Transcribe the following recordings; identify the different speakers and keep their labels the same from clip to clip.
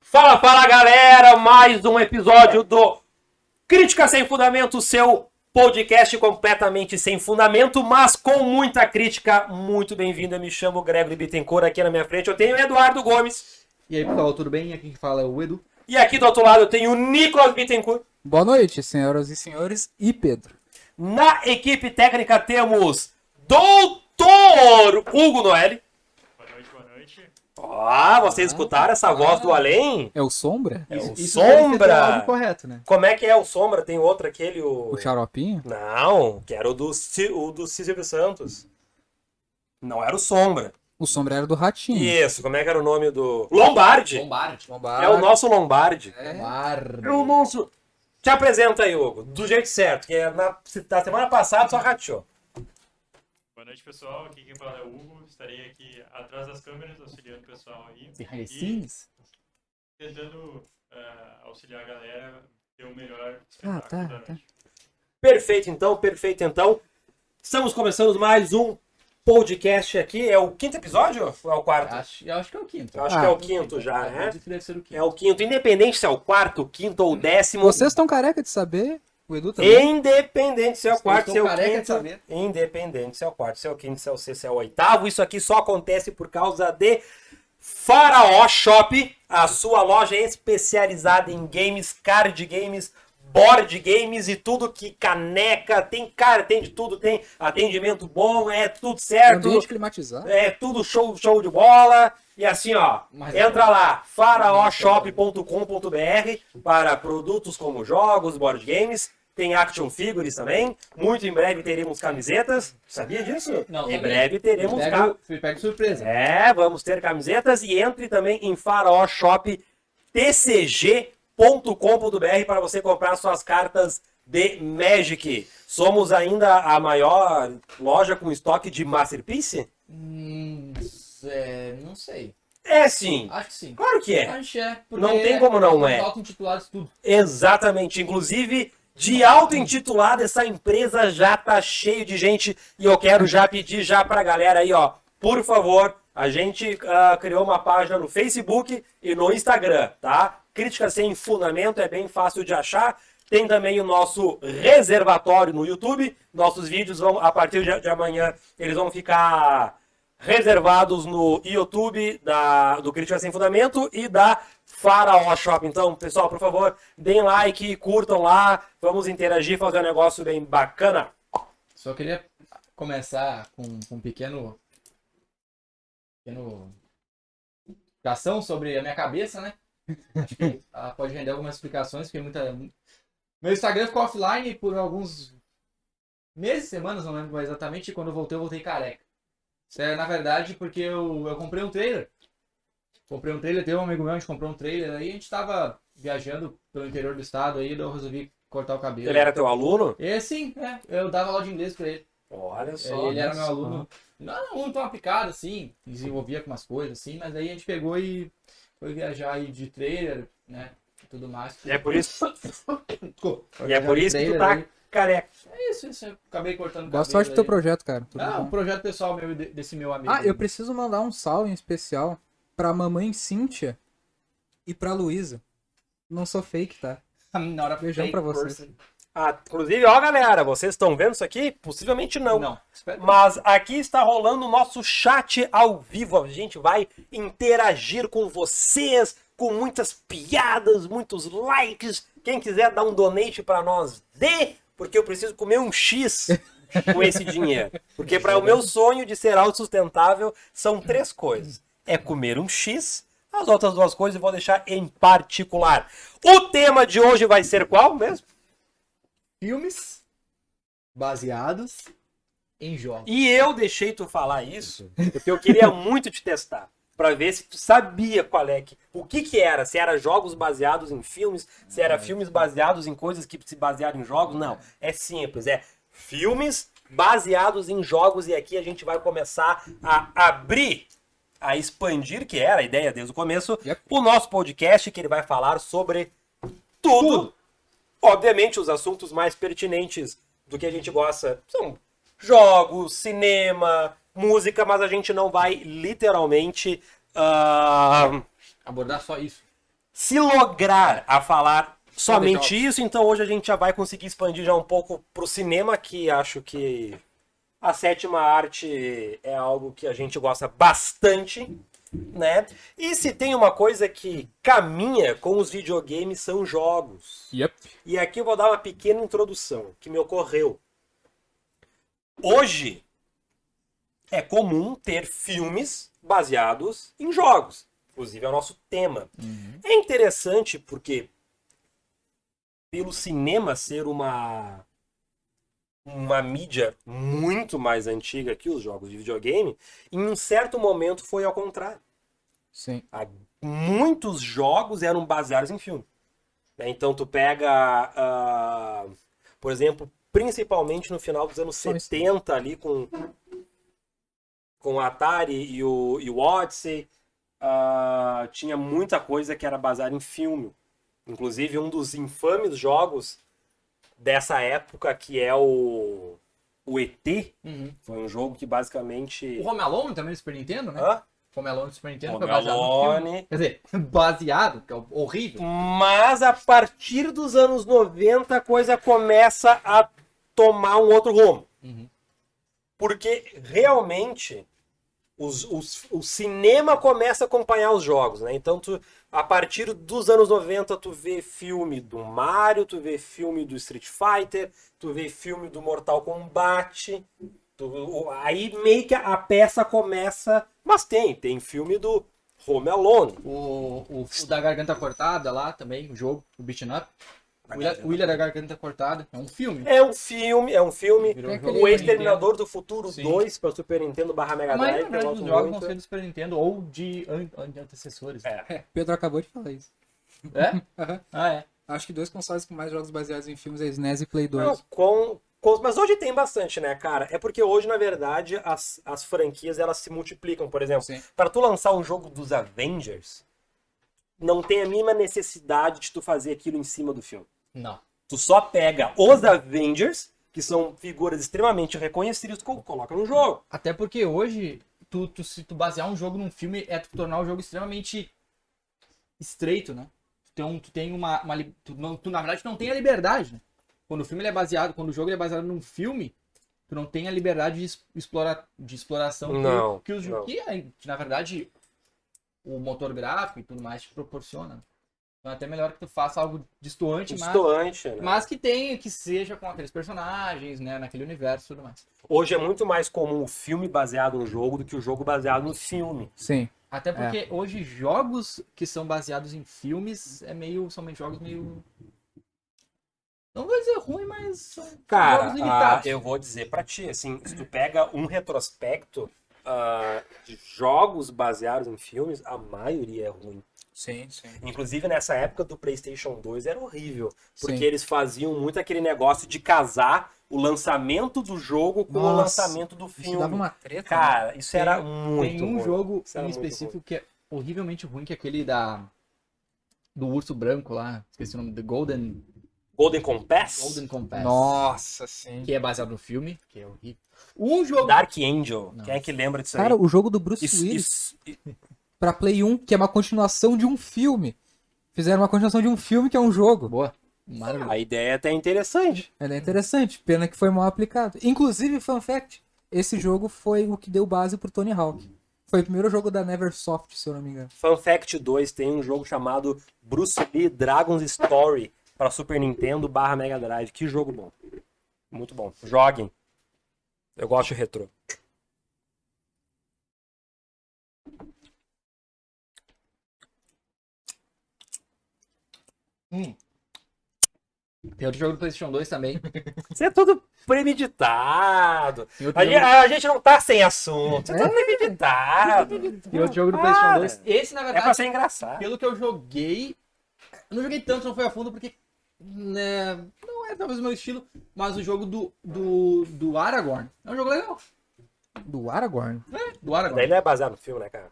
Speaker 1: Fala, fala galera! Mais um episódio do Crítica Sem Fundamento, seu podcast completamente sem fundamento, mas com muita crítica. Muito bem-vindo, eu me chamo Gregory Bittencourt, aqui na minha frente eu tenho o Eduardo Gomes.
Speaker 2: E aí, pessoal, tudo bem? Aqui quem fala é o Edu.
Speaker 1: E aqui do outro lado eu tenho o Nicolas Bittencourt.
Speaker 3: Boa noite, senhoras e senhores e Pedro.
Speaker 1: Na equipe técnica temos Doutor Hugo Noelli.
Speaker 4: Boa noite, boa noite.
Speaker 1: Ó, vocês escutaram essa voz do além?
Speaker 3: É o Sombra?
Speaker 1: É o
Speaker 2: Ah. deve ter dado
Speaker 1: Sombra!
Speaker 2: algo correto, né?
Speaker 1: Como é que é o Sombra? Tem outro aquele, o...
Speaker 3: O Xaropinho?
Speaker 1: Não, que era o do, Ci- o do Silvio Santos. Não era o Sombra.
Speaker 3: O Sombra era do Ratinho.
Speaker 1: Isso, como é que era o nome do. Lombardi!
Speaker 2: Lombardi.
Speaker 1: É o nosso Lombardi.
Speaker 2: Lombardi.
Speaker 1: É o nosso. Te apresenta aí, Hugo, do jeito certo, que é na, se- da semana passada só rateou.
Speaker 4: Boa noite, pessoal. Aqui quem fala é o Hugo. Estarei aqui atrás das câmeras auxiliando o pessoal aí.
Speaker 2: Behind the
Speaker 4: E
Speaker 2: scenes?
Speaker 4: tentando ah, auxiliar a galera a ter o melhor espetáculo
Speaker 3: tá,
Speaker 4: da
Speaker 3: tá.
Speaker 4: noite.
Speaker 1: Perfeito então, perfeito então. Estamos começando mais um podcast aqui. É o quinto episódio? Ou é o quarto?
Speaker 5: Acho, eu acho que é o quinto.
Speaker 1: Eu acho
Speaker 3: Ah.
Speaker 1: que é o quinto já, né?
Speaker 5: Acredito que deve ser o quinto.
Speaker 1: É o quinto. Independente se é o quarto, quinto ou décimo.
Speaker 3: Vocês estão careca de saber? O Edu também?
Speaker 1: Independente se é o quarto,
Speaker 2: estão
Speaker 1: se é o
Speaker 2: careca de
Speaker 1: quinto.
Speaker 2: saber.
Speaker 1: Independente se é o quarto, se é o quinto, se é o sexto, se é o oitavo. Isso aqui só acontece por causa de Faraó Shop, a sua loja especializada em games, card games, board games e tudo que caneca, tem cara, tem de tudo, tem atendimento bom, é tudo certo.
Speaker 3: Ambiente climatizado?
Speaker 1: É tudo show, show de bola. E assim, ó,
Speaker 5: Mas-
Speaker 1: entra lá, faraoshop.com.br para produtos como jogos, board games. Tem action figures também. Muito em breve teremos camisetas. Sabia disso?
Speaker 5: Não,
Speaker 1: em
Speaker 5: sabia.
Speaker 1: breve teremos
Speaker 5: Pega-
Speaker 1: ca-
Speaker 5: fui pego de surpresa.
Speaker 1: é, vamos ter camisetas e entre também em faraoshoptcg.com.br para você comprar suas cartas de Magic. Somos ainda a maior loja com estoque de Masterpiece?
Speaker 5: Hum, é, não sei.
Speaker 1: É sim,
Speaker 5: Acho que sim.
Speaker 1: claro que é.
Speaker 5: Acho que é. porque
Speaker 1: Não tem como não é.
Speaker 5: Faltam titulares tudo.
Speaker 1: Exatamente. Inclusive, de auto-intitulada, essa empresa já tá cheio de gente. E eu quero já pedir já pra galera aí, ó. Por favor, a gente ah, criou uma página no Facebook e no Instagram, tá? Crítica sem fundamento é bem fácil de achar. Tem também o nosso reservatório no YouTube. Nossos vídeos vão, a partir de, de amanhã, eles vão ficar reservados no YouTube da, do Crítica Sem Fundamento e da Faraó Shop. Então, pessoal, por favor, deem like, curtam lá, vamos interagir, fazer um negócio bem bacana.
Speaker 5: Só queria começar com, com um pequeno. pequeno. explicação sobre a minha cabeça, né? Acho que ah, pode render algumas explicações, porque muita. Meu Instagram ficou offline por alguns meses, semanas, não lembro exatamente, e quando eu voltei, eu voltei careca. Isso é, na verdade, porque eu, eu comprei um trailer. Comprei um trailer, teve um amigo meu, a gente comprou um trailer aí, a gente tava viajando pelo interior do estado aí, daí eu resolvi cortar o cabelo.
Speaker 1: Ele era teu aluno?
Speaker 5: É, sim, é. Eu dava aula de inglês pra ele.
Speaker 1: Olha
Speaker 5: É,
Speaker 1: só.
Speaker 5: ele era meu
Speaker 3: só.
Speaker 5: aluno. Não era um aluno tão aplicado, assim, desenvolvia com umas coisas, assim, mas aí a gente pegou e foi viajar aí de trailer, né? E tudo mais.
Speaker 1: E é por isso,
Speaker 5: Foi
Speaker 1: e é
Speaker 5: viajar
Speaker 1: por
Speaker 5: de
Speaker 1: isso que tu
Speaker 5: trailer
Speaker 1: tá
Speaker 5: aí.
Speaker 1: careca.
Speaker 5: É isso, isso. Eu acabei
Speaker 2: É,
Speaker 5: cortando o
Speaker 3: Boa
Speaker 5: cabelo
Speaker 3: sorte do teu
Speaker 5: aí.
Speaker 3: projeto, cara. Tudo
Speaker 5: Ah,
Speaker 3: bom.
Speaker 5: um projeto pessoal meu e de- desse meu amigo.
Speaker 3: Ah, eu preciso mandar um salve em especial pra mamãe Cíntia e pra Luísa. Não sou fake, tá?
Speaker 5: Na hora
Speaker 3: Beijão pra vocês.
Speaker 5: person.
Speaker 1: Ah, inclusive, ó galera, vocês estão vendo isso aqui? Possivelmente não.
Speaker 5: Não, espera.
Speaker 1: Mas aqui está rolando o nosso chat ao vivo. A gente vai interagir com vocês, com muitas piadas, muitos likes. Quem quiser dar um donate para nós, dê, porque eu preciso comer um X com esse dinheiro. Porque para o meu sonho de ser autossustentável são três coisas: é comer um X. As outras duas coisas eu vou deixar em particular. O tema de hoje vai ser qual mesmo?
Speaker 2: Filmes baseados em jogos.
Speaker 1: E eu deixei tu falar isso, porque eu queria muito te testar. Pra ver se tu sabia qual é que. O que que era? Se era jogos baseados em filmes, se era filmes baseados em coisas que se basearam em jogos. Não. É simples. É filmes baseados em jogos. E aqui a gente vai começar a abrir, a expandir, que era a ideia desde o começo,
Speaker 3: Yep.
Speaker 1: o nosso podcast, que ele vai falar sobre tudo. Obviamente, os assuntos mais pertinentes do que a gente gosta são jogos, cinema, música, mas a gente não vai literalmente ah,
Speaker 5: Abordar só isso.
Speaker 1: se lograr a falar somente isso, então hoje a gente já vai conseguir expandir já um pouco pro cinema, que acho que a sétima arte é algo que a gente gosta bastante, né? E se tem uma coisa que caminha com os videogames são jogos.
Speaker 3: Yep.
Speaker 1: E aqui eu vou dar uma pequena introdução que me ocorreu. Hoje é comum ter filmes baseados em jogos. Inclusive é o nosso tema. É interessante porque pelo cinema ser uma uma mídia muito mais antiga que os jogos de videogame, em um certo momento foi ao contrário.
Speaker 3: Sim.
Speaker 1: Muitos jogos eram baseados em filme. né? Então tu pega, ah, por exemplo, principalmente no final dos anos
Speaker 3: Só isso.
Speaker 1: 70 ali com com o Atari e o, e o Odyssey, ah, tinha muita coisa que era baseada em filme. Inclusive um dos infames jogos dessa época que é o o ET,
Speaker 5: Uhum.
Speaker 1: foi um jogo que
Speaker 5: O
Speaker 1: basicamente
Speaker 5: Home Alone também do Super Nintendo, né?
Speaker 1: Hã?
Speaker 5: Home Alone do Super Nintendo
Speaker 1: Ah. Home
Speaker 5: foi baseado no filme.
Speaker 1: Alone.
Speaker 5: Quer dizer, baseado, que é horrível.
Speaker 1: Mas a partir dos anos 90 a coisa começa a tomar um outro rumo.
Speaker 5: Uhum.
Speaker 1: Porque realmente os, os- o cinema começa a acompanhar os jogos, né? Então, tu, a partir dos anos 90, tu vê filme do Mario, tu vê filme do Street Fighter, tu vê filme do Mortal Kombat. tu- o- aí meio que a peça começa. Mas tem, tem filme do Home Alone.
Speaker 5: O, o, o da Garganta Cortada lá também, o jogo, o Beaten Up. O Ilha, o Ilha da Garganta Cortada. É um filme.
Speaker 1: É um filme, é um filme.
Speaker 5: Virou
Speaker 3: É
Speaker 5: um jogo
Speaker 1: O
Speaker 3: aquele-
Speaker 5: Super Nintendo.
Speaker 1: Exterminador do Futuro
Speaker 5: Sim.
Speaker 1: 2 para Super Nintendo barra Mega
Speaker 5: A
Speaker 1: Drive,
Speaker 5: maioria
Speaker 1: que eu
Speaker 5: dos
Speaker 1: gosto
Speaker 5: é jogos vão ser
Speaker 1: muito.
Speaker 5: do Super Nintendo ou de an- an- antecessores.
Speaker 1: É.
Speaker 3: Pedro acabou de falar isso.
Speaker 5: É? Ah, é.
Speaker 3: Acho que dois consoles com mais jogos baseados em filmes é SNES e Play 2.
Speaker 1: Não, com, com- mas hoje tem bastante, né, cara? É porque hoje, na verdade, as, as franquias elas se multiplicam. Por exemplo,
Speaker 3: Sim.
Speaker 1: para tu lançar um jogo dos Avengers, não tem a mínima necessidade de tu fazer aquilo em cima do filme.
Speaker 5: Não.
Speaker 1: Tu só pega os Avengers, que são figuras extremamente reconhecidas, tu co- coloca no jogo.
Speaker 5: Até porque hoje, tu, tu- se tu basear um jogo num filme, é tu tornar o jogo extremamente estreito, né? Então, tu tem uma. uma li- tu, não, tu, na verdade, não tem a liberdade, né? Quando o filme ele é baseado, quando o jogo ele é baseado num filme, tu não tem a liberdade de, es- explora, de exploração que-
Speaker 1: Não,
Speaker 5: que, os,
Speaker 1: não.
Speaker 5: que, é- que, na verdade, o motor gráfico e tudo mais te proporciona. Então, é até melhor que tu faça algo distoante, mas,
Speaker 1: Distoante, né?
Speaker 5: mas que tenha, que seja com aqueles personagens, né? Naquele universo e tudo mais.
Speaker 1: Hoje é muito mais comum o filme baseado no jogo do que o jogo baseado no filme.
Speaker 3: Sim.
Speaker 1: É.
Speaker 5: Até porque hoje jogos que são baseados em filmes é meio. são meio- jogos meio. Não vou dizer ruim, mas são
Speaker 1: Cara,
Speaker 5: jogos
Speaker 1: ah,
Speaker 5: limitados.
Speaker 1: eu vou dizer pra ti, assim, se tu pega um retrospecto ah, de jogos baseados em filmes, a maioria é ruim.
Speaker 3: Sim, sim.
Speaker 1: Inclusive nessa época do PlayStation 2 era horrível, porque
Speaker 3: Sim.
Speaker 1: eles faziam muito aquele negócio de casar o lançamento do jogo com o
Speaker 3: Nossa,
Speaker 1: lançamento do
Speaker 3: Isso
Speaker 1: filme.
Speaker 3: dava uma treta. né?
Speaker 1: um Cara, isso
Speaker 5: Tem-
Speaker 1: era muito
Speaker 5: Tem um
Speaker 1: ruim.
Speaker 5: jogo
Speaker 1: Isso era
Speaker 5: em
Speaker 1: muito
Speaker 5: específico que é horrivelmente ruim, que é aquele da. Do urso branco lá, esqueci o nome, The Golden,
Speaker 1: Golden Compass,
Speaker 5: Golden Compass.
Speaker 3: É. Nossa, sim.
Speaker 5: Que é baseado no filme, que é horrível. Um jogo.
Speaker 1: Dark Angel.
Speaker 5: Não.
Speaker 1: Quem é que lembra disso
Speaker 3: Cara,
Speaker 1: aí?
Speaker 3: o jogo do Bruce
Speaker 1: Isso-
Speaker 3: Willis
Speaker 1: isso-
Speaker 3: pra Play 1, que é uma continuação de um filme. Fizeram uma continuação de um filme que é um jogo.
Speaker 5: Boa. Maravilhoso.
Speaker 1: a ideia é até interessante.
Speaker 3: Ela é interessante, pena que foi mal aplicado. Inclusive, fun fact, esse jogo foi o que deu base pro Tony Hawk. Foi o primeiro jogo da Neversoft, se eu não me engano.
Speaker 1: Fun Fact 2 tem um jogo chamado Bruce Lee Dragon's Story para Super Nintendo barra Mega Drive. Que jogo bom. Muito bom. Joguem. Eu gosto de retrô.
Speaker 5: Tem outro jogo do PlayStation 2 também.
Speaker 1: Você é todo premeditado.
Speaker 5: Tem outro
Speaker 1: A gente,
Speaker 5: jogo-
Speaker 1: a gente não tá sem assunto. Você tá premeditado.
Speaker 5: tem outro É. jogo do PlayStation
Speaker 1: Para.
Speaker 5: 2. Esse, na
Speaker 1: Ah, É
Speaker 5: verdade,
Speaker 1: pra ser engraçado.
Speaker 5: Pelo que eu joguei, eu não joguei tanto, não foi a fundo, porque né, não é talvez o meu estilo, mas o jogo do, do, do Aragorn é um jogo legal.
Speaker 3: Do Aragorn.
Speaker 5: Do
Speaker 1: Daí
Speaker 5: Aragorn.
Speaker 1: não é baseado no filme, né, cara?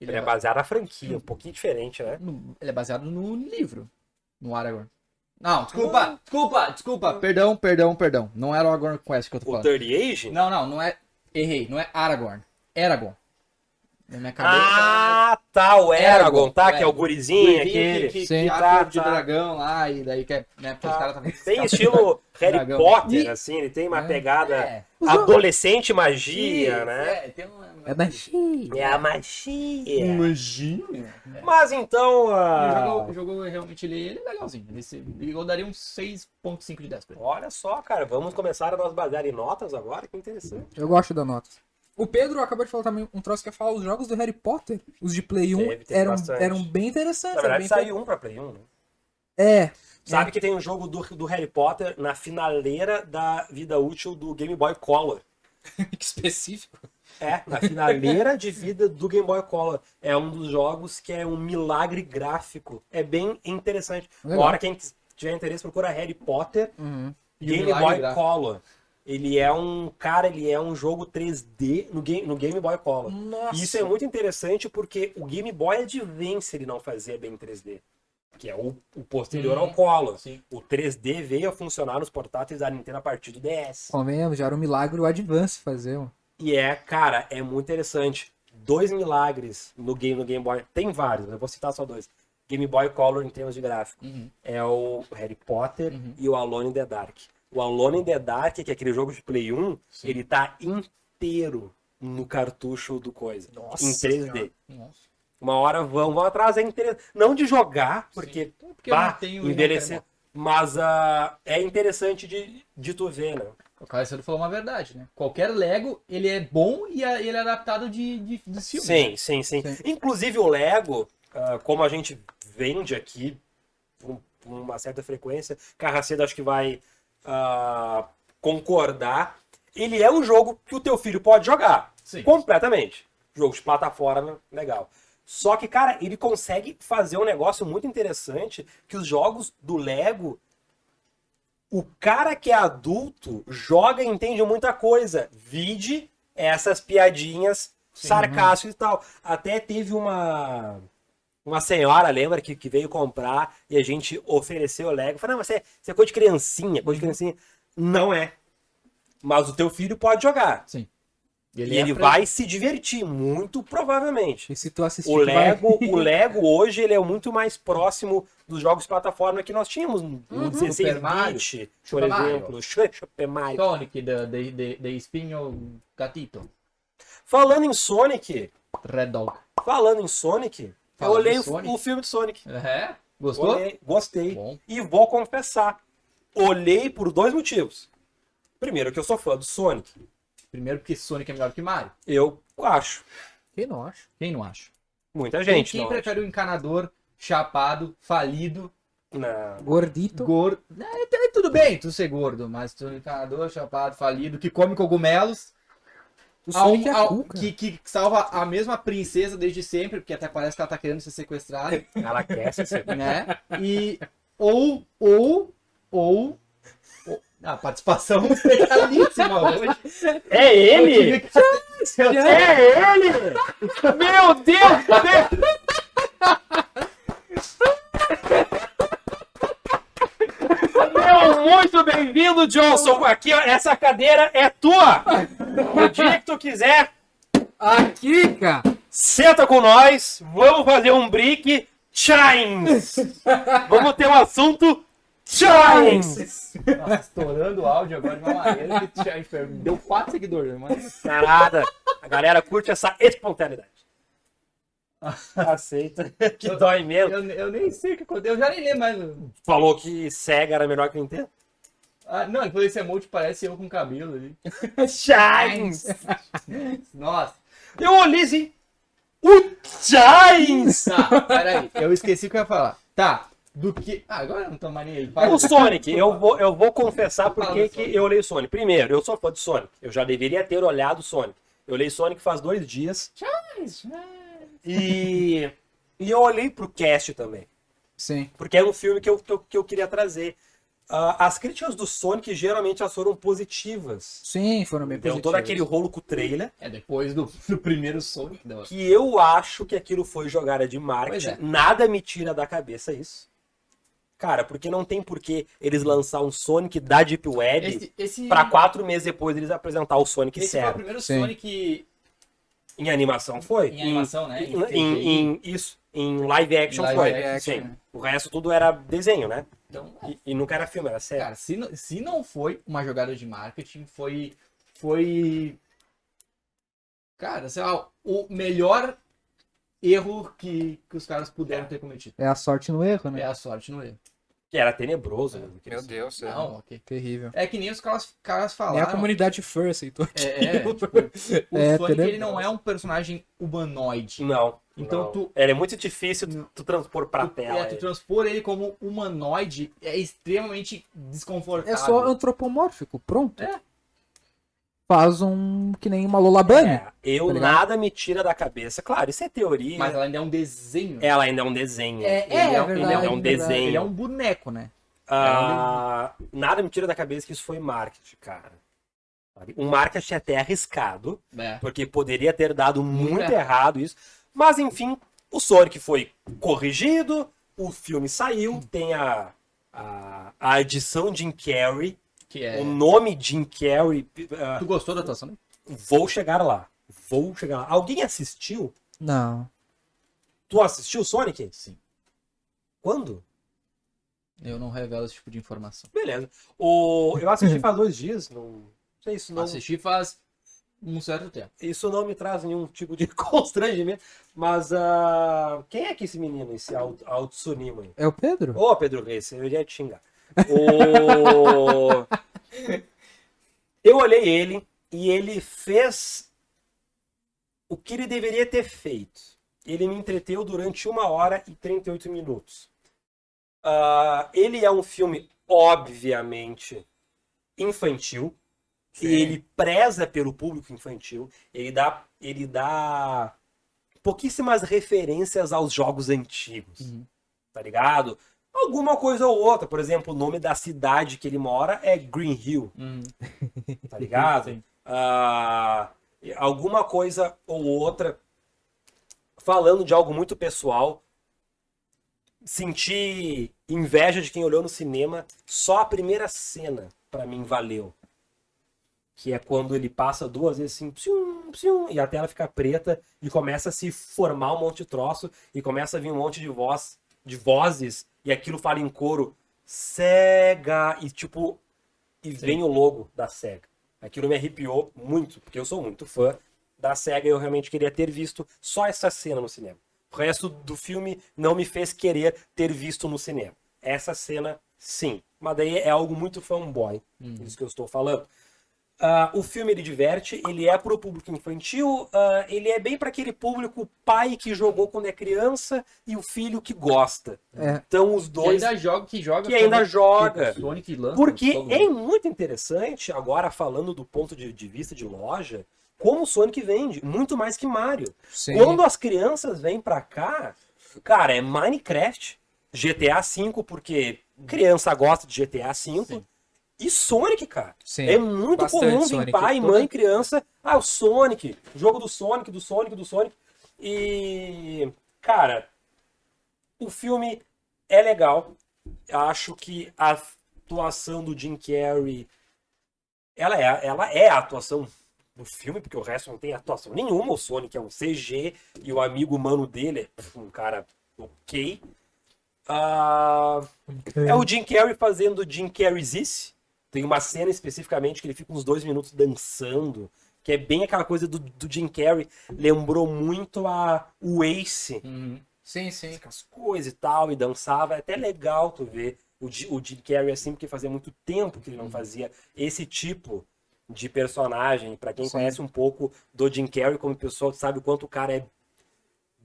Speaker 5: Ele
Speaker 1: Ele é
Speaker 5: é, ba-
Speaker 1: baseado na franquia, um pouquinho diferente, né?
Speaker 5: no- ele é baseado no livro, no Aragorn. Não, desculpa, desculpa, desculpa. Perdão, perdão, perdão. Não era o é Aragorn Quest que eu tô
Speaker 1: O
Speaker 5: falando.
Speaker 1: Dirty Age?
Speaker 5: Não, não, não é. Errei, não é Aragorn. Aragorn. Na minha cabeça.
Speaker 1: Ah, tá, o Eragon, tá? Que é o gurizinho
Speaker 5: Guri
Speaker 1: aquele.
Speaker 5: Que, que,
Speaker 3: Sim.
Speaker 5: que abre
Speaker 1: Tá,
Speaker 5: o de
Speaker 1: tá.
Speaker 5: dragão lá, e daí quer. Né, porque os caras estavam.
Speaker 1: Bem estilo Harry
Speaker 5: Dragão.
Speaker 1: Potter,
Speaker 5: Ih.
Speaker 1: assim, ele tem uma
Speaker 3: É.
Speaker 1: pegada
Speaker 5: É,
Speaker 1: adolescente magia, né?
Speaker 5: É, tem uma.
Speaker 3: É da Xi.
Speaker 1: É a magia.
Speaker 5: Imagina.
Speaker 1: Mas então.
Speaker 5: O
Speaker 1: ah,
Speaker 5: jogo, o jogo eu realmente ele, ele é legalzinho. Ele se- eu daria um 6.5 de 10 pra ele.
Speaker 1: Olha só, cara, vamos começar a nós basear em notas agora, que interessante.
Speaker 3: Eu gosto da nota. O Pedro acabou de falar também um troço que é falar os jogos do Harry Potter, os de Play 1,
Speaker 1: Teve, teve
Speaker 3: eram,
Speaker 1: bastante.
Speaker 3: eram bem interessantes.
Speaker 1: Na
Speaker 3: eram
Speaker 1: verdade,
Speaker 3: é bem
Speaker 1: saiu um pra Play 1, né?
Speaker 3: É,
Speaker 1: Sabe que tem um jogo do, do Harry Potter na finaleira da vida útil do Game Boy Color.
Speaker 3: que específico.
Speaker 1: É, na finaleira de vida do Game Boy Color. É um dos jogos que é um milagre gráfico. É bem interessante.
Speaker 3: Legal.
Speaker 1: Agora, quem tiver interesse, procura Harry Potter
Speaker 3: Uhum.
Speaker 5: E o
Speaker 1: Game
Speaker 5: milagre
Speaker 1: Boy
Speaker 5: gráfico.
Speaker 1: Color. Ele é um, cara, ele é um jogo 3D no Game, no Game Boy Color.
Speaker 3: Nossa.
Speaker 1: E Isso é muito interessante porque o Game Boy Advance ele não fazia bem 3D, que é o, o posterior ao Color.
Speaker 5: Sim.
Speaker 1: O 3D veio a funcionar nos portáteis da Nintendo a partir do DS.
Speaker 3: Convenhamos, já era um milagre o Advance fazer. mano.
Speaker 1: E é, cara, é muito interessante. Dois milagres no game, no Game Boy. Tem vários, eu vou citar só dois. Game Boy Color em termos de gráfico.
Speaker 5: Uhum.
Speaker 1: É o Harry Potter
Speaker 5: Uhum.
Speaker 1: e o Alone in the Dark. O Alone in the Dark, que é aquele jogo de Play 1,
Speaker 5: Sim.
Speaker 1: ele tá inteiro no cartucho do coisa.
Speaker 3: Nossa
Speaker 1: em 3D.
Speaker 3: Senhora.
Speaker 5: Uhum. Nossa.
Speaker 1: Uma hora vão, vão atrás, é interessante. Não de jogar, Então, porque,
Speaker 5: Porque
Speaker 1: pá,
Speaker 5: eu não tenho. né,
Speaker 1: envelhecer. Mas ah, é interessante de, de tu ver, né?
Speaker 5: O Caio falou uma verdade, né? Qualquer Lego, ele é bom e a- ele é adaptado de, de, dos filmes.
Speaker 1: Sim, sim, sim,
Speaker 3: Sim.
Speaker 1: Inclusive o Lego, ah, como a gente vende aqui com com uma certa frequência, Carracedo acho que vai ah, concordar. Ele é um jogo que o teu filho pode jogar.
Speaker 5: Sim.
Speaker 1: Completamente. Jogo de plataforma, legal. Só que, cara, ele consegue fazer um negócio muito interessante que os jogos do Lego. O cara que é adulto joga e entende muita coisa. Vide essas piadinhas sarcásticas e tal. Até teve uma uma senhora, lembra, que, que veio comprar e a gente ofereceu o Lego. Falei, não, mas você, você é coisa de criancinha, coisa de criancinha. Não é. Mas o teu filho pode jogar. e ele
Speaker 5: é pra-
Speaker 1: vai se divertir, muito provavelmente.
Speaker 3: E se tu assistir,
Speaker 1: O
Speaker 3: tu vai-
Speaker 1: Lego, o Lego hoje ele é muito mais próximo dos jogos de plataforma que nós tínhamos no 16
Speaker 5: Uhum. Super Mario,
Speaker 1: bit, por
Speaker 5: Super Mario.
Speaker 1: exemplo, Super Mario.
Speaker 5: Sonic, The, the, the, the Espinho Gatito,
Speaker 1: Falando em Sonic,
Speaker 5: Red Dog.
Speaker 1: falando em Sonic, eu
Speaker 5: Falando
Speaker 1: olhei
Speaker 5: em
Speaker 1: o-
Speaker 5: Sonic.
Speaker 1: o filme de Sonic.
Speaker 5: É? Gostou?
Speaker 1: Olhei, gostei.
Speaker 5: Bom.
Speaker 1: E vou confessar. Olhei por dois motivos. Primeiro, que eu sou fã do Sonic.
Speaker 5: Primeiro porque Sonic é melhor que Mario.
Speaker 1: Eu acho.
Speaker 3: Quem não acha?
Speaker 5: Quem não acha?
Speaker 1: Muita gente.
Speaker 5: quem
Speaker 1: não
Speaker 5: prefere o encanador chapado, falido,
Speaker 1: acha. Não.
Speaker 3: Gordito.
Speaker 5: gordo. É, até tudo bem, tu ser gordo, mas tu é um encanador chapado, falido, que come cogumelos.
Speaker 3: O
Speaker 5: a um-
Speaker 3: Sonic é
Speaker 5: a-
Speaker 3: cool, cara.
Speaker 5: que, que salva a mesma princesa desde sempre, porque até parece que ela tá querendo ser sequestrada,
Speaker 1: Ela quer ser sequestrada.
Speaker 5: né? E. Ou, ou, ou. ou- a participação especialíssima hoje.
Speaker 1: É
Speaker 5: Eu tive
Speaker 1: ele?
Speaker 5: que- eu tive-
Speaker 1: É ele! Meu Deus! do céu! Meu, muito bem-vindo, Johnson. Aqui, ó, essa cadeira é tua. O dia que tu quiser,
Speaker 3: Aqui, cara.
Speaker 1: senta com nós, vamos fazer um break Chimes. vamos ter um assunto Chimes.
Speaker 5: Nossa, estourando o áudio agora de uma maneira que já me deu quatro seguidores, mas.
Speaker 1: Carada, a galera curte essa espontaneidade. Aceita, que dói mesmo.
Speaker 5: Eu, eu nem sei o que aconteceu, eu já nem lembro mais.
Speaker 1: Falou que cega era melhor que Nintendo.
Speaker 5: Ah, não, ele falou esse emote parece eu com cabelo ali.
Speaker 1: Chimes.
Speaker 5: Nossa.
Speaker 1: Eu olhei assim, o Chimes.
Speaker 5: Tá, peraí, eu esqueci o que eu ia falar. Tá, do que. Ah, agora eu não tô mais nem aí. Vai.
Speaker 1: O Sonic, eu vou, eu vou confessar por
Speaker 5: Fala
Speaker 1: que
Speaker 5: do
Speaker 1: que
Speaker 5: Sonic.
Speaker 1: eu olhei o Sonic. Primeiro, eu sou fã de Sonic. Eu já deveria ter olhado o Sonic. Eu olhei Sonic faz dois dias. E, e eu olhei pro cast também.
Speaker 3: Sim.
Speaker 1: Porque era um filme que eu, que eu, que eu queria trazer. Ah, as críticas do Sonic geralmente elas foram positivas.
Speaker 3: Sim, foram bem
Speaker 1: Deu
Speaker 3: positivos.
Speaker 1: todo aquele rolo com o trailer.
Speaker 5: É depois do, do primeiro Sonic. da-
Speaker 1: Que eu acho que aquilo foi jogada de marketing.
Speaker 5: Pois é.
Speaker 1: Nada me tira da cabeça isso. Cara, porque não tem por que eles lançar um Sonic da Deep Web
Speaker 5: Esse, esse,
Speaker 1: pra quatro meses depois eles apresentar o Sonic
Speaker 5: esse foi o
Speaker 1: sério.
Speaker 5: primeiro
Speaker 3: Sim.
Speaker 5: Sonic
Speaker 1: Em animação foi.
Speaker 5: Em animação, né?
Speaker 1: Em, em- em- isso, em live action
Speaker 5: Live
Speaker 1: foi.
Speaker 5: action,
Speaker 1: Sim.
Speaker 5: né?
Speaker 1: O resto tudo era desenho, né?
Speaker 5: Então,
Speaker 1: E, e nunca era filme, era série.
Speaker 5: cara, se, não- se não foi uma jogada de marketing, foi. Foi. Cara, sei lá, o melhor erro que, que os caras puderam ter cometido.
Speaker 3: É a sorte no erro,
Speaker 5: É
Speaker 3: né?
Speaker 5: a sorte no erro.
Speaker 1: Que era tenebroso. né?
Speaker 6: Meu Deus, é.
Speaker 5: Não, ok.
Speaker 3: Terrível.
Speaker 5: É que nem os caras, caras
Speaker 1: Tá
Speaker 3: Nem a
Speaker 5: falaram.
Speaker 3: comunidade fã aceitou.
Speaker 5: É, é, tipo, o
Speaker 3: É,
Speaker 5: Sonic ele
Speaker 3: tenebroso.
Speaker 5: não é um personagem humanoide.
Speaker 1: Não.
Speaker 5: Então
Speaker 1: não.
Speaker 5: tu-
Speaker 1: Era muito difícil tu, tu transpor Hum, pra
Speaker 5: Tu-
Speaker 1: tela.
Speaker 5: é, tu transpor ele como humanoide é extremamente desconfortável.
Speaker 3: É só antropomórfico, pronto.
Speaker 5: É.
Speaker 3: Faz um que nem uma Lola Bunny.
Speaker 1: É, eu
Speaker 3: tá ligado?
Speaker 1: nada me tira da cabeça. Claro, isso é teoria.
Speaker 5: Mas ela ainda é um desenho.
Speaker 1: Ela ainda é um desenho.
Speaker 5: É,
Speaker 1: Ele
Speaker 5: é,
Speaker 1: ele
Speaker 5: verdade,
Speaker 1: é um
Speaker 3: verdade.
Speaker 1: desenho.
Speaker 5: Ele é um boneco, né?
Speaker 1: Ah, nada me tira da cabeça que isso foi marketing, cara. Sabe? Um marketing até arriscado,
Speaker 5: É.
Speaker 1: porque poderia ter dado muito
Speaker 5: Muito
Speaker 1: errado isso. Mas, enfim, o Sonic foi corrigido, o filme saiu, tem a, a, a adição Jim Carrey,
Speaker 5: Que é.
Speaker 1: o nome Jim Carrey. ah,
Speaker 5: Tu gostou da atuação? dele?
Speaker 1: vou chegar lá. Vou chegar lá. Alguém assistiu?
Speaker 3: Não.
Speaker 1: Tu assistiu Sonic?
Speaker 5: Sim.
Speaker 1: Quando?
Speaker 5: Eu não revelo esse tipo de informação.
Speaker 1: Beleza. O... Eu assisti faz dois dias. Não, não sei se não...
Speaker 5: Assisti faz um certo tempo.
Speaker 1: Isso não me traz nenhum tipo de constrangimento. Mas ah, quem é que esse menino, esse Alt- Altsunima aí?
Speaker 3: É o Pedro?
Speaker 1: Ô, Pedro Reis, eu ia te xingar. O- Eu olhei ele e ele fez o que ele deveria ter feito. Ele me entreteu durante uma hora e 38 minutos. Ah, ele é um filme, obviamente, infantil.
Speaker 6: Sim.
Speaker 1: Ele preza pelo público infantil. Ele dá, ele dá pouquíssimas referências aos jogos antigos.
Speaker 5: Uhum.
Speaker 1: Tá ligado? Alguma coisa ou outra. Por exemplo, o nome da cidade que ele mora é Green Hill, tá ligado?
Speaker 5: Sim.
Speaker 1: Ah, alguma coisa ou outra falando de algo muito pessoal. Senti inveja de quem olhou no cinema. Só a primeira cena, pra mim, valeu. Que é quando ele passa duas vezes assim, psium, psium, e a tela fica preta e começa a se formar um monte de troço e começa a vir um monte de voz, de vozes, e aquilo fala em coro, cega, e tipo, e vem o logo da SEGA. Aquilo me arrepiou muito, porque eu sou muito fã da SEGA e eu realmente queria ter visto só essa cena no cinema. O resto do filme não me fez querer ter visto no cinema. Essa cena, sim. Mas daí é algo muito fanboy,
Speaker 5: Uhum.
Speaker 1: isso que eu estou falando. Ah, o filme ele diverte, ele é pro público infantil, ah, ele é bem para aquele público pai que jogou quando é criança e o filho que gosta.
Speaker 3: É.
Speaker 1: Então os
Speaker 5: Que
Speaker 1: dois
Speaker 5: ainda joga, que joga.
Speaker 1: que ainda joga.
Speaker 5: Que Sonic lança.
Speaker 1: Porque
Speaker 5: todo
Speaker 1: é
Speaker 5: mundo.
Speaker 1: muito interessante, agora falando do ponto de, de vista de loja, como o Sonic vende, muito mais que Mario.
Speaker 3: Sim.
Speaker 1: Quando as crianças vêm pra cá, cara, é Minecraft, GTA V, porque criança gosta de GTA V,
Speaker 5: Hum. Sim.
Speaker 1: e Sonic, cara.
Speaker 3: Sim.
Speaker 1: É muito
Speaker 3: bastante
Speaker 1: comum vir
Speaker 3: Sonic.
Speaker 1: pai,
Speaker 3: Toda-
Speaker 1: mãe, criança. Ah, o Sonic, jogo do Sonic, do Sonic, do Sonic. E, cara, o filme é legal. Acho que a atuação do Jim Carrey, ela é, ela é a atuação do filme, porque o resto não tem atuação nenhuma. O Sonic é um CG e o amigo humano dele é um cara ok. Ah, é o Jim Carrey fazendo Jim Carreyzice. Tem uma cena especificamente que ele fica uns dois minutos dançando, que é bem aquela coisa do, do Jim Carrey. Lembrou muito a o Ace,
Speaker 5: Uhum.
Speaker 6: Sim, sim.
Speaker 1: as coisas e tal, e dançava. É até legal tu ver o, Ji- o Jim Carrey assim, porque fazia muito tempo que ele não fazia esse tipo de personagem. Pra quem
Speaker 3: Sim.
Speaker 1: conhece um pouco do Jim Carrey como pessoa, tu sabe o quanto o cara é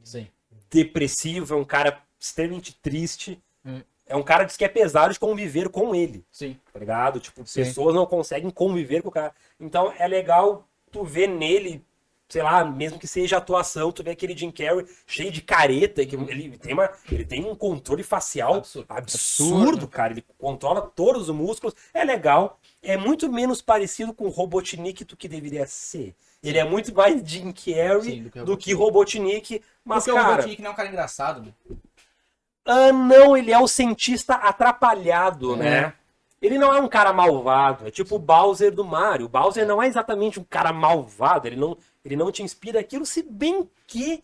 Speaker 5: Sim.
Speaker 1: depressivo, é um cara extremamente triste.
Speaker 3: Hum.
Speaker 1: É um cara que diz que é pesado de conviver com ele
Speaker 5: Sim.
Speaker 1: tá ligado? Tipo,
Speaker 3: Sim.
Speaker 1: pessoas não conseguem conviver com o cara. Então é legal tu ver nele, sei lá, mesmo que seja atuação, tu vê aquele Jim Carrey cheio de careta, que ele tem, uma, ele tem um controle facial
Speaker 5: Uhum. Absurdo.
Speaker 1: absurdo,
Speaker 6: Absurdo.
Speaker 1: cara. Ele controla todos os músculos. É legal. É muito menos parecido com o Robotnik do que deveria ser. Ele é muito mais Jim Carrey
Speaker 5: Sim, do
Speaker 1: do,
Speaker 5: que
Speaker 1: que,
Speaker 5: o
Speaker 1: Robotnik. Mas,
Speaker 5: Porque o
Speaker 1: cara,
Speaker 5: Robotnik não é um cara engraçado, né?
Speaker 1: ah, não, ele é o cientista atrapalhado, né? Ele não é um cara malvado, é tipo o Bowser do Mario. O Bowser não é exatamente um cara malvado, ele não, ele não te inspira aquilo, se bem que.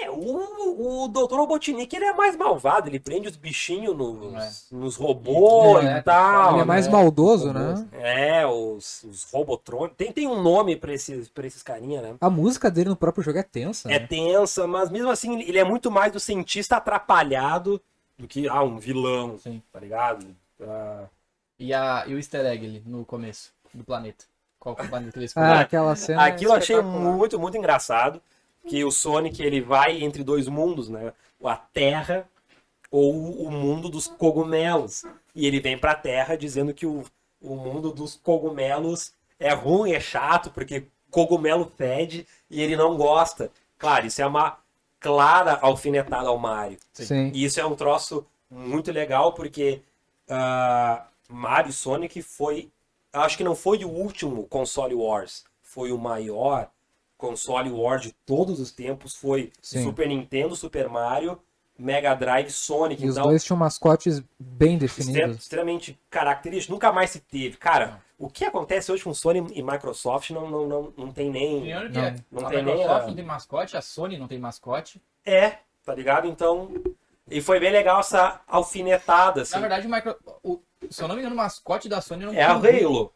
Speaker 1: É, o, o Dr. Robotnik ele é mais malvado, ele prende os bichinhos nos, nos robôs
Speaker 5: É,
Speaker 1: e tal.
Speaker 3: Ele é mais
Speaker 5: né?
Speaker 3: maldoso,
Speaker 5: Maldoso.
Speaker 3: né?
Speaker 1: É, os, os Robotrônicos. Tem, tem um nome pra esses, pra esses carinha, né?
Speaker 3: A música dele no próprio jogo é tensa.
Speaker 1: É
Speaker 3: né?
Speaker 1: tensa, mas mesmo assim ele é muito mais do cientista atrapalhado do que, ah, um vilão,
Speaker 5: Sim.
Speaker 1: tá ligado? Ah,
Speaker 5: E, a, e o easter egg ali no começo do planeta. Qual que é o planeta que eles
Speaker 3: Ah,
Speaker 5: escolheram?
Speaker 3: aquela cena.
Speaker 1: né? aquilo eu achei
Speaker 3: espetacular.
Speaker 1: muito, muito engraçado, que o Sonic ele vai entre dois mundos, né? A Terra ou o mundo dos cogumelos. E ele vem pra Terra dizendo que o, o mundo dos cogumelos é ruim, é chato, porque cogumelo fede e ele não gosta. Claro, isso é uma clara alfinetada ao Mario.
Speaker 3: Sim.
Speaker 1: E isso é um troço muito legal, porque ah, Mario e Sonic foi. Acho que não foi o último console Wars. Foi o maior console Wars de todos os tempos. Foi
Speaker 3: Sim.
Speaker 1: Super Nintendo, Super Mario, Mega Drive, Sonic.
Speaker 3: E os
Speaker 1: então,
Speaker 3: dois tinham mascotes bem
Speaker 1: extre-
Speaker 3: definidos.
Speaker 1: extremamente característico. Nunca mais se teve. Cara, o que acontece hoje com Sony e Microsoft não, não, não, não tem nem.
Speaker 5: Primeiro que
Speaker 3: Não,
Speaker 5: é,
Speaker 1: não
Speaker 5: a
Speaker 1: tem nem
Speaker 5: Microsoft
Speaker 1: a-
Speaker 5: não tem mascote, a Sony não tem mascote.
Speaker 1: É, tá ligado? Então. E foi bem legal essa alfinetada, assim.
Speaker 5: Na verdade, o micro... o, se eu não me engano, o mascote da Sony não
Speaker 1: É a Halo.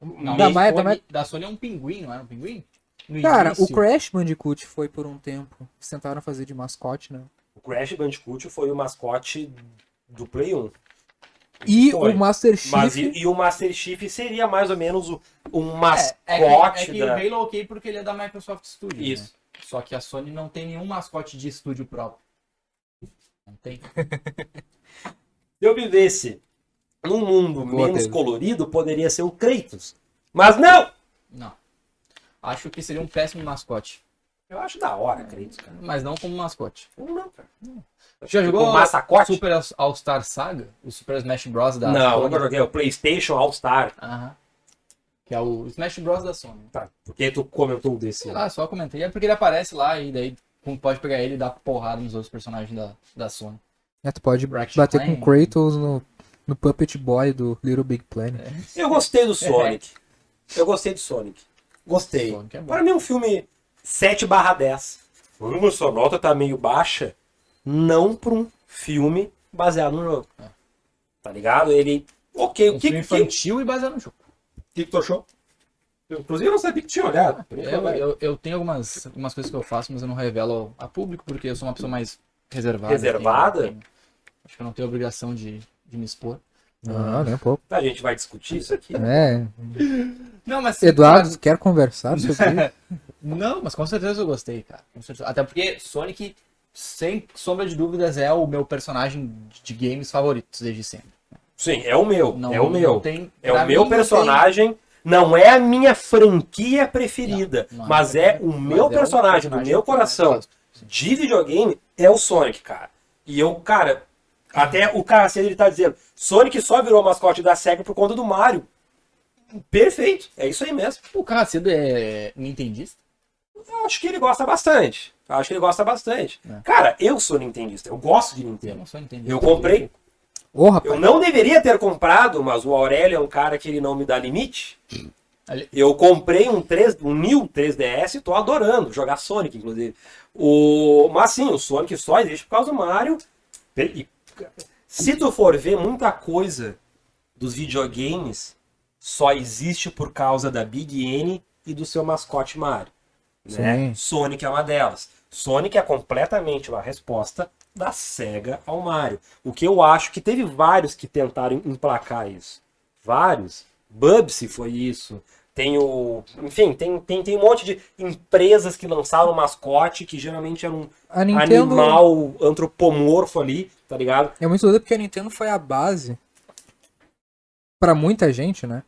Speaker 5: Não,
Speaker 3: Da
Speaker 5: da,
Speaker 3: Maia- da
Speaker 5: Sony,
Speaker 3: Maia-
Speaker 5: da Sony é um pinguim, não era um pinguim? No
Speaker 3: Cara, o
Speaker 5: início.
Speaker 3: Crash Bandicoot foi por um tempo. Eles tentaram fazer de mascote, né?
Speaker 1: O Crash Bandicoot foi o mascote do Play 1.
Speaker 3: E
Speaker 1: Foi.
Speaker 3: o Master Chief.
Speaker 1: Mas e, e o Master Chief seria mais ou menos o- um mascote
Speaker 5: É, é que, é que
Speaker 1: da.
Speaker 5: o Halo é ok porque ele é da Microsoft Studios. né?
Speaker 1: Isso.
Speaker 5: Só que a Sony não tem nenhum mascote de estúdio próprio. Não tem.
Speaker 1: Se eu vivesse num mundo
Speaker 3: Boa,
Speaker 1: menos
Speaker 3: Pedro.
Speaker 1: colorido, poderia ser o Kratos. Mas não!
Speaker 5: Não. Acho que seria um péssimo mascote.
Speaker 1: Eu acho da hora, Kratos, cara.
Speaker 5: Mas não como mascote.
Speaker 1: Ou não, cara.
Speaker 5: Já jogou
Speaker 1: o Massacote?
Speaker 5: Super All- All-Star Saga? O Super Smash Bros. da
Speaker 1: Não,
Speaker 5: Sony?
Speaker 1: nunca joguei. O PlayStation All-Star.
Speaker 5: Aham. Que é o Smash Bros. da Sony.
Speaker 1: Tá, por que tu comentou um desse?
Speaker 5: Sei lá, só comentei. É porque ele aparece lá e daí como pode pegar ele e dar porrada nos outros personagens da, da Sony.
Speaker 3: É, tu pode
Speaker 5: Ratchet
Speaker 3: bater
Speaker 5: Clank.
Speaker 3: com Kratos no, no Puppet Boy do Little Big Planet.
Speaker 1: Eu gostei
Speaker 5: É,
Speaker 1: do Sonic. Eu gostei do Sonic. Gostei.
Speaker 5: Sonic é bom.
Speaker 1: Para mim, um filme 7 barra 10. Uma sua nota tá meio baixa, não pra um filme baseado no jogo. Tá ligado? Ele. Ok,
Speaker 5: É. Um
Speaker 1: o que,
Speaker 5: filme
Speaker 1: que,
Speaker 5: infantil e baseado no jogo.
Speaker 1: que tu achou? Eu, inclusive, eu não sabia que tinha olhado.
Speaker 5: Eu, eu, eu tenho algumas, algumas coisas que eu faço, mas eu não revelo a público, porque eu sou uma pessoa mais reservada.
Speaker 1: Reservada?
Speaker 5: Eu tenho- acho que eu não tenho obrigação de, de me expor.
Speaker 1: É.
Speaker 3: Não, nem um pouco.
Speaker 1: tá, A gente vai discutir isso aqui.
Speaker 3: É.
Speaker 5: Não, mas.
Speaker 3: Eduardo, quer conversar sobre isso?
Speaker 5: Não, mas com certeza eu gostei, cara. Com certeza. Até porque Sonic, sem sombra de dúvidas, é o meu personagem de games favorito desde sempre.
Speaker 1: Sim, é o meu.
Speaker 5: Não,
Speaker 1: é o
Speaker 5: não
Speaker 1: meu.
Speaker 5: tem-
Speaker 1: É
Speaker 5: pra
Speaker 1: o meu
Speaker 5: mim, não
Speaker 1: personagem. Não é a minha franquia preferida,
Speaker 5: Não, não é.
Speaker 1: mas é o meu
Speaker 5: tem- mas é o
Speaker 1: personagem, do meu
Speaker 5: que eu mais
Speaker 1: coração.
Speaker 5: gosto.
Speaker 1: de videogame é o Sonic, cara. E eu, cara, até o Carcedo ele tá dizendo, Sonic só virou mascote da SEGA por conta do Mario. Perfeito, é isso aí mesmo.
Speaker 5: O cara cedo é nintendista?
Speaker 1: Eu acho que ele gosta bastante. Eu acho que ele gosta bastante.
Speaker 5: É.
Speaker 1: Cara, eu sou nintendista, eu gosto de
Speaker 5: Eu
Speaker 1: Nintendo.
Speaker 5: não sou nintendista.
Speaker 1: Eu comprei,
Speaker 3: Ô, rapaz.
Speaker 1: eu não deveria ter comprado, mas o Aurélio é um cara que ele não me dá limite.
Speaker 5: Ali-
Speaker 1: Eu comprei um 3, um New 3DS e tô adorando jogar Sonic, inclusive. O, mas sim, o Sonic só existe por causa do Mario. E- Se tu for ver muita coisa dos videogames, só existe por causa da Big N e do seu mascote Mario. Né?
Speaker 3: Sim.
Speaker 1: Sonic é uma delas. Sonic é completamente uma resposta da SEGA ao Mario. O que eu acho que teve vários que tentaram emplacar isso. Vários. Bubsy foi isso. Tem o. Enfim, tem, tem, tem um monte de empresas que lançaram mascote que geralmente era um
Speaker 3: A Nintendo.
Speaker 1: animal antropomorfo ali, tá ligado?
Speaker 3: É muito doido porque a Nintendo foi a base pra muita gente, né?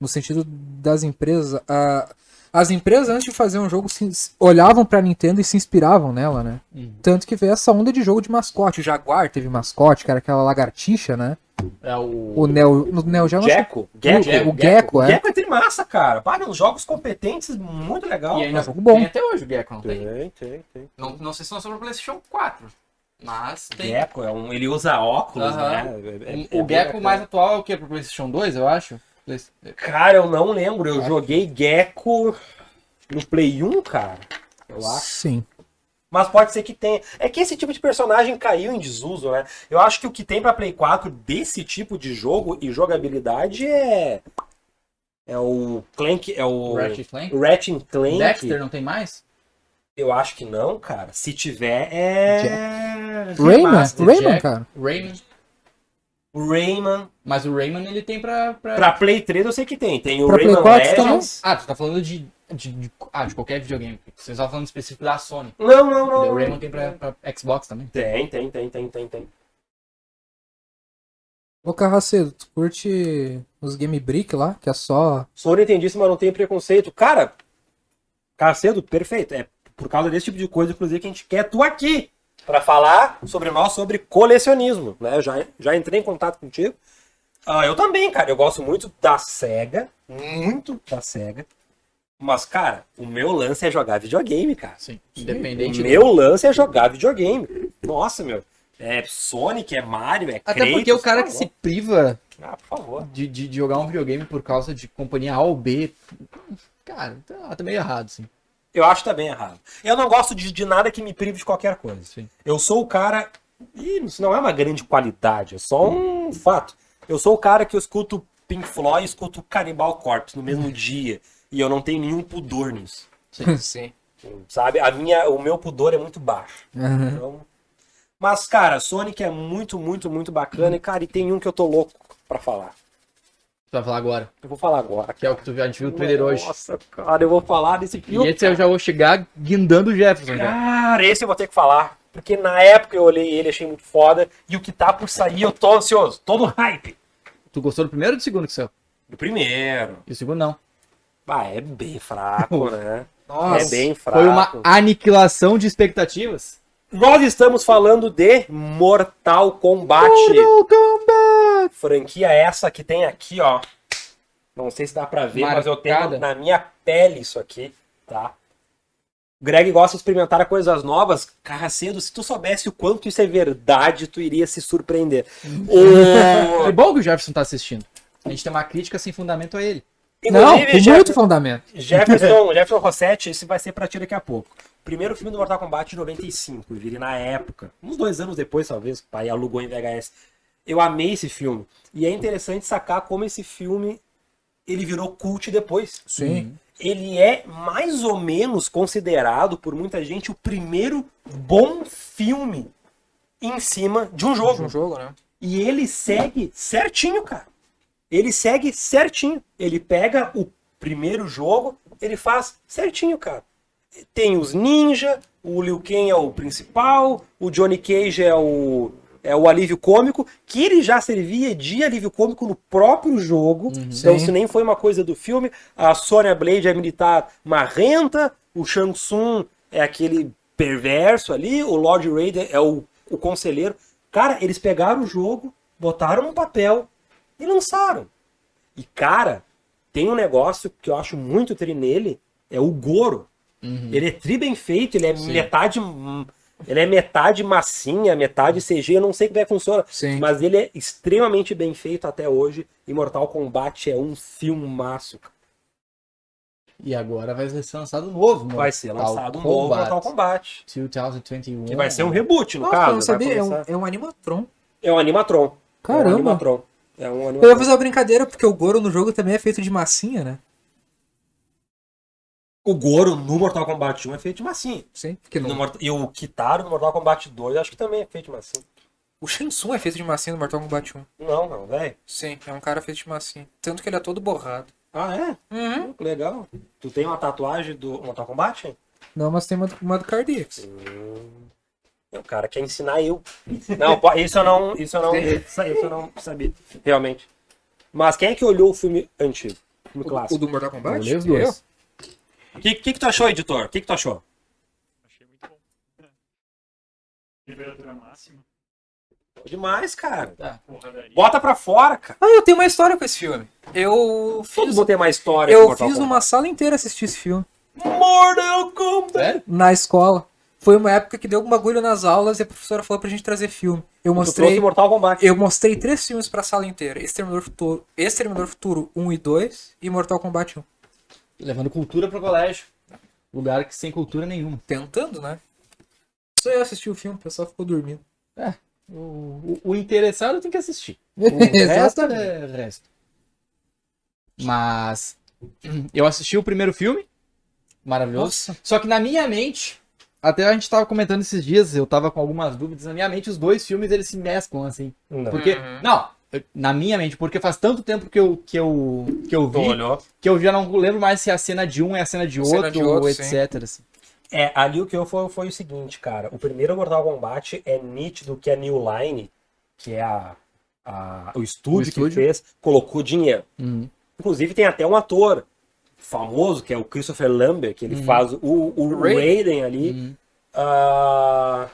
Speaker 3: No sentido das empresas. a- As empresas, antes de fazer um jogo, se ins- olhavam pra Nintendo e se inspiravam nela, né?
Speaker 5: Uhum.
Speaker 3: Tanto que veio essa onda de jogo de mascote. O Jaguar teve mascote, cara, aquela lagartixa, né?
Speaker 5: É o.
Speaker 3: O Neo, no Neo Geo, não sei-
Speaker 1: Gecko. Gecko.
Speaker 5: Gecko.
Speaker 3: o Gecko,
Speaker 1: O
Speaker 3: é.
Speaker 1: Gecko é trimassa, cara. Para, uns jogos competentes, muito legal.
Speaker 5: E ainda
Speaker 3: jogo bom.
Speaker 5: tem até hoje o Gecko, não tem?
Speaker 1: Tem, tem, tem.
Speaker 5: Não, não sei se não sobrou o PlayStation 4. Mas tem.
Speaker 1: Gecko, é um, ele usa óculos,
Speaker 5: Aham.
Speaker 1: né? É- é-
Speaker 5: o
Speaker 1: é-
Speaker 5: Gecko mais atual é o que? Pro PlayStation 2, eu acho? Play-
Speaker 3: né?
Speaker 1: Cara, eu não lembro. Eu joguei Gecko no Play 1, cara. Eu acho.
Speaker 3: Sim.
Speaker 1: Mas pode ser que tenha. É que esse tipo de personagem caiu em desuso, né? Eu acho que o que tem pra Play 4 desse tipo de jogo e jogabilidade é. É o Clank. É o.
Speaker 5: Ratchet Clank?
Speaker 1: Ratchet Clank.
Speaker 5: Dexter não tem mais?
Speaker 1: Eu acho que não, cara. Se tiver, é.
Speaker 3: Rayman?
Speaker 1: Remaster.
Speaker 3: Rayman,
Speaker 5: Jack.
Speaker 3: cara.
Speaker 5: Rayman.
Speaker 1: O Rayman.
Speaker 5: Mas o Rayman ele tem pra. pra-
Speaker 1: Pra Play 3 eu sei que tem. Tem o
Speaker 3: Pra Play
Speaker 1: Rayman
Speaker 3: 4 também?
Speaker 1: Legends.
Speaker 5: Ah, tu tá falando de, de, de- Ah, de qualquer videogame. Você tá falando específico da Sony.
Speaker 1: Não, não, não.
Speaker 5: O Rayman tem pra, pra Xbox também.
Speaker 1: Tem, tem, tem, tem, tem, tem.
Speaker 3: Ô, Carracedo, tu curte os Game Brick lá, que é só.
Speaker 1: Sou nintendista, mas não tenho preconceito. Cara, Carcedo, perfeito. É por causa desse tipo de coisa, inclusive, que a gente quer tu aqui pra falar sobre nós, sobre colecionismo. Né? Eu já, já entrei em contato contigo. Ah, eu também, cara. Eu gosto muito da SEGA. Muito da SEGA. Mas, cara, o meu lance é jogar videogame, cara.
Speaker 5: Sim.
Speaker 1: O
Speaker 5: Independente. do-
Speaker 1: meu lance é jogar videogame. Nossa, meu. É Sonic, é Mario, é
Speaker 5: Até porque
Speaker 1: Kratos,
Speaker 5: o cara
Speaker 1: tá
Speaker 5: que se priva
Speaker 1: louco. Ah, por favor.
Speaker 5: de, de, de jogar um videogame por causa de companhia A ou B. Cara, tá, tá meio errado, sim.
Speaker 1: Eu acho também errado. Eu não gosto de, de nada que me prive de qualquer coisa.
Speaker 5: Sim.
Speaker 1: Eu sou o cara. Ih, isso não é uma grande qualidade, é só um fato. Eu sou o cara que eu escuto Pink Floyd e escuto Cannibal Corpse no mesmo dia. E eu não tenho nenhum pudor nisso.
Speaker 3: Uhum. Sim.
Speaker 1: Sabe? A minha, o meu pudor é muito baixo.
Speaker 3: Uhum.
Speaker 1: Então... Mas, cara, Sonic é muito, muito, muito bacana. E, cara, e tem um que eu tô louco pra falar.
Speaker 5: Tu vai falar agora.
Speaker 1: Eu vou falar agora.
Speaker 5: Que é o que tu viu, a gente viu o trailer hoje.
Speaker 1: Nossa, cara, eu vou falar desse filme.
Speaker 5: E esse é eu já vou chegar guindando o Jefferson. já.
Speaker 1: Cara, esse eu vou ter que falar. Porque na época eu olhei ele, achei muito foda. E o que tá por sair, eu tô ansioso. Tô no hype.
Speaker 5: Tu gostou do primeiro ou do segundo que saiu?
Speaker 1: Do primeiro.
Speaker 5: E o segundo não.
Speaker 1: Ah, é bem fraco, né?
Speaker 3: Nossa.
Speaker 1: É bem fraco.
Speaker 5: Foi uma aniquilação de expectativas.
Speaker 1: Nós estamos falando de Mortal Kombat. Mortal Kombat! Franquia essa que tem aqui, ó. Não sei se dá pra ver, mas eu
Speaker 5: Marcada.
Speaker 1: tenho na minha pele isso aqui, tá? Greg gosta de experimentar coisas novas. Carracedo, se tu soubesse o quanto isso é verdade, tu iria se surpreender. O-
Speaker 5: É bom que o Jefferson tá assistindo. A gente tem uma crítica sem fundamento a ele.
Speaker 3: Não,
Speaker 1: Inclusive,
Speaker 3: com
Speaker 1: Jeff-
Speaker 3: muito fundamento.
Speaker 1: Jefferson, Jefferson Rossetti, esse vai ser pra ti daqui a pouco. Primeiro filme do Mortal Kombat de 95, eu vi ele na época. Uns dois anos depois, talvez, o pai alugou em VHS. Eu amei esse filme. E é interessante sacar como esse filme ele virou cult depois.
Speaker 3: Sim.
Speaker 1: Ele é mais ou menos considerado por muita gente o primeiro bom filme em cima de um jogo.
Speaker 3: Um jogo, né?
Speaker 1: E ele segue certinho, cara. Ele segue certinho. Ele pega o primeiro jogo, ele faz certinho, cara. Tem os ninja, o Liu Kang é o principal, o Johnny Cage é o é o alívio cômico, que ele já servia de alívio cômico no próprio jogo. então
Speaker 3: Sim.
Speaker 1: isso nem foi uma coisa do filme. A Sonya Blade é militar marrenta, o Shang Tsung é aquele perverso ali, o Lord Raiden é o, o conselheiro. Cara, eles pegaram o jogo, botaram no papel e lançaram. E, cara, tem um negócio que eu acho muito tri nele, é o Goro.
Speaker 3: Uhum.
Speaker 1: Ele é tri bem feito, ele é metade. Ele é metade massinha, metade CG, eu não sei como é que funciona.
Speaker 3: Uhum. Sim.
Speaker 1: Mas ele é extremamente bem feito até hoje. E Mortal Kombat é um filmaço. cara.
Speaker 5: E agora vai ser lançado um novo, mano.
Speaker 1: Vai ser lançado um novo
Speaker 5: Kombat.
Speaker 1: Mortal Kombat.
Speaker 5: 2021.
Speaker 1: Que vai ser um reboot, no
Speaker 3: Uhum. Nossa,
Speaker 1: caso.
Speaker 3: eu não
Speaker 1: vai
Speaker 3: sabia. É um,
Speaker 1: começar-
Speaker 3: é um animatron.
Speaker 1: É um Animatron. É um
Speaker 3: Caramba.
Speaker 1: Animatron. É um
Speaker 3: Eu ia
Speaker 1: Animatron.
Speaker 3: fazer uma brincadeira, porque o Goro no jogo também é feito de massinha, né?
Speaker 1: O Goro no Mortal Kombat 1 é feito de massinha.
Speaker 3: Sim. Porque
Speaker 1: No
Speaker 3: no...
Speaker 1: Mort- E o Kitaro no Mortal Kombat 2 acho que também é feito de massinha.
Speaker 3: O Shang Tsung é feito de massinha no Mortal Kombat 1.
Speaker 1: Não, não, velho.
Speaker 3: Sim, é um cara feito de massinha. Tanto que ele é todo borrado.
Speaker 1: Ah, é?
Speaker 3: Uhum.
Speaker 1: Hum, que legal. Tu tem uma tatuagem do Mortal Kombat?
Speaker 3: Não, mas tem uma, do- uma do Cardix.
Speaker 1: É, O cara quer ensinar eu. Não, po- isso eu não, isso eu não, isso eu não sabia, realmente. Mas quem é que olhou o filme antigo? O filme
Speaker 3: O, o
Speaker 1: clássico.
Speaker 3: do Mortal Kombat?
Speaker 5: Eu olhei os dois.
Speaker 3: Eu?
Speaker 1: O que, que, que tu achou, editor? O que, que tu achou?
Speaker 4: Achei muito bom. Temperatura máxima,
Speaker 1: Demais, cara.
Speaker 4: porradaria.
Speaker 1: Bota pra fora, cara.
Speaker 3: Ah, eu tenho uma história com esse filme. Eu
Speaker 1: Todo
Speaker 3: fiz, um-
Speaker 1: mundo tem uma história. com
Speaker 3: eu
Speaker 1: Mortal
Speaker 3: fiz
Speaker 1: Kombat.
Speaker 3: uma sala inteira assistir esse filme.
Speaker 1: Mortal Kombat.
Speaker 5: Sério?
Speaker 3: Na escola. Foi uma época que deu um bagulho nas aulas e a professora falou pra gente trazer filme. Eu
Speaker 1: Tu trouxe
Speaker 3: mostrei,
Speaker 1: Mortal Kombat.
Speaker 3: eu mostrei três filmes pra sala inteira: Exterminador Futuro, Exterminador Futuro 1 e 2 e Mortal Kombat 1.
Speaker 5: Levando cultura pro colégio. Lugar que sem cultura nenhuma.
Speaker 3: Tentando, né? Só eu assisti o filme, o pessoal ficou dormindo.
Speaker 5: O, o- o interessado tem que assistir. O resto
Speaker 3: Exatamente.
Speaker 5: é resto. Mas eu assisti o primeiro filme. Maravilhoso.
Speaker 3: Nossa,
Speaker 5: Só que na minha mente, até a gente tava comentando esses dias, eu tava com algumas dúvidas, na minha mente os dois filmes eles se mesclam assim.
Speaker 1: Não.
Speaker 5: Porque
Speaker 3: Uhum.
Speaker 5: não, eu- na minha mente, porque faz tanto tempo que eu que eu que eu
Speaker 1: Tu
Speaker 5: vi,
Speaker 1: olhou.
Speaker 5: que eu já não lembro mais se a cena de um é a cena de
Speaker 3: Cena
Speaker 5: outro,
Speaker 3: de outro,
Speaker 5: etc. assim.
Speaker 1: É, ali o que eu foi, foi o seguinte, cara. O primeiro Mortal Kombat é nítido que a New Line, que é a, a- o, estúdio que
Speaker 5: estúdio.
Speaker 1: fez, colocou dinheiro.
Speaker 5: Uhum.
Speaker 1: Inclusive tem até um ator famoso, que é o Christopher Lambert, que ele
Speaker 5: Uhum.
Speaker 1: faz o, o
Speaker 3: Raiden.
Speaker 1: Raiden ali.
Speaker 5: Uhum.
Speaker 1: Ah,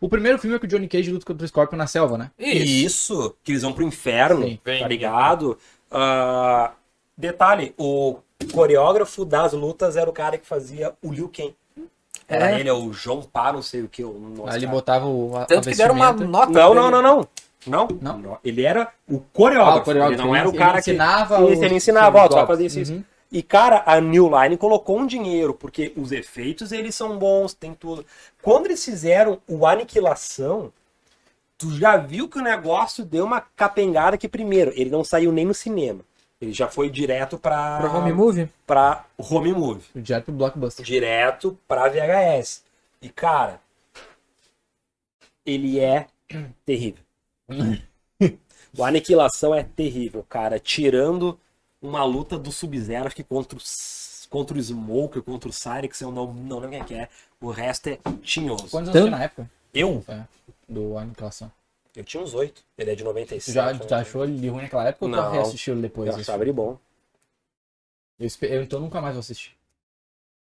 Speaker 5: O primeiro filme é que o Johnny Cage luta contra o Scorpion na selva, né?
Speaker 1: e
Speaker 3: isso.
Speaker 1: isso, que eles vão pro inferno,
Speaker 5: Sim,
Speaker 4: bem.
Speaker 1: tá ligado? Ah, detalhe, o coreógrafo das lutas era o cara que fazia o Liu Kang. Era
Speaker 3: É.
Speaker 1: ele, é o João Pá, não sei o que. Eu não
Speaker 5: Aí ele botava o a, a
Speaker 3: Tanto que deram uma
Speaker 5: vestimenta.
Speaker 3: nota.
Speaker 1: Não,
Speaker 3: pra
Speaker 1: não,
Speaker 3: ele.
Speaker 1: não, não. Não?
Speaker 5: Não?
Speaker 1: Ele era o
Speaker 5: Ah,
Speaker 1: coreógrafo.
Speaker 5: o coreógrafo,
Speaker 1: Ele não era o
Speaker 5: ele
Speaker 1: cara que.
Speaker 5: ensinava
Speaker 1: Isso, ele ensinava, ó, tu vai fazer isso, isso.
Speaker 5: Uhum.
Speaker 1: E, cara, a New Line colocou um dinheiro, porque os efeitos eles são bons, tem tudo. Quando eles fizeram o Aniquilação, tu já viu que o negócio deu uma capengada que, primeiro, ele não saiu nem no cinema. Ele já foi direto pra.
Speaker 3: Pra home movie?
Speaker 1: pra home movie
Speaker 5: Direto pro blockbuster.
Speaker 1: direto pra VHS. E cara, ele é terrível. o Aniquilação é terrível, cara. Tirando uma luta do Sub-Zero, acho que contra o, S- contra o Smoker, contra o Cyrix, eu não, não lembro quem é que é. O resto é tinhoso.
Speaker 5: Quantos anos
Speaker 3: Tanto-
Speaker 5: tinha na época
Speaker 1: Eu?
Speaker 5: do Aniquilação?
Speaker 1: Eu tinha uns oito. Ele é de 96.
Speaker 5: Tu já, tu já achou ele ruim naquela época ou
Speaker 1: Não.
Speaker 5: tu reassistiu ele depois?
Speaker 1: Eu achava ele bom.
Speaker 5: Eu espe- eu, então nunca mais vou assistir.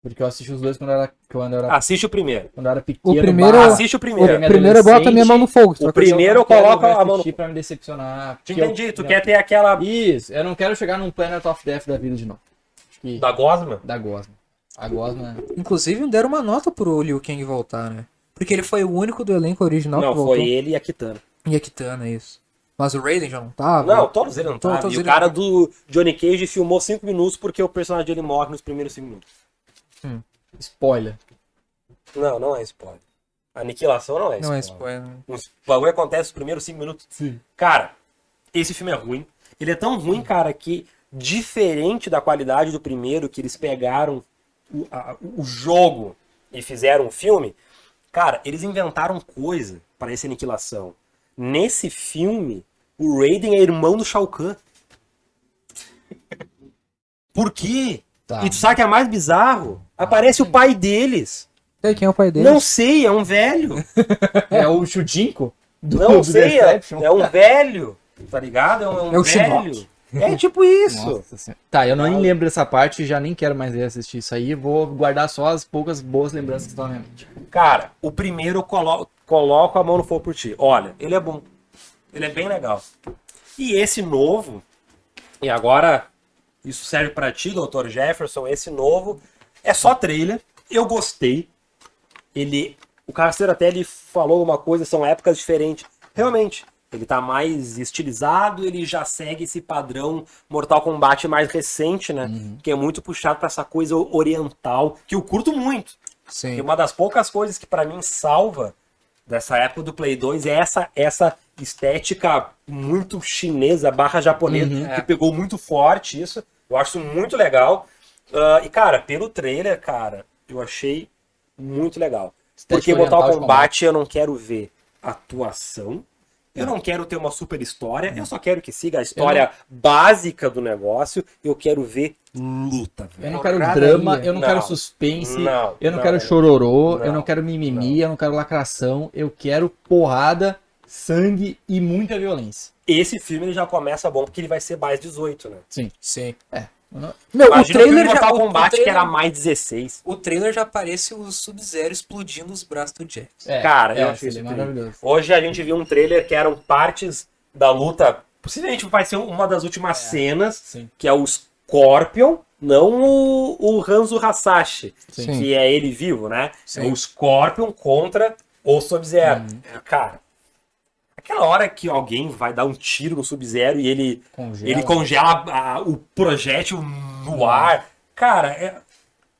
Speaker 5: Porque eu assisti os dois quando eu era, quando eu era,
Speaker 1: Assiste o primeiro.
Speaker 5: quando eu era pequeno.
Speaker 3: primeiro-
Speaker 5: bah,
Speaker 1: Ah. Assiste o primeiro.
Speaker 5: Ele é
Speaker 3: Primeiro eu boto a minha
Speaker 5: adolescente,
Speaker 3: mão no fogo.
Speaker 1: O
Speaker 3: troca-
Speaker 1: primeiro eu
Speaker 5: não quero
Speaker 1: coloco a mão
Speaker 5: reassistir
Speaker 1: no.
Speaker 5: pra me decepcionar.
Speaker 1: Te
Speaker 5: porque eu-
Speaker 1: entendi, tu
Speaker 5: não.
Speaker 1: quer ter aquela.
Speaker 5: Isso, eu não quero chegar num Planet of Death da vida de novo. Acho que
Speaker 1: Da Gosma?
Speaker 5: da Gosma. A Gosma.
Speaker 3: assim, Inclusive, deram uma nota pro Liu Kang voltar, né? Porque ele foi o único do elenco original
Speaker 1: Não,
Speaker 3: que voltou.
Speaker 1: foi ele e a Kitana.
Speaker 3: E a Kitana, isso. Mas o Raiden já não tava.
Speaker 1: Não, todos eles não
Speaker 3: Todos-
Speaker 1: estavam.
Speaker 3: todos
Speaker 1: E o
Speaker 3: eles não
Speaker 1: cara do Johnny Cage filmou 5 minutos porque o personagem dele morre nos primeiros 5 minutos.
Speaker 5: Spoiler.
Speaker 1: Não, não é spoiler. Aniquilação não é spoiler.
Speaker 3: Não é spoiler. né?
Speaker 1: Os bagulho acontece nos primeiros 5 minutos. Cara, esse filme é ruim. Ele é tão ruim, cara, que diferente da qualidade do primeiro, que eles pegaram o, a- o jogo e fizeram um filme, cara, eles inventaram coisa pra essa aniquilação. Nesse filme, o Raiden é irmão do Shao Kahn. Por quê?
Speaker 5: Tá.
Speaker 1: E tu sabe o que é mais bizarro? Aparece o pai deles.
Speaker 3: Sei quem é o pai dele.
Speaker 1: Não sei, é um velho.
Speaker 5: É o Chudinko? Do,
Speaker 1: Não
Speaker 5: do
Speaker 1: sei, é,
Speaker 5: Deception?
Speaker 1: é um velho, tá ligado? É um,
Speaker 3: É o
Speaker 1: velho. É tipo isso.
Speaker 5: Nossa Senhora. Tá, eu nem lembro dessa parte, já nem quero mais assistir isso aí. Vou guardar só as poucas boas lembranças que estão na minha mente.
Speaker 1: Cara, o primeiro eu colo coloco a mão no fogo por ti. Olha, ele é bom. Ele é bem legal. E esse novo, e agora isso serve pra ti, Dr. Jefferson, esse novo é só trailer. Eu gostei. Ele, o Carceiro até ele falou uma coisa, são épocas diferentes. Realmente, ele tá mais estilizado, ele já segue esse padrão Mortal Kombat mais recente, né? Que é muito puxado pra essa coisa oriental, que eu curto muito. E
Speaker 3: Sim.
Speaker 1: uma das poucas coisas que pra mim salva dessa época do Play 2 é essa, essa estética muito chinesa barra japonesa,
Speaker 5: Uhum.
Speaker 1: que pegou muito forte isso. Eu acho muito legal. Ah, e, cara, pelo trailer, cara, eu achei muito legal. Porque
Speaker 5: Estética
Speaker 1: botar
Speaker 5: oriental
Speaker 1: o
Speaker 5: de
Speaker 1: combate, eu não quero ver atuação.
Speaker 5: É.
Speaker 1: Eu não quero ter uma super história, eu só quero que siga a história básica do negócio. Eu quero ver luta,
Speaker 5: Eu
Speaker 1: velho.
Speaker 5: não quero
Speaker 3: Porradaria.
Speaker 5: drama, eu não,
Speaker 1: Não.
Speaker 5: quero suspense,
Speaker 1: Não,
Speaker 5: eu não,
Speaker 1: não,
Speaker 5: quero
Speaker 1: não.
Speaker 5: chororô, eu
Speaker 1: Não,
Speaker 5: não quero mimimi, eu não quero lacração, eu quero porrada, sangue e muita violência.
Speaker 1: Esse filme ele já começa bom porque ele vai ser mais 18, né?
Speaker 3: Sim.
Speaker 5: Não-
Speaker 3: É. Meu,
Speaker 1: Imagina
Speaker 3: Então, o
Speaker 1: o
Speaker 3: trailer
Speaker 1: filme
Speaker 3: já.
Speaker 1: Mortal
Speaker 3: o-
Speaker 1: Kombat
Speaker 3: o trailer,
Speaker 1: que era mais 16.
Speaker 3: O trailer já aparece o Sub-Zero explodindo os braços do Jack.
Speaker 5: É,
Speaker 1: Cara,
Speaker 5: é,
Speaker 1: eu acho
Speaker 5: seria
Speaker 1: isso
Speaker 5: maravilhoso.
Speaker 1: Hoje a gente viu um trailer que
Speaker 3: É,
Speaker 1: eram partes da luta. Possivelmente vai ser uma das últimas cenas,
Speaker 5: Sim.
Speaker 1: que é os Scorpion, não o, o Hanzo Hasashi,
Speaker 3: Sim.
Speaker 1: que é ele vivo, né?
Speaker 3: Sim. Uhum.
Speaker 1: É o Scorpion contra o Sub-Zero. Cara, aquela hora que alguém vai dar um tiro no Sub-Zero e ele
Speaker 3: Congela.
Speaker 1: ele congela a- a- o projétil no ar. Cara, é...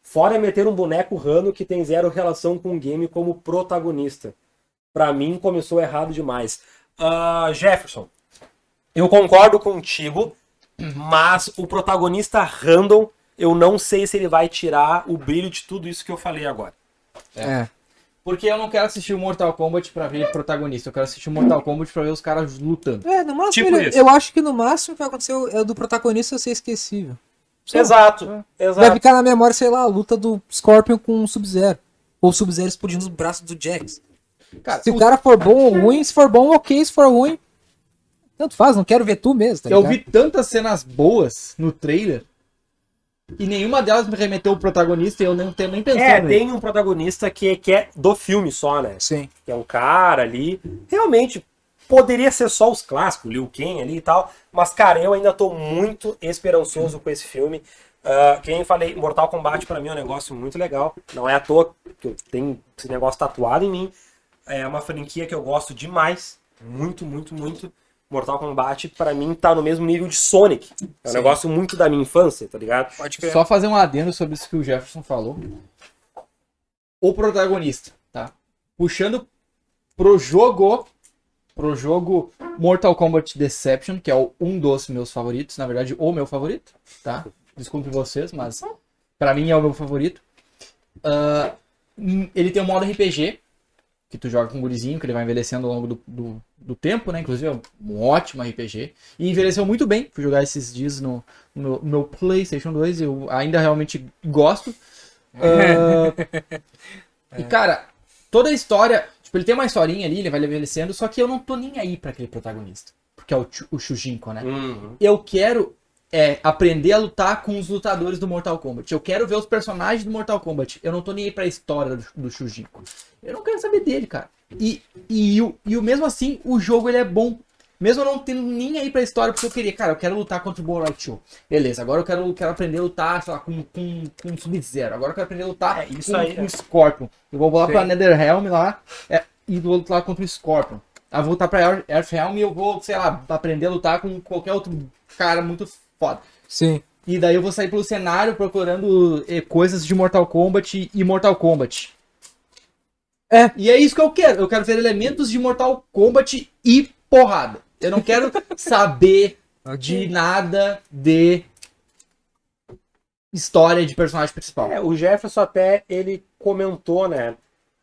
Speaker 1: fora meter um boneco rano que tem zero relação com o game como protagonista. Pra mim, começou errado demais. Ah, Jefferson, eu concordo contigo, mas o protagonista random, eu não sei se ele vai tirar o brilho de tudo isso que eu falei agora.
Speaker 3: É.
Speaker 5: Porque eu não quero assistir o Mortal Kombat pra ver protagonista. Eu quero assistir o Mortal Kombat pra ver os caras lutando.
Speaker 3: É, no máximo,
Speaker 1: Tipo
Speaker 3: ele-
Speaker 1: isso.
Speaker 3: eu acho que no máximo que vai acontecer é o do protagonista ser esquecível.
Speaker 1: Exato,
Speaker 3: Vai
Speaker 1: exato.
Speaker 3: ficar na memória, sei lá, a luta do Scorpion com o Sub-Zero. Ou o Sub-Zero explodindo os braços do Jax.
Speaker 5: Cara,
Speaker 3: Se o cara for bom ou ruim, se for bom, ok. Se for ruim, tanto faz, não quero ver tu mesmo, tá
Speaker 5: eu
Speaker 3: ligado?
Speaker 5: vi tantas cenas boas no trailer e nenhuma delas me remeteu ao protagonista e eu não tenho nem pensado.
Speaker 1: É,
Speaker 5: nele.
Speaker 1: tem um protagonista que, que é do filme só, né?
Speaker 3: Sim.
Speaker 1: que é um cara ali. Realmente, poderia ser só os clássicos, Liu Kang ali e tal. Mas, cara, eu ainda tô muito esperançoso com esse filme. Ah, quem falei, Mortal Kombat pra mim é um negócio muito legal. Não é à toa que eu tenho esse negócio tatuado em mim. É uma franquia que eu gosto demais. Muito, muito, muito. Mortal Kombat, pra mim, tá no mesmo nível de Sonic. É um
Speaker 3: Sim.
Speaker 1: negócio muito da minha infância, tá ligado?
Speaker 3: Pode
Speaker 5: Só fazer um adendo sobre isso que o Jefferson falou. O protagonista, tá? Puxando pro jogo, pro jogo Mortal Kombat Deception, que é o- um dos meus favoritos, na verdade, o meu favorito, tá? Desculpe vocês, mas pra mim é o meu favorito. Ah, hum, ele tem um modo RPG, que tu joga com um gurizinho, que ele vai envelhecendo ao longo do, do, do tempo, né? Inclusive é um ótimo RPG. E envelheceu muito bem, fui jogar esses dias no, no meu PlayStation 2, eu ainda realmente gosto. Ah, E cara, toda a história, tipo, ele tem uma historinha ali, ele vai envelhecendo, só que eu não tô nem aí pra aquele protagonista, porque é o, Chu- o Shujinko, né? Eu quero é, aprender a lutar com os lutadores do Mortal Kombat. Eu quero ver os personagens do Mortal Kombat. Eu não tô nem aí pra história do, do Shujinko. Eu não quero saber dele, cara. E, e, o- e o mesmo assim, o jogo ele é bom. Mesmo eu não tendo nem aí pra história, porque eu queria, cara, eu quero lutar contra o Borat Show. Beleza, agora eu quero, quero aprender a lutar, sei lá, com, com, com o Sub-Zero. Agora eu quero aprender a lutar
Speaker 1: É, isso
Speaker 5: com,
Speaker 1: aí,
Speaker 5: com
Speaker 1: é.
Speaker 5: o Scorpion. Eu vou lá
Speaker 3: Sim.
Speaker 5: pra Netherrealm lá é, e vou lutar contra o Scorpion. Aí eu vou voltar pra Earth- Earthrealm e eu vou, sei lá, aprender a lutar com qualquer outro cara muito foda.
Speaker 3: Sim.
Speaker 5: E daí eu vou sair pelo cenário procurando eh, coisas de Mortal Kombat e Mortal Kombat.
Speaker 3: É.
Speaker 5: E é isso que eu quero. Eu quero ver elementos de Mortal Kombat e porrada. Eu não quero saber de nada de história de personagem principal.
Speaker 1: É, o Jefferson até ele comentou, né?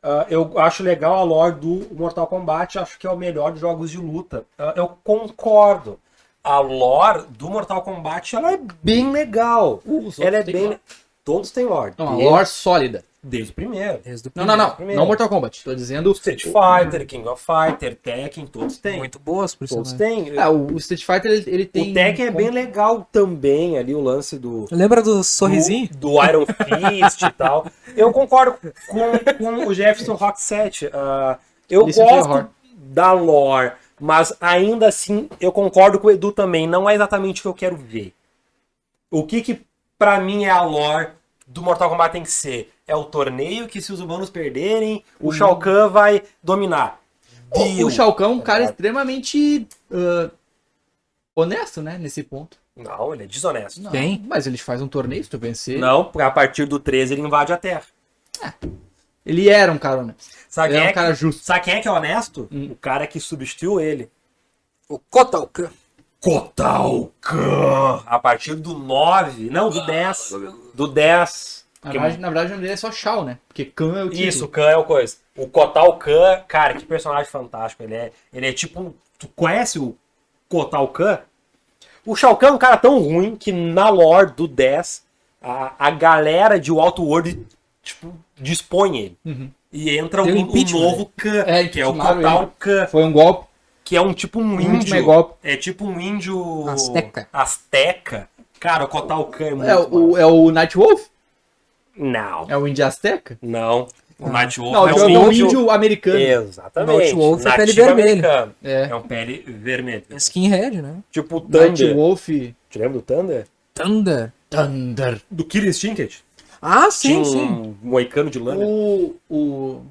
Speaker 1: ah, eu acho legal a lore do Mortal Kombat, acho que é o melhor de jogos de luta. Ah, eu concordo. A lore do Mortal Kombat ela é bem legal.
Speaker 5: Os outros
Speaker 1: Ela é
Speaker 5: têm
Speaker 1: bem.
Speaker 5: lore.
Speaker 1: Todos têm lore.
Speaker 5: Não, a
Speaker 1: Desde-
Speaker 5: lore sólida.
Speaker 1: Desde o primeiro.
Speaker 3: Desde o
Speaker 5: Não, não,
Speaker 3: primeiro.
Speaker 5: não.
Speaker 1: primeiro.
Speaker 5: Não Mortal Kombat. Tô dizendo.
Speaker 1: Street Fighter, King of Fighter, Tekken, todos têm.
Speaker 3: Muito boas, por
Speaker 1: todos
Speaker 3: isso.
Speaker 1: têm.
Speaker 5: Ah, o o Street Fighter ele, ele tem.
Speaker 1: O Tekken é bem legal também, ali o lance do.
Speaker 3: Lembra do sorrisinho?
Speaker 1: Do, do Iron Fist e tal. Eu concordo com, com o Jefferson Rock 7. eu
Speaker 5: Listen to the
Speaker 1: gosto
Speaker 5: horn.
Speaker 1: da lore, mas ainda assim eu concordo com o Edu também. Não é exatamente o que eu quero ver. O que que pra mim é a lore do Mortal Kombat tem que ser? É o torneio que se os humanos perderem, o Shao Kahn vai dominar.
Speaker 5: Uhum. O,
Speaker 1: Deal.
Speaker 5: o Shao Kahn é um cara
Speaker 1: Verdade.
Speaker 5: extremamente ah, honesto, né? Nesse ponto.
Speaker 1: Não, ele é desonesto.
Speaker 5: Não,
Speaker 3: Tem.
Speaker 5: Mas ele faz um torneio, se tu vencer.
Speaker 1: Não, porque a partir do 13 ele invade a Terra.
Speaker 5: Ele era um cara honesto.
Speaker 1: Sabe
Speaker 5: Ele
Speaker 1: quem
Speaker 5: era
Speaker 1: é
Speaker 5: um cara justo.
Speaker 1: que- sabe quem é que é honesto?
Speaker 5: Hum.
Speaker 1: O cara que substituiu ele.
Speaker 3: O Kotalkan.
Speaker 1: Kotalkan! A partir do 9, não, do 10. Do 10.
Speaker 5: Na
Speaker 1: Que-
Speaker 5: verdade, na verdade, o nome dele é só Shao, né? Porque Kahn é o título.
Speaker 1: Isso, o Khan é o coisa. O Kotalkan, cara, que personagem fantástico. Ele é, ele é tipo. um- Tu conhece o Kotalkan? O Shao Kahn é um cara tão ruim que na lore do 10, a, a galera de Outworld, tipo, dispõe ele.
Speaker 5: Uhum.
Speaker 1: E entra
Speaker 3: Tem
Speaker 1: um,
Speaker 3: um
Speaker 1: um
Speaker 3: impeachment,
Speaker 1: novo Khan,
Speaker 5: É,
Speaker 1: que é o
Speaker 5: impeachmentaram ele.
Speaker 1: Kotalkan,
Speaker 5: Foi um golpe.
Speaker 1: que é um tipo um
Speaker 5: Um último
Speaker 1: índio.
Speaker 5: é golpe.
Speaker 1: É tipo um índio.
Speaker 3: Azteca.
Speaker 1: Azteca. Cara, o Kotalkan é muito.
Speaker 5: É
Speaker 1: massa.
Speaker 5: o, é o Nightwolf?
Speaker 1: Não.
Speaker 5: É o índio Azteca?
Speaker 1: Não. O Night Wolf
Speaker 5: Não,
Speaker 1: é
Speaker 5: é
Speaker 1: um
Speaker 5: o
Speaker 1: índio.
Speaker 5: índio americano.
Speaker 1: Exatamente.
Speaker 3: Night Wolf é pele
Speaker 1: Nativo
Speaker 3: vermelha.
Speaker 1: americano.
Speaker 5: É.
Speaker 1: É um pele vermelho.
Speaker 3: Skinhead, né?
Speaker 1: Tipo o Thunder.
Speaker 5: Nightwolf.
Speaker 1: Te lembra do Thunder?
Speaker 3: Thunder.
Speaker 5: Thunder.
Speaker 1: Do Killer Instinct?
Speaker 3: Ah, sim,
Speaker 1: Tinha
Speaker 3: sim.
Speaker 1: um moicano de lâmina.
Speaker 5: O, o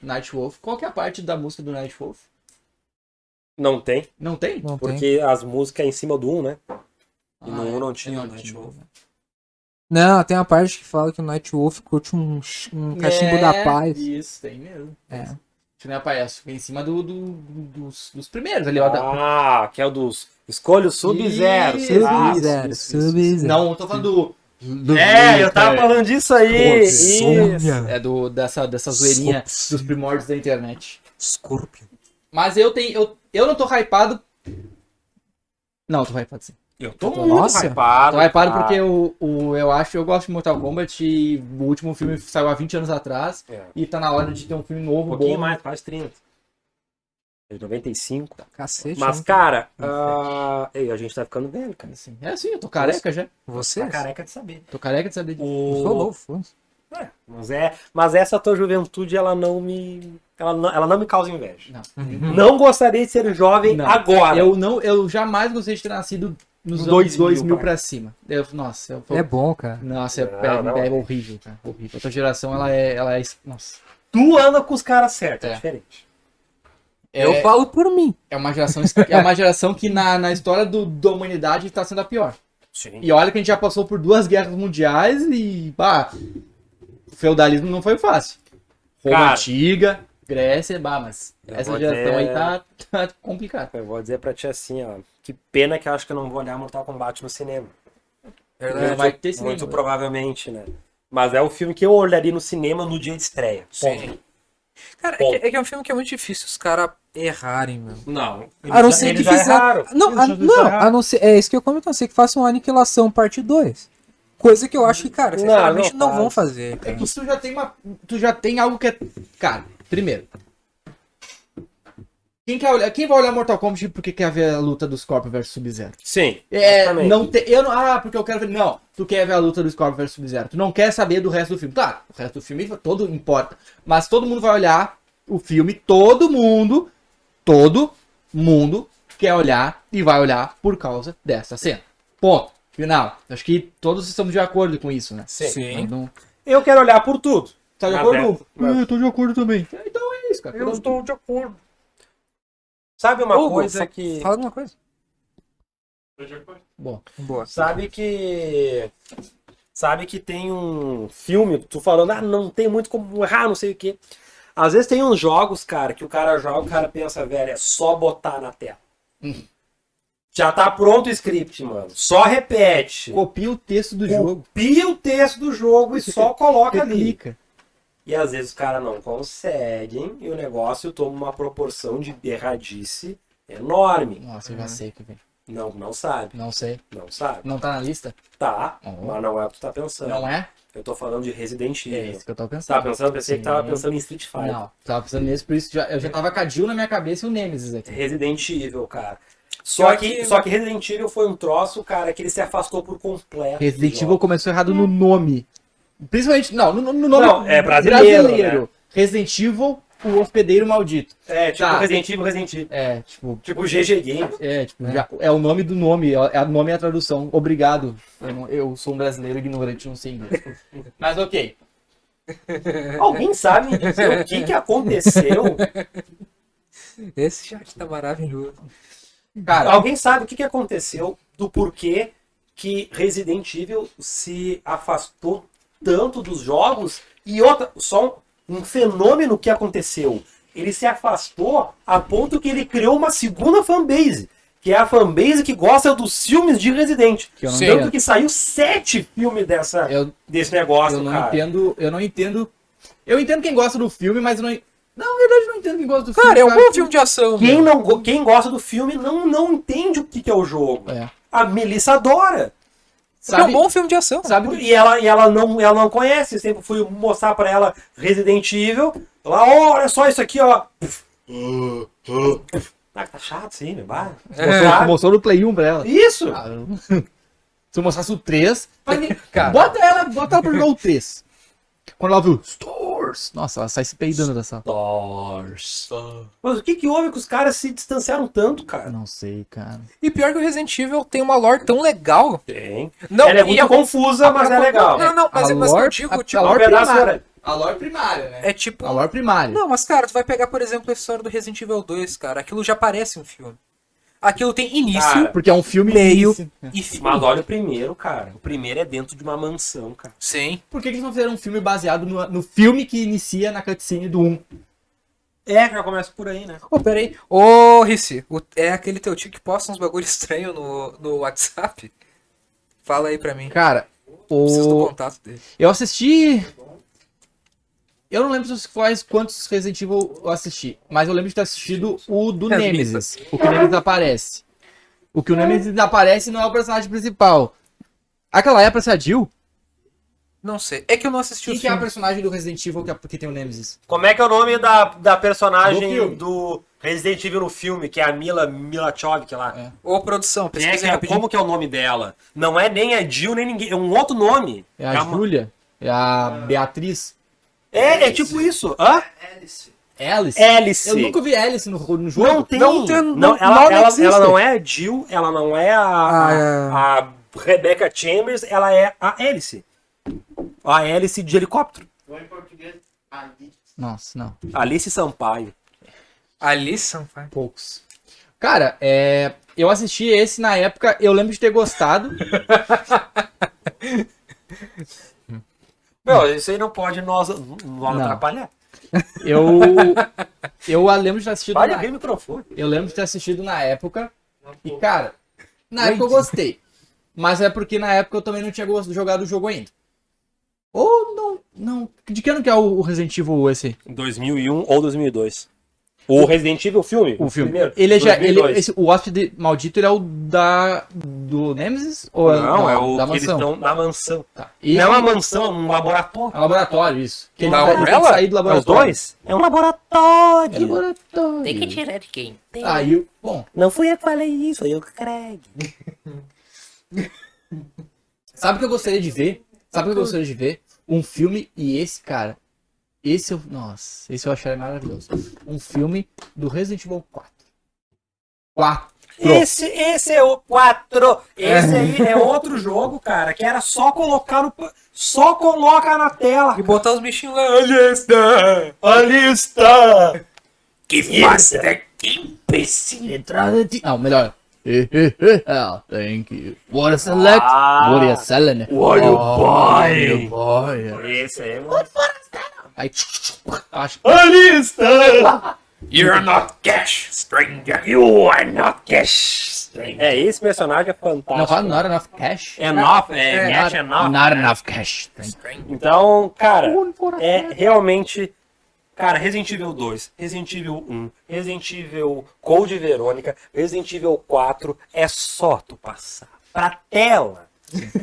Speaker 5: Nightwolf, qual que é a parte da música do Nightwolf?
Speaker 1: Não tem,
Speaker 5: Não tem?
Speaker 3: Não tem.
Speaker 1: porque as músicas é em cima do 1, né? E no um não
Speaker 5: é,
Speaker 1: tinha
Speaker 5: tem
Speaker 1: o Nightwolf.
Speaker 3: Não, tem uma parte que fala que o Nightwolf curte um, ch- um cachimbo
Speaker 5: É,
Speaker 3: da paz.
Speaker 5: Isso, tem mesmo.
Speaker 3: É.
Speaker 5: Isso não é palhaço, fica em cima do, do- dos, dos primeiros ali, ó. da-
Speaker 1: Ah, que é o dos. Escolha o Sub-Zero.
Speaker 5: Isso,
Speaker 1: sei lá.
Speaker 3: Sub-Zero,
Speaker 1: Isso, isso,
Speaker 3: Sub-Zero.
Speaker 5: Não, eu tô falando do.
Speaker 1: É, eu tava falando disso aí.
Speaker 3: Insônia.
Speaker 1: Isso.
Speaker 5: É do, dessa, dessa zoeirinha dos primórdios da internet.
Speaker 3: Scorpion.
Speaker 5: Mas eu tenho. Eu, eu não tô hypado. Não, eu tô hypado sim.
Speaker 1: Eu tô
Speaker 3: Nossa.
Speaker 1: muito hypado.
Speaker 5: Tô hypado
Speaker 1: cara.
Speaker 5: porque o, o, eu acho, eu gosto de Mortal Kombat e o último filme saiu há 20 anos atrás.
Speaker 1: É.
Speaker 5: E tá na hora de ter um filme
Speaker 1: Um
Speaker 5: novo,
Speaker 1: pouquinho
Speaker 5: bom.
Speaker 1: mais, quase 30. É de 95.
Speaker 3: Cacete.
Speaker 1: Mas,
Speaker 3: né?
Speaker 1: cara, ah, ei, a gente tá ficando velho, cara.
Speaker 5: Assim. É sim, eu tô careca já.
Speaker 3: Você?
Speaker 1: Tá careca de saber.
Speaker 5: Tô careca de saber disso.
Speaker 1: O...
Speaker 3: Falou, foi.
Speaker 1: É, mas, é, mas essa tua juventude, ela não me. Ela não, ela não me causa inveja.
Speaker 5: Não.
Speaker 1: Não gostaria de ser jovem
Speaker 5: Hum. Não.
Speaker 1: agora.
Speaker 5: Eu, não, eu jamais gostei de ter nascido nos anos
Speaker 1: 2000
Speaker 5: 2000, 2000
Speaker 1: pra
Speaker 5: pra cima. Eu, nossa, eu
Speaker 3: É bom, cara.
Speaker 5: Nossa, é,
Speaker 1: Não,
Speaker 5: é-
Speaker 1: não.
Speaker 5: é horrível, cara. Horrível. A tua geração, ela é. Ela é nossa.
Speaker 1: Tu anda com os caras certos, é,
Speaker 5: É.
Speaker 1: diferente.
Speaker 5: É,
Speaker 3: Eu falo por mim.
Speaker 5: é uma geração, é uma geração que na, na história do, da humanidade tá sendo a pior.
Speaker 1: Sim.
Speaker 5: E olha que a gente já passou por duas guerras mundiais e. Bah, o feudalismo não foi fácil. Roma
Speaker 1: Cara.
Speaker 5: antiga, Grécia, bah, mas
Speaker 1: Eu
Speaker 5: essa
Speaker 1: vou
Speaker 5: geração
Speaker 1: até-
Speaker 5: aí tá, tá complicada.
Speaker 1: Eu vou dizer pra ti assim, ó. Que pena que eu acho que eu não vou olhar Mortal Kombat no cinema. É,
Speaker 5: Não vai ter cinema.
Speaker 1: Muito provavelmente, né? Mas é o filme que eu olharia no cinema no dia de estreia. Ponto.
Speaker 3: Cara,
Speaker 1: Bom.
Speaker 3: é que, é que é um filme que é muito difícil os caras errarem, meu.
Speaker 1: Não.
Speaker 3: A não ser que fizer. Não, a, não
Speaker 1: erraram.
Speaker 3: a não ser, é isso que eu comento, a não ser que façam uma aniquilação parte 2. Coisa que eu acho que, cara,
Speaker 1: Não,
Speaker 3: sinceramente
Speaker 1: não
Speaker 3: não,
Speaker 1: faz.
Speaker 3: vão fazer.
Speaker 5: É
Speaker 3: cara.
Speaker 5: que tu já tem uma. Tu já tem algo que é. Cara, primeiro. Quem, quer olhar, quem vai olhar Mortal Kombat porque quer ver a luta do Scorpion versus Sub-Zero?
Speaker 1: Sim.
Speaker 5: É,
Speaker 1: exatamente.
Speaker 5: não tem. Eu não, ah, porque eu quero ver. Não, tu quer ver a luta do Scorpion versus Sub-Zero. Tu não quer saber do resto do filme. Claro, o resto do filme todo importa. Mas todo mundo vai olhar o filme, todo mundo, todo mundo quer olhar e vai olhar por causa dessa cena. Ponto. Final. Acho que todos estamos de acordo com isso, né?
Speaker 1: Sim.
Speaker 3: Sim.
Speaker 5: Não- não-
Speaker 1: Eu quero olhar por tudo.
Speaker 5: Tá de
Speaker 1: Mas
Speaker 5: acordo?
Speaker 1: é, mas-
Speaker 5: Eu tô de acordo também. Então é isso, cara.
Speaker 1: estou de acordo. Sabe uma
Speaker 3: Hugo,
Speaker 1: coisa
Speaker 3: fa-
Speaker 1: que.
Speaker 3: Fala alguma coisa.
Speaker 4: Tô de acordo.
Speaker 5: Bom,
Speaker 3: Boa.
Speaker 1: Sabe que. Sabe que tem um filme, tu falando, ah, não tem muito como errar, não sei o quê. Às vezes tem uns jogos, cara, que o cara joga, o cara pensa, velho, é só botar na tela.
Speaker 5: Hum.
Speaker 1: Já tá pronto o script, mano. Só repete.
Speaker 5: copia o texto do jogo.
Speaker 1: Copia o texto do jogo e só coloca ali.
Speaker 5: Replica.
Speaker 1: E às vezes os caras não conseguem e o negócio toma uma proporção de erradice enorme.
Speaker 5: Nossa, eu já sei que vem.
Speaker 1: Não, não sabe,
Speaker 5: Não sei.
Speaker 1: não sabe.
Speaker 5: Não tá na lista?
Speaker 1: Tá,
Speaker 5: Uhum.
Speaker 1: mas não é o que tu tá pensando.
Speaker 5: Não é?
Speaker 1: Eu tô falando de Resident
Speaker 5: É
Speaker 1: Evil.
Speaker 5: isso que eu tava pensando.
Speaker 1: Tava pensando, pensei que tava
Speaker 5: Sim.
Speaker 1: pensando em Street Fighter.
Speaker 5: Não, tava pensando nisso, por isso já, eu já tava com a Jill na minha cabeça e o Nemesis aqui.
Speaker 1: Resident Evil, cara. Só
Speaker 3: Eu
Speaker 1: que,
Speaker 3: que-
Speaker 1: só que Resident Evil foi um troço, cara, que ele se afastou por completo.
Speaker 5: Resident
Speaker 1: do
Speaker 5: Evil
Speaker 1: jogo.
Speaker 5: começou errado no nome. Principalmente, não, no, no nome
Speaker 1: Não, é brasileiro,
Speaker 3: né?
Speaker 5: Resident Evil, o hospedeiro maldito.
Speaker 1: É, tipo
Speaker 5: Tá.
Speaker 1: Resident Evil, Resident Evil.
Speaker 5: É, tipo,
Speaker 1: Tipo GG Game.
Speaker 5: é, tipo, já- é o nome do nome, é é o nome e a tradução. Obrigado. Eu, não- eu sou um brasileiro ignorante, não sei inglês. Mas ok.
Speaker 1: Alguém sabe me dizer o que que aconteceu?
Speaker 3: Esse chat tá maravilhoso.
Speaker 5: Cara,
Speaker 1: Alguém sabe o que que aconteceu do porquê que Resident Evil se afastou tanto dos jogos? E outra, só um, um fenômeno que aconteceu. Ele se afastou a ponto que ele criou uma segunda fanbase, que é a fanbase que gosta dos filmes de Resident.
Speaker 5: que eu não
Speaker 3: Sim.
Speaker 5: entendo.
Speaker 1: Tanto que saiu sete filmes dessa,
Speaker 5: Eu,
Speaker 1: desse negócio,
Speaker 5: eu não
Speaker 1: cara.
Speaker 5: entendo, eu não entendo. Eu entendo quem gosta do filme, mas eu não. en- Não, na verdade, eu não entendo quem gosta do filme.
Speaker 3: Cara, é um
Speaker 5: sabe?
Speaker 3: bom filme de ação.
Speaker 1: Quem,
Speaker 3: meu.
Speaker 1: não, go- quem gosta do filme não, não entende o que, que é o jogo.
Speaker 5: É.
Speaker 1: A Melissa adora.
Speaker 3: Porque É um
Speaker 5: Sabe,
Speaker 3: bom filme de ação.
Speaker 5: sabe
Speaker 1: E ela, e ela não, ela não conhece. Sempre fui mostrar pra ela Resident Evil. Ela, "Ó, olha só isso aqui, ó. Ah, tá chato isso aí, meu bar.
Speaker 3: É.
Speaker 5: Mostrou, mostrou no Play 1 pra ela.
Speaker 1: Isso!
Speaker 5: Se eu mostrasse o 3,
Speaker 1: Mas, cara,
Speaker 5: bota ela, bota ela pra jogar o 3. Quando ela viu Storm,
Speaker 1: Wars.
Speaker 5: Nossa, ela sai se peidando da sala.
Speaker 1: Wars. Mas o que que houve que os caras se distanciaram tanto, cara?
Speaker 5: Não sei, cara.
Speaker 3: E pior que o Resident Evil tem uma lore tão legal.
Speaker 1: Tem.
Speaker 3: Não,
Speaker 1: Ela é
Speaker 3: e
Speaker 1: muito confusa, mas é legal.
Speaker 3: Não, não, mas,
Speaker 5: A
Speaker 3: mas eu
Speaker 5: lore-
Speaker 3: digo,
Speaker 5: a-
Speaker 3: tipo,
Speaker 5: a
Speaker 1: Um
Speaker 5: lore
Speaker 1: pedaço
Speaker 5: primária.
Speaker 1: era-
Speaker 5: A lore primária, né?
Speaker 3: é tipo.
Speaker 5: A lore primária.
Speaker 3: Não, mas cara, tu vai pegar, por exemplo, a história do Resident Evil 2, cara. Aquilo já parece um filme. Aquilo tem início
Speaker 1: Cara,
Speaker 5: Porque é um filme
Speaker 3: Meio.
Speaker 5: desse.
Speaker 3: e fim.
Speaker 1: Mas olha o primeiro, cara. O primeiro é dentro de uma mansão, cara.
Speaker 3: Sim.
Speaker 5: Por que que eles não fizeram um filme baseado no, no filme que inicia na cutscene do 1?
Speaker 1: É, já começa por aí, né?
Speaker 3: Ô, pera aí. Ô, Rissi, o- é aquele teu tio que posta uns bagulho estranho no, no WhatsApp? Fala aí pra mim.
Speaker 5: Cara,
Speaker 3: Preciso do
Speaker 5: o...
Speaker 3: contato dele.
Speaker 5: eu assisti. Eu não lembro se quais quantos Resident Evil eu assisti, mas eu lembro de ter assistido o do
Speaker 3: É,
Speaker 5: Nemesis. O que o Nemesis aparece. O que o Nemesis aparece não é o personagem principal. Aquela é pra ser a Jill?
Speaker 3: Não sei. É que eu não assisti
Speaker 5: Quem
Speaker 3: os
Speaker 5: que é a
Speaker 3: filmes.
Speaker 5: personagem do Resident Evil que, é- que tem o Nemesis?
Speaker 1: Como é que é o nome da, da
Speaker 5: Do
Speaker 1: personagem
Speaker 5: filme.
Speaker 1: do Resident Evil no filme, que é a Mila Milachovic lá?
Speaker 5: É.
Speaker 3: Ô, produção,
Speaker 1: Quem é que
Speaker 3: pesquisa
Speaker 1: é-
Speaker 3: aí rapidinho.
Speaker 1: como que é o nome dela? Não é nem a Jill, nem ninguém. É um outro nome.
Speaker 5: É a
Speaker 1: é, uma-
Speaker 5: Julia? É
Speaker 1: Ah.
Speaker 5: a Beatriz?
Speaker 1: é, é tipo isso. Hã?
Speaker 5: Alice?
Speaker 1: Hélice.
Speaker 5: Eu nunca vi Alice no, no jogo.
Speaker 1: Não tem.
Speaker 3: Não tem-
Speaker 1: não,
Speaker 3: não-
Speaker 1: ela,
Speaker 3: não
Speaker 1: ela,
Speaker 3: existe.
Speaker 1: ela não é a Jill, ela não é a,
Speaker 3: Ah,
Speaker 1: a,
Speaker 5: Ah,
Speaker 1: a Rebecca Chambers, ela é a Hélice. A Hélice de helicóptero.
Speaker 7: Ah,
Speaker 5: Nossa, não.
Speaker 1: Alice Sampaio.
Speaker 3: Alisson, pai.
Speaker 5: Poucos. Cara, é, eu assisti esse na época, eu lembro de ter gostado.
Speaker 1: Não, isso aí não pode nós, nós
Speaker 5: Não.
Speaker 1: atrapalhar.
Speaker 5: Eu, eu a lembro de ter assistido
Speaker 1: Vai
Speaker 5: na,
Speaker 1: abrir o microfone.
Speaker 5: Eu lembro de ter assistido na época. E, cara, na época eu gostei. Mas é porque na época eu também não tinha gos- jogado o jogo ainda. Ou não. não de que ano que é o o Resident Evil esse?
Speaker 1: 2001 ou 2002. O Resident Evil filme?
Speaker 5: O filme.
Speaker 1: primeiro,
Speaker 5: ele é já. Ele,
Speaker 1: 2002.
Speaker 5: esse, o hóspede maldito ele é o da. Do Nemesis? Ou
Speaker 1: Não, é o
Speaker 5: da
Speaker 1: que eles
Speaker 5: mansão?
Speaker 1: estão na mansão.
Speaker 5: Tá.
Speaker 1: Não
Speaker 5: E
Speaker 1: é uma mansão, é um laboratório.
Speaker 5: é um laboratório, isso. Que ele
Speaker 3: Da
Speaker 5: tá- ele tem que
Speaker 3: Umbrella?
Speaker 1: É
Speaker 5: sair do
Speaker 1: os
Speaker 5: laboratório.
Speaker 1: dois? É um laboratório.
Speaker 5: É laboratório.
Speaker 6: Tem que tirar de quem? Tem.
Speaker 5: Aí, eu- bom.
Speaker 1: Não fui eu que falei isso, foi eu que creio.
Speaker 5: Sabe o que eu gostaria de ver? Sabe o que eu gostaria de ver? Um filme e esse, cara. Esse eu. Nossa, esse eu acharia maravilhoso. Um filme do Resident Evil 4. 4.
Speaker 1: Esse, esse é o 4. Esse aí é outro jogo, cara, que era só colocar no. pa- Só coloca na tela.
Speaker 3: E botar os bichinhos lá. Olha está!
Speaker 1: Ali está!
Speaker 6: Que faça
Speaker 1: né?
Speaker 6: quem precisa.
Speaker 5: Entrada de. Não, melhor. É, Thank you. What a select.
Speaker 1: Ah.
Speaker 5: What a selling. Oh,
Speaker 6: What a boy.
Speaker 5: What a boy.
Speaker 1: Esse aí, é um
Speaker 5: Aí. Acho
Speaker 1: Ali está!
Speaker 6: You're not cash, stranger. You are not cash, stranger.
Speaker 1: É, esse personagem é
Speaker 5: Não
Speaker 1: fantástico.
Speaker 5: fala not enough cash.
Speaker 1: É enough, é,
Speaker 3: É,
Speaker 1: é, é enough.
Speaker 5: Not enough cash.
Speaker 1: Então, cara, é realmente. Cara, Resident Evil 2, Resident Evil 1, Resident Evil Code Verônica, Resident Evil 4, é só tu passar pra tela.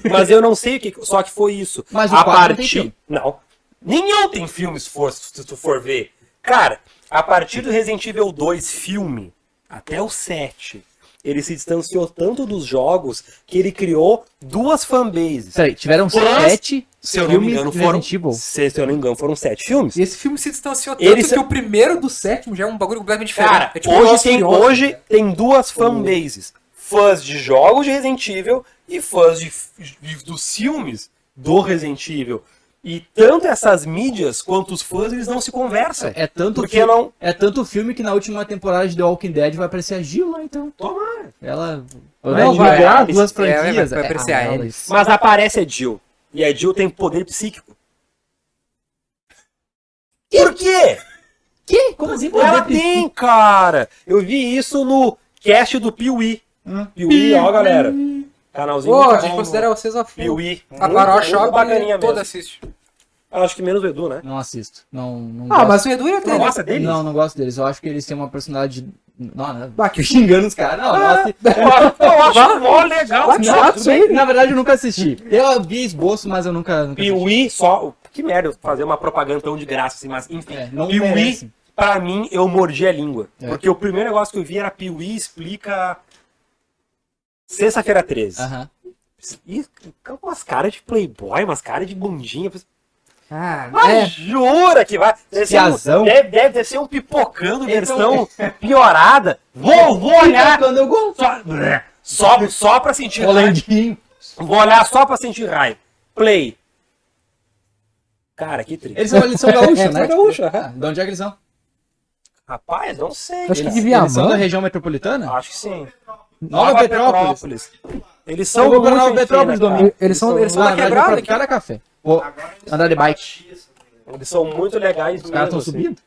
Speaker 1: Mas eu não sei o que. Só que foi isso.
Speaker 5: Mas o
Speaker 1: a
Speaker 5: 4 não tem
Speaker 1: partir.
Speaker 5: filme.
Speaker 1: Não. Nenhum tem filme, se, for, se tu for ver. Cara, a partir do Resident Evil 2 filme, até o 7, ele se distanciou tanto dos jogos que ele criou duas fanbases.
Speaker 5: Peraí, tiveram
Speaker 1: Mas-
Speaker 5: sete
Speaker 1: Se eu não me
Speaker 5: filmes
Speaker 1: engano,
Speaker 5: de
Speaker 1: foram.
Speaker 5: Resident Evil.
Speaker 1: Se, se eu não me engano, foram sete filmes.
Speaker 3: E esse filme se distanciou tanto
Speaker 1: Ele se-
Speaker 3: que o primeiro do sétimo já é um bagulho completamente diferente.
Speaker 1: Cara,
Speaker 3: é tipo
Speaker 1: hoje,
Speaker 3: Velozes e
Speaker 1: tem,
Speaker 3: Furiosos,
Speaker 1: hoje
Speaker 3: né?
Speaker 1: tem duas fanbases: fãs de jogos de Resident Evil e fãs de, de- dos filmes do Resident Evil. E tanto essas mídias quanto os fãs, eles não se conversam.
Speaker 5: É tanto
Speaker 1: porque não.
Speaker 5: É tanto filme que na última temporada de The Walking Dead vai aparecer a Jill lá, então.
Speaker 1: Tomara.
Speaker 5: Ela
Speaker 1: vai
Speaker 5: jogar
Speaker 1: jogar
Speaker 5: as duas
Speaker 3: é, vai- vai
Speaker 5: franquias. Ah,
Speaker 3: aparecer a Alice.
Speaker 1: Mas aparece a Jill. E a Jill tem poder psíquico. Por quê?
Speaker 5: Que? Como assim?
Speaker 1: Ela tem, cara! Eu vi isso no cast do Piuí. Piuí, ó, galera. Canalzinho.
Speaker 3: Pô,
Speaker 1: muito
Speaker 3: a gente
Speaker 1: bom.
Speaker 3: considera vocês a full.
Speaker 1: Piuí.
Speaker 3: A
Speaker 1: Muito,
Speaker 3: Baró
Speaker 1: muito
Speaker 3: Shop
Speaker 1: bacaninha
Speaker 3: toda
Speaker 1: mesmo.
Speaker 3: assiste.
Speaker 1: Acho que menos o Edu, né? é
Speaker 5: Não assisto. Não, não
Speaker 3: Ah,
Speaker 5: gosto.
Speaker 3: mas o Edu ia ter.
Speaker 1: gosta deles?
Speaker 5: Não, não gosto deles. Eu acho que eles têm uma personalidade. Não, não.
Speaker 3: Bah, que-
Speaker 5: Eu xingando os caras. Não, eu assi-
Speaker 1: Eu acho mó legal.
Speaker 3: Vai,
Speaker 5: Não,
Speaker 3: chato,
Speaker 5: tudo bem. na verdade, eu nunca assisti. Eu vi esboço, mas eu nunca. nunca assisti.
Speaker 1: Piuí só... Que merda eu fazer uma propaganda tão de graça assim, mas enfim.
Speaker 5: É, não
Speaker 1: Piuí,
Speaker 5: merece.
Speaker 1: pra mim, eu mordi a língua.
Speaker 5: É.
Speaker 1: Porque o primeiro negócio que eu vi era Piuí explica... Sexta-feira 13.
Speaker 5: Aham.
Speaker 1: E com umas caras de playboy, umas caras de bundinha.
Speaker 3: Ah,
Speaker 1: Mas
Speaker 3: é.
Speaker 1: jura que vai. Deve ser, um,
Speaker 2: Piazão.
Speaker 1: deve, deve ter sido um pipocando versão
Speaker 5: Então-
Speaker 1: piorada. Vou, vou olhar
Speaker 2: Quando eu gol.
Speaker 1: só, né, só, só pra sentir raiva.
Speaker 2: Holandinho.
Speaker 1: Vou olhar só pra sentir raiva. Play. Cara, que triste.
Speaker 5: Eles são, eles são gaúchos,
Speaker 3: É,
Speaker 5: né?
Speaker 3: gaúcho, é.
Speaker 5: Ah, De onde é que eles são?
Speaker 1: Rapaz, não sei.
Speaker 3: Acho que
Speaker 1: Eles-
Speaker 3: de Viamão.
Speaker 5: Eles são da região metropolitana?
Speaker 1: Acho que sim.
Speaker 5: Nova, Petrópolis.
Speaker 1: Eles
Speaker 5: Eu
Speaker 1: são
Speaker 5: vou pra
Speaker 1: muito
Speaker 5: Nova Petrópolis,
Speaker 1: fina, cara.
Speaker 5: domingo.
Speaker 3: Eles são, eles são
Speaker 5: Ah,
Speaker 3: da
Speaker 5: vai de
Speaker 3: quebrada
Speaker 5: pra
Speaker 3: aqui.
Speaker 5: Cada café. Vou andar de bike.
Speaker 1: Eles são muito legais
Speaker 5: Os caras
Speaker 1: mesmo,
Speaker 5: estão
Speaker 1: assim.
Speaker 5: subindo.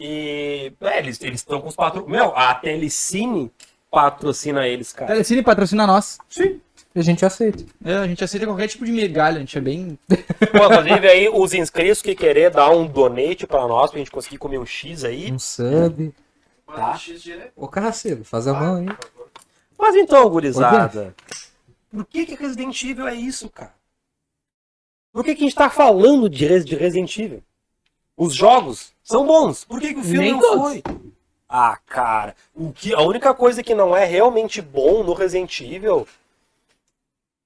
Speaker 1: E é, eles eles estão com os patro... Meu, a Telecine patrocina eles, cara.
Speaker 5: Telecine patrocina nós.
Speaker 3: A gente aceita.
Speaker 5: É, a gente aceita qualquer tipo de migalha, a gente é bem.
Speaker 1: Bom, inclusive aí, os inscritos que querer dar um donate pra nós, pra gente conseguir comer um X aí.
Speaker 3: Um sub.
Speaker 1: Tá.
Speaker 3: Ô, Carraceiro, faz a mão aí.
Speaker 1: Mas então, gurizada, por que que Resident Evil é isso, cara? Por que que a gente tá falando de, Res- de Resident Evil? Os jogos são bons, por que que o filme
Speaker 5: Nem
Speaker 1: não
Speaker 5: todos.
Speaker 1: foi? Ah, cara, o que, a única coisa que não é realmente bom no Resident Evil...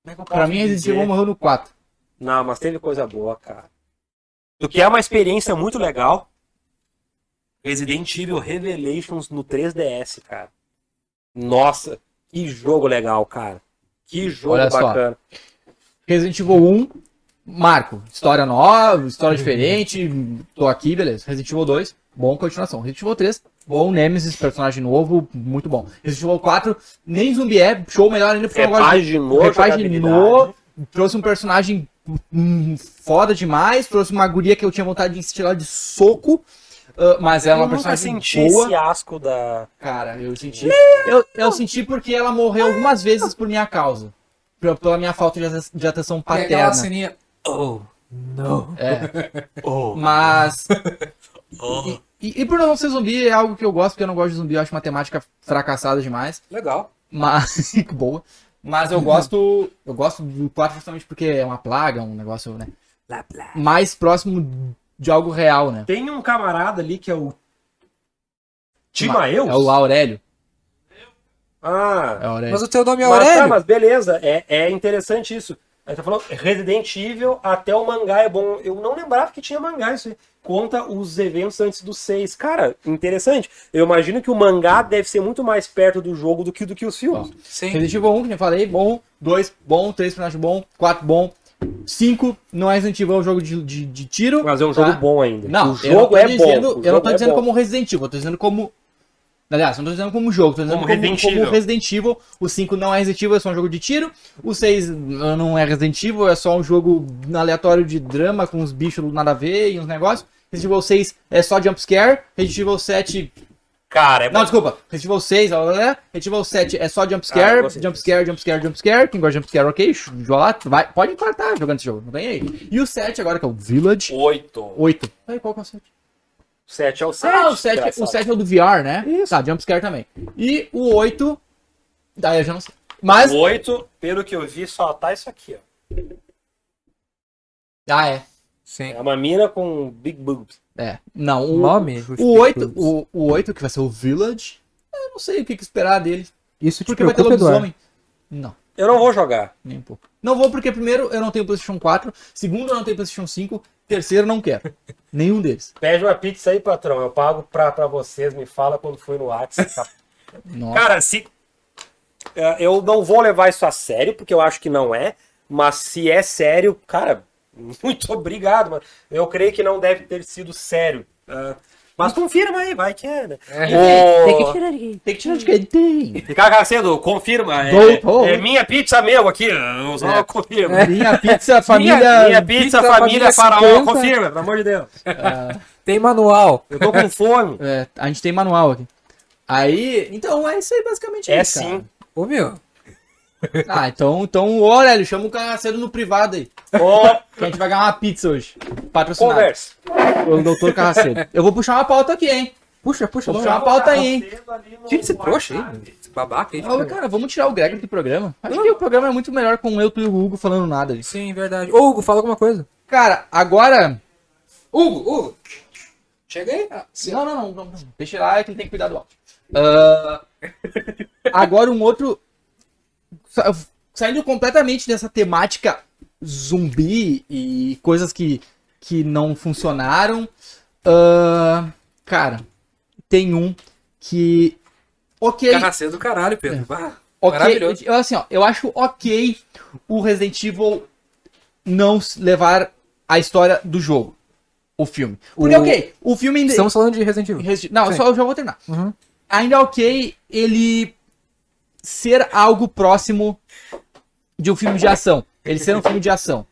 Speaker 1: Como é que eu
Speaker 5: Pra
Speaker 1: posso
Speaker 5: mim, eles
Speaker 1: dizer?
Speaker 5: vão morrer no 4.
Speaker 1: Não, mas teve coisa boa, cara. O que é uma experiência muito legal. Resident Evil Revelations no 3DS, cara. Nossa, que jogo legal, cara. Que jogo
Speaker 5: Olha só.
Speaker 1: bacana.
Speaker 5: Resident Evil 1, marco. História nova, história diferente. Tô aqui, beleza. Resident Evil 2, bom continuação. Resident Evil 3, bom Nemesis, personagem novo, muito bom. Resident Evil 4, nem zumbi é, show melhor ainda, porque eu gosto de
Speaker 1: Repaginou, a
Speaker 5: repaginou,
Speaker 1: jogabilidade.
Speaker 5: trouxe um personagem hum, foda demais, trouxe uma guria que eu tinha vontade de estirar de soco, ah, mas ela é
Speaker 1: Eu
Speaker 5: uma
Speaker 1: nunca
Speaker 5: personagem
Speaker 1: senti
Speaker 5: boa.
Speaker 1: esse asco da.
Speaker 5: Cara, eu senti. Eu, eu senti porque ela morreu algumas vezes por minha causa. P- Pela minha falta de aten- de atenção
Speaker 3: E aquela
Speaker 1: assim.
Speaker 5: paterna.
Speaker 3: ceninha. Oh, não.
Speaker 5: É,
Speaker 1: Oh,
Speaker 5: mas.
Speaker 1: oh.
Speaker 5: E, e por não ser zumbi é algo que eu gosto, porque eu não gosto de zumbi, eu acho matemática fracassada demais.
Speaker 3: Legal.
Speaker 5: Mas. que boa. Mas
Speaker 1: Uhum.
Speaker 5: eu gosto. Eu gosto do 4 justamente porque é uma plaga, um negócio, né? Mais próximo de algo real, né?
Speaker 1: Tem um camarada ali que é o. Timaeus?
Speaker 5: É o Aurélio.
Speaker 1: Ah,
Speaker 5: É o Aurélio.
Speaker 3: Mas o teu nome é
Speaker 1: mas, tá,
Speaker 3: Aurélio?
Speaker 1: mas beleza, é, é interessante isso. Aí tá falando Resident Evil até o mangá é bom. Eu não lembrava que tinha mangá isso aí. Conta os eventos antes dos seis. Cara, interessante. Eu imagino que o mangá deve ser muito mais perto do jogo do que, do que os filmes.
Speaker 3: Sim.
Speaker 5: Resident Evil 1, que nem eu falei, bom. 2, bom. 3, personagem bom. 4, bom. 5, não é Resident Evil, é um jogo de, de, de tiro.
Speaker 1: Mas é um jogo
Speaker 5: Tá.
Speaker 1: bom ainda.
Speaker 5: Não,
Speaker 1: o
Speaker 5: eu não
Speaker 1: jogo
Speaker 5: tô
Speaker 1: é
Speaker 5: dizendo,
Speaker 1: bom. O
Speaker 5: Eu não
Speaker 1: jogo
Speaker 5: tô
Speaker 1: é
Speaker 5: dizendo
Speaker 1: bom.
Speaker 5: como Resident Evil, eu tô dizendo como. Aliás, eu não tô dizendo como jogo, tô dizendo
Speaker 1: Como
Speaker 5: como,
Speaker 1: Resident
Speaker 5: como
Speaker 1: Evil.
Speaker 5: Resident Evil. O 5 não é Resident Evil, é só um jogo de tiro. O 6 não é Resident Evil, é só um jogo aleatório de drama com uns bichos nada a ver e uns negócios. Resident Evil 6 é só jumpscare. Resident Evil 7.
Speaker 1: Cara, é bom.
Speaker 5: Não, desculpa. Resident Evil 6, blá, blá, blá. Resident Evil 7 é só
Speaker 1: Ah, eu
Speaker 5: jumpscare.
Speaker 1: gostei disso.
Speaker 5: jumpscare, jumpscare, jumpscare. Quem gosta de jumpscare, ok. Joga lá, vai, pode empatar jogando esse jogo, não tem aí. E o 7 agora, que é o Village.
Speaker 1: 8.
Speaker 5: 8. Aí, qual que é o 7?
Speaker 1: 7 é o 7.
Speaker 5: Ah, o 7, é- o 7 é o do VR, né?
Speaker 1: Isso.
Speaker 5: Tá, jumpscare também. E o 8. Daí eu já não sei. Mas.
Speaker 1: O 8, pelo que eu vi, só tá isso aqui, ó.
Speaker 5: Ah, é.
Speaker 3: Sim.
Speaker 1: É uma mina com big boobs.
Speaker 5: É. Não,
Speaker 3: O
Speaker 5: o,
Speaker 3: nome?
Speaker 5: o 8. O, o 8, que vai ser o Village. Eu não sei o que, que esperar dele.
Speaker 3: Isso te
Speaker 5: Porque vai ter
Speaker 3: preocupa, Eduardo?
Speaker 5: lobisomem. Não,
Speaker 1: Eu não vou jogar.
Speaker 5: nem um pouco. Não vou, porque primeiro eu não tenho PlayStation 4. Segundo, eu não tenho PlayStation 5. Terceiro, não quero. Nenhum deles.
Speaker 1: Pede uma pizza aí, patrão. Eu pago pra, pra vocês. Me fala quando fui no WhatsApp. tá?
Speaker 5: Nossa.
Speaker 1: Cara, se. É, Eu não vou levar isso a sério, porque eu acho que não é. Mas se é sério, cara, muito obrigado. Mano. Eu creio que não deve ter sido sério. Ah, mas confirma aí, vai que é, né? Ô,
Speaker 3: tirar aqui.
Speaker 5: Tem que tirar de quem tem.
Speaker 1: Ricardo Carcedo, confirma. É,
Speaker 5: Doutor.
Speaker 1: é minha pizza meu aqui. Eu só
Speaker 5: É.
Speaker 1: confirmo.
Speaker 5: Minha pizza, família.
Speaker 1: Minha, minha pizza,
Speaker 3: pizza,
Speaker 1: família,
Speaker 3: família
Speaker 1: faraó,
Speaker 3: 50.
Speaker 1: confirma, pelo amor de Deus.
Speaker 3: Tem manual.
Speaker 1: Eu tô com fome.
Speaker 5: É, a gente tem manual aqui. Aí, então é isso aí basicamente.
Speaker 1: É
Speaker 5: isso, cara.
Speaker 1: sim.
Speaker 3: Ô, meu.
Speaker 5: Ah, então, então, ô Aurélio, chama o cagaceiro no privado aí.
Speaker 1: Ô,
Speaker 5: Que a gente vai ganhar uma pizza hoje. Patrocinado
Speaker 1: conversa.
Speaker 5: pelo doutor Carraceiro. Eu vou puxar uma pauta aqui, hein?
Speaker 3: Puxa, puxa.
Speaker 5: Vou
Speaker 3: não.
Speaker 5: puxar uma pauta aí, hein?
Speaker 3: Tira esse trouxa aí, meu. Esse babaca aí.
Speaker 5: Ô, cara, vamos tirar É o Greg do programa. Acho que o programa é muito melhor com eu, tu e o Hugo falando nada. ali.
Speaker 3: Sim, verdade. Ô, Hugo, fala alguma coisa.
Speaker 5: Cara, agora.
Speaker 3: Hugo, Hugo. Chega aí. Ah, se-
Speaker 5: Não, não, não, não, não. Deixa ele lá é que ele tem que cuidar do áudio. Ah, Agora um outro. sa- Saindo completamente dessa temática zumbi e coisas que que não funcionaram. Ahn, cara, tem um que. Ok.
Speaker 8: Carraceiro do caralho, Pedro. Bah,
Speaker 5: Ok,
Speaker 8: Maravilhoso.
Speaker 5: Eu, assim, ó, eu acho ok o Resident Evil não s- levar a história do jogo, o filme. Porque,
Speaker 3: O-
Speaker 5: ok, o filme ainda.
Speaker 3: Estamos falando de Resident Evil.
Speaker 5: Resident- Não,
Speaker 3: Sim.
Speaker 5: só, eu já vou terminar.
Speaker 3: Uhum.
Speaker 5: Ainda é ok ele ser algo próximo de um filme de ação. Ele ser um filme de ação.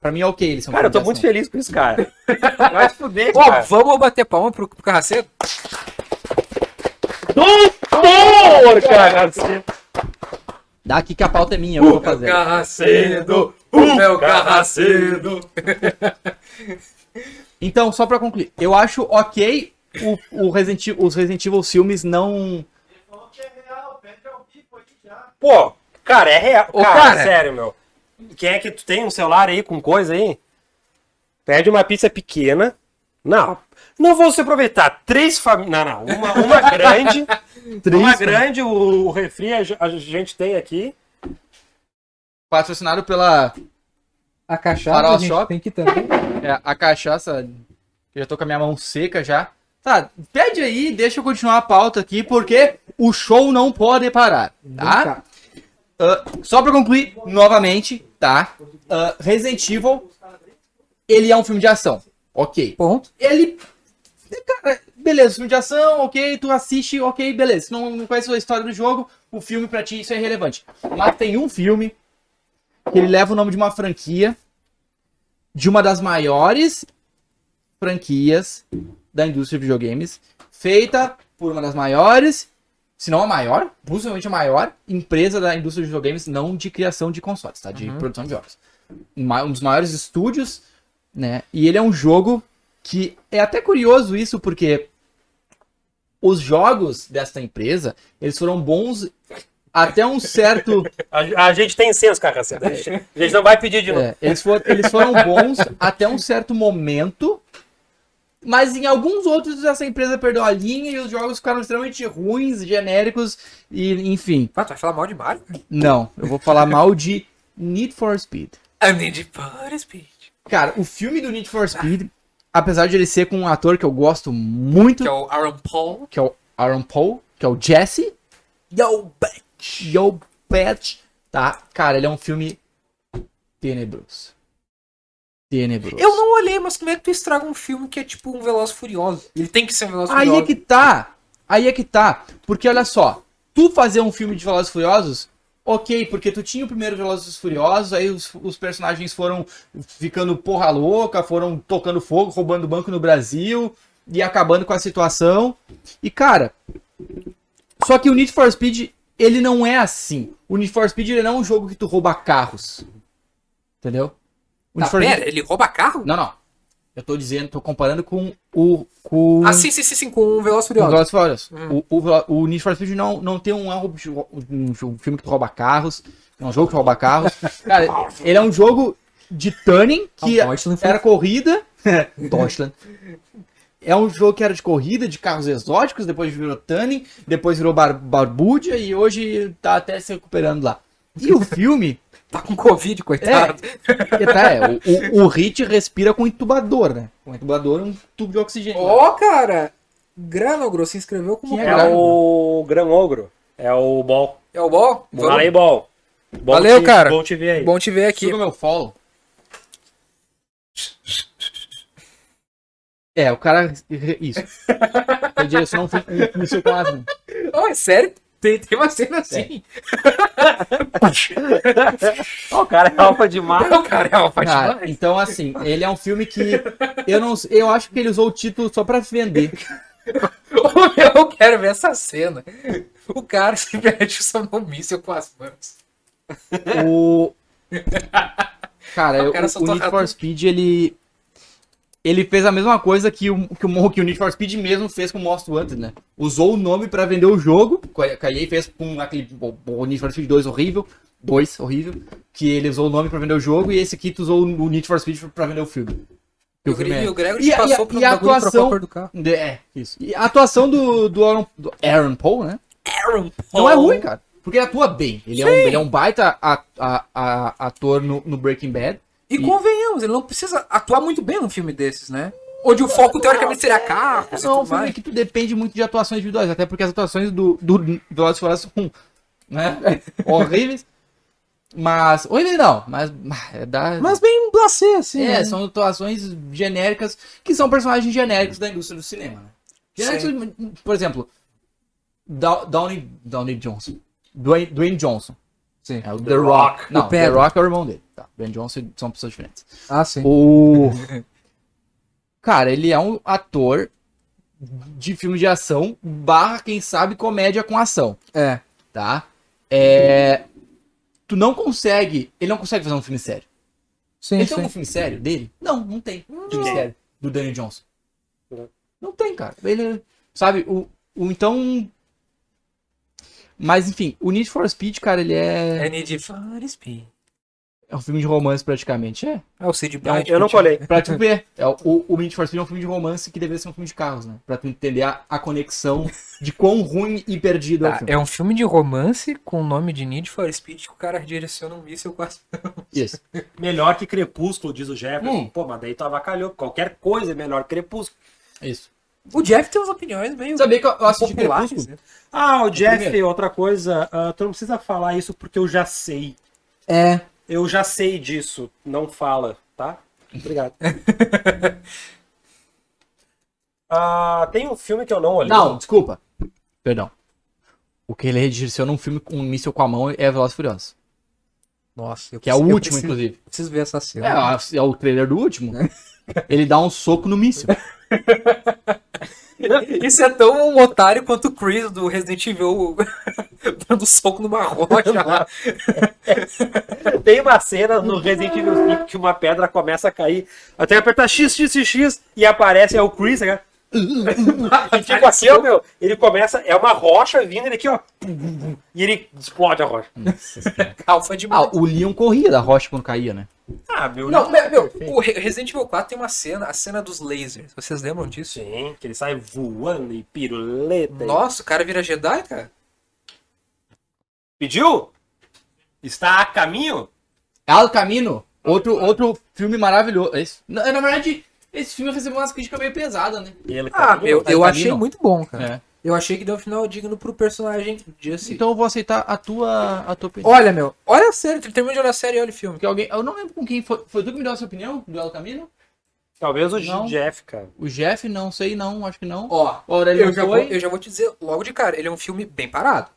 Speaker 5: Pra mim é ok ele ser um
Speaker 1: Cara, eu
Speaker 5: filme
Speaker 1: tô
Speaker 5: de
Speaker 1: muito
Speaker 8: assim.
Speaker 5: ação.
Speaker 1: feliz com isso, cara. Vai se fuder,
Speaker 8: Ó,
Speaker 1: cara.
Speaker 8: vamos bater palma pro, pro Carraceiro?
Speaker 1: Doutor, cara.
Speaker 5: Dá aqui que a pauta é minha, eu vou fazer.
Speaker 8: Carraceiro! é O meu Carraceiro!
Speaker 5: Então, só pra concluir, eu acho ok o, o Resident Evil- os Resident Evil filmes não.
Speaker 1: Pô, cara, é real.
Speaker 8: Ô,
Speaker 1: cara,
Speaker 8: cara.
Speaker 1: sério, meu. Quem é que tu tem um celular aí com coisa aí? Pede uma pizza pequena. Não. Não vou se aproveitar. Três famílias. Não, não. Uma, uma grande. uma grande, o, o refri a, ge- a gente tem aqui.
Speaker 5: Patrocinado pela
Speaker 3: A cachaça
Speaker 5: Farol
Speaker 3: a gente
Speaker 5: Shop.
Speaker 3: tem que também.
Speaker 5: é, a cachaça. Eu já tô com a minha mão seca já. Tá, pede aí, deixa eu continuar a pauta aqui, porque o show não pode parar, tá?
Speaker 3: Nunca.
Speaker 5: Ah, só pra concluir, novamente, tá? Ah, Resident Evil, ele é um filme de ação, ok.
Speaker 3: Ponto.
Speaker 5: ele. Cara, beleza, filme de ação, ok, tu assiste, ok, beleza. Tu Não, não conhece a história do jogo, o filme pra ti isso é irrelevante. Mas tem um filme que ele leva o nome de uma franquia, de uma das maiores franquias da indústria de videogames, feita por uma das maiores, se não a maior, possivelmente a maior empresa da indústria de videogames, não de criação de consoles, tá? De produção de jogos. Ma- Um dos maiores estúdios, né? E ele é um jogo que é até curioso isso porque os jogos desta empresa eles foram bons até um certo
Speaker 1: A, a gente tem senso,
Speaker 8: É.
Speaker 1: cara. A gente, a gente não vai pedir de novo.
Speaker 5: é, eles, foram, eles foram bons até um certo momento mas em alguns outros essa empresa perdeu a linha e os jogos ficaram extremamente ruins genéricos e enfim
Speaker 8: Ah, tu vai falar mal de Mario?
Speaker 5: não eu vou falar mal de Need for Speed
Speaker 8: I need for speed.
Speaker 5: cara o filme do Need for Speed apesar de ele ser com um ator que eu gosto muito
Speaker 8: Que é o Aaron Paul.
Speaker 5: que é o Aaron Paul que é o Jesse
Speaker 8: Yo, back.
Speaker 5: Yo, Pet. Tá? Cara, ele é um filme tenebroso. Tenebroso.
Speaker 8: Eu não olhei, mas como é que tu estraga um filme que é tipo um Veloz e Furioso? Ele tem que ser um Veloz e
Speaker 5: Aí é
Speaker 8: Furioso.
Speaker 5: que tá. Aí é que tá. Porque olha só, tu fazer um filme de Velozes e Furiosos, ok, porque tu tinha o primeiro Velozes e Furiosos, aí os, os personagens foram ficando porra louca, foram tocando fogo, roubando banco no Brasil e acabando com a situação. E cara, só que o Need for Speed, ele não é assim. O Need for Speed ele não é um jogo que tu rouba carros. Entendeu? O
Speaker 8: Tá,
Speaker 5: Need for
Speaker 8: pera, ele rouba carro?
Speaker 5: Não, não. Eu tô dizendo, tô comparando com o. Com...
Speaker 8: Ah, sim, sim, sim, sim, com um Veloz e
Speaker 5: Com
Speaker 8: Furioso.
Speaker 5: Velozes e Furiosos. O, o, o Need for Speed não, não tem um, é um roubo- um jogo- um filme que tu rouba carros. É um jogo que rouba carros. Cara, ele é um jogo de turning
Speaker 8: Tá
Speaker 5: que é-
Speaker 3: Ah, o Deutschland foi-
Speaker 5: era corrida. Deutschland. É um jogo que era de corrida, de carros exóticos, depois virou turning, depois virou bar, barbúdia e hoje tá até se recuperando lá. E o filme,
Speaker 8: Tá com Covid, coitado.
Speaker 5: é, tá, é, o, o, o Hit respira com intubador, né? Com intubador e um tubo de oxigênio.
Speaker 8: Ó, cara! Granogro se inscreveu como
Speaker 5: Quem é
Speaker 1: É
Speaker 3: Né?
Speaker 8: cara.
Speaker 1: o Gran Ogro. É o Bol.
Speaker 8: É o Ball?
Speaker 1: Fala aí, Bol. Bom
Speaker 8: Valeu,
Speaker 1: te-
Speaker 8: cara.
Speaker 1: Bom te ver aí.
Speaker 8: Bom te ver aqui.
Speaker 5: Suga meu follow. É, o cara. Isso. Eu direcionou um fim no seu quadro.
Speaker 8: Oh, é sério? Tem, tem uma
Speaker 5: É.
Speaker 8: cena assim.
Speaker 1: Ó, O cara é alfa demais.
Speaker 8: Não, cara, é uma
Speaker 5: Cara,
Speaker 8: demais.
Speaker 5: então, assim, ele é um filme que. Eu, não, eu acho que ele usou o título só pra vender.
Speaker 8: Eu quero ver essa cena. O cara se perde o um míssil com as mãos.
Speaker 5: O. Cara,
Speaker 8: Ah, O
Speaker 5: eu-
Speaker 8: cara
Speaker 5: o,
Speaker 8: soltou
Speaker 5: Need
Speaker 8: rato.
Speaker 5: for Speed, ele. Ele fez a mesma coisa que o, que o, Mo- que o Need for Speed mesmo fez com o Most Wanted, né? Usou o nome pra vender o jogo. que a- Que a EA fez com aquele. O, o Need for Speed 2 horrível. 2 horrível. Que ele usou o nome pra vender o jogo. E esse aqui tu usou o Need for Speed pra vender o filme. Que
Speaker 8: O
Speaker 5: o filme
Speaker 8: Gre-
Speaker 5: é-
Speaker 8: e o Gregor
Speaker 5: E
Speaker 8: te
Speaker 5: a- e a-
Speaker 8: passou pro
Speaker 5: e a
Speaker 8: bagulho pra
Speaker 5: atuação-
Speaker 8: qual cor do carro.
Speaker 5: de- É, isso. E a atuação do, do, Aaron, do Aaron Paul, né?
Speaker 8: Aaron
Speaker 5: Não é ruim, cara. Porque ele atua bem. Ele, é um, ele é um baita a- a- a- ator no, no Breaking Bad.
Speaker 8: E convenhamos,
Speaker 3: Não, mas ele não precisa atuar muito bem num filme desses, né? Onde o foco teoricamente seria carros e
Speaker 5: Não, é um
Speaker 3: tudo
Speaker 5: filme
Speaker 3: mais.
Speaker 5: que tu depende muito de atuações individuais, até porque as atuações do, do Velozes e Furiosos são né? horríveis. Mas. Horríveis não, mas. mas é Dá,
Speaker 3: Mas bem blasé, assim.
Speaker 5: é,
Speaker 3: né?
Speaker 5: são atuações genéricas que são personagens genéricos da indústria do cinema, né? Genéricos, por exemplo, Dow- Downey, Downey Johnson. Dwayne, Dwayne Johnson.
Speaker 3: Sim.
Speaker 5: É o The, Rock. Não,
Speaker 3: O
Speaker 5: The
Speaker 3: Pedro.
Speaker 5: Rock é o irmão dele. Tá, Dwayne Johnson são pessoas diferentes.
Speaker 3: Ah, sim.
Speaker 5: O. Cara, ele é um ator de filme de ação, barra, quem sabe, comédia com ação,
Speaker 3: É.
Speaker 5: tá? É. Tu não consegue. Ele não consegue fazer um filme sério.
Speaker 3: Sim,
Speaker 5: ele tem
Speaker 3: sim.
Speaker 8: Então,
Speaker 5: algum filme sério dele? Não, não tem. Filme
Speaker 1: quem?
Speaker 5: sério. Do Danny Johnson. Não tem, cara. Ele. Sabe, o, o então. Mas enfim, o Need for Speed, cara, ele é.
Speaker 8: É Need for Speed.
Speaker 5: É um filme de romance praticamente. É.
Speaker 8: É o Sid
Speaker 1: Ah, Eu,
Speaker 3: um
Speaker 8: Barrett.
Speaker 1: eu não colei.
Speaker 5: Pra tu ver, é, o, o Need for Speed é um filme de romance que deveria ser um filme de carros, né? Pra tu entender a, a conexão de quão ruim e perdido é o
Speaker 8: Tá,
Speaker 5: filme.
Speaker 8: é um filme de romance com o nome de Need for Speed que o cara direciona um míssil quase.
Speaker 5: é Isso.
Speaker 1: Melhor que Crepúsculo, diz o Jefferson.
Speaker 5: Hum.
Speaker 1: Pô, mas daí tu avacalhou. Qualquer coisa é melhor que Crepúsculo.
Speaker 5: Isso.
Speaker 8: O Jeff tem umas opiniões meio
Speaker 5: Sabia que eu, eu assisti
Speaker 8: populares,
Speaker 5: Crepúsculo?
Speaker 8: né?
Speaker 1: Ah, o Jeff,
Speaker 5: primeiro.
Speaker 1: outra coisa. ah, tu não precisa falar isso porque eu já sei.
Speaker 3: É.
Speaker 1: Eu já sei disso. Não fala, tá? Obrigado. Ah, tem um filme que eu não olhei.
Speaker 5: Não, desculpa. Perdão. O que ele direciona um filme com um míssil com a mão é Velozes e Furiosos.
Speaker 8: Nossa, eu
Speaker 5: Que é o
Speaker 8: preciso- eu
Speaker 5: último,
Speaker 8: preciso-
Speaker 5: inclusive.
Speaker 8: Preciso ver essa cena.
Speaker 5: É, a- é o trailer do último. ele dá um soco no míssil.
Speaker 8: Isso é tão um otário quanto o Chris do Resident Evil dando soco numa rocha lá.
Speaker 1: Tem uma cena no Resident Evil 5 que uma pedra começa a cair. Até apertar X, X, X, X e aparece é o Chris, né? E tipo assim, ó, meu, ele começa, é uma rocha vindo, ele aqui, ó. E ele explode a rocha.
Speaker 8: Alfa de
Speaker 5: Ah, o Leon corria da rocha quando caía, né?
Speaker 1: Ah, meu
Speaker 8: Não, meu, meu, o Re- Resident Evil 4 tem uma cena, a cena dos lasers. Vocês lembram disso?
Speaker 1: Sim, que ele sai voando e piruleta. e-
Speaker 8: Nossa, o cara vira Jedi, cara.
Speaker 1: Pediu? Está a caminho?
Speaker 5: Al Camino, outro, outro filme maravilhoso. É Esse- na, na verdade, esse filme recebeu umas críticas meio pesadas, né?
Speaker 1: Ele
Speaker 8: Ah,
Speaker 1: caminho.
Speaker 8: meu,
Speaker 5: tá
Speaker 8: eu
Speaker 5: ali,
Speaker 8: achei
Speaker 5: não.
Speaker 8: muito bom, cara.
Speaker 5: É.
Speaker 8: Eu achei que deu um final digno pro personagem Jesse.
Speaker 5: Então eu vou aceitar a tua, a tua opinião.
Speaker 8: Olha, meu, olha a série, termina de olhar a série e olha o filme.
Speaker 5: Porque alguém, eu não lembro com quem foi. Foi tu que me deu essa opinião do El Camino?
Speaker 1: Talvez o
Speaker 5: Não.
Speaker 1: Jeff, cara.
Speaker 5: O Jeff? Não sei, não. Acho que não.
Speaker 8: Ó,
Speaker 5: O Aurélio
Speaker 8: eu já, vou,
Speaker 5: foi.
Speaker 8: eu já vou te dizer logo de cara, ele é um filme bem parado.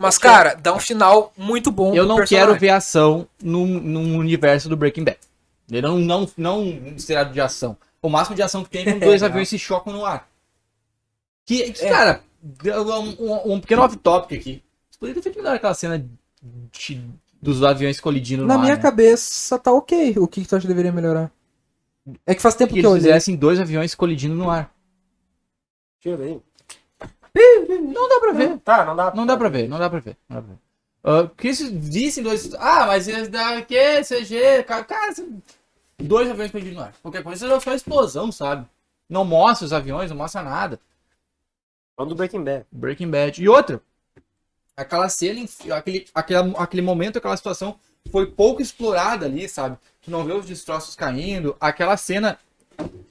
Speaker 8: Mas, cara, dá um final muito bom
Speaker 5: Eu
Speaker 8: pro
Speaker 5: não
Speaker 8: personagem.
Speaker 5: quero ver ação num, num universo do Breaking Bad. Ele não, não, não será de ação. O máximo de ação que tem é quando dois aviões se chocam no ar. Que,
Speaker 3: É.
Speaker 5: que, cara, um, um- um pequeno off-topic aqui. Você poderia ter feito melhor aquela cena de- dos aviões colidindo
Speaker 3: Na
Speaker 5: no
Speaker 3: minha
Speaker 5: ar, né?
Speaker 3: cabeça tá ok. O que, que tu acha que deveria melhorar? É que faz tempo
Speaker 5: Que
Speaker 3: que eu
Speaker 5: eles
Speaker 3: olhei.
Speaker 5: fizessem dois aviões colidindo no ar.
Speaker 1: Tira aí.
Speaker 5: Não dá pra ver.
Speaker 1: Tá, não dá.
Speaker 5: Não dá pra ver, não dá pra ver. Não dá pra ver. Ah, que se dissem dois. Ah, mas eles da que CG. Cara, cara, se- dois aviões perdidos no ar. Qualquer coisa é já foi explosão, sabe? Não mostra os aviões, não mostra nada.
Speaker 1: Falando do Breaking Bad.
Speaker 5: Breaking Bad. E outra, aquela cena, em- aquele, aquele, aquele momento, aquela situação foi pouco explorada ali, sabe? Tu não vê os destroços caindo. Aquela cena.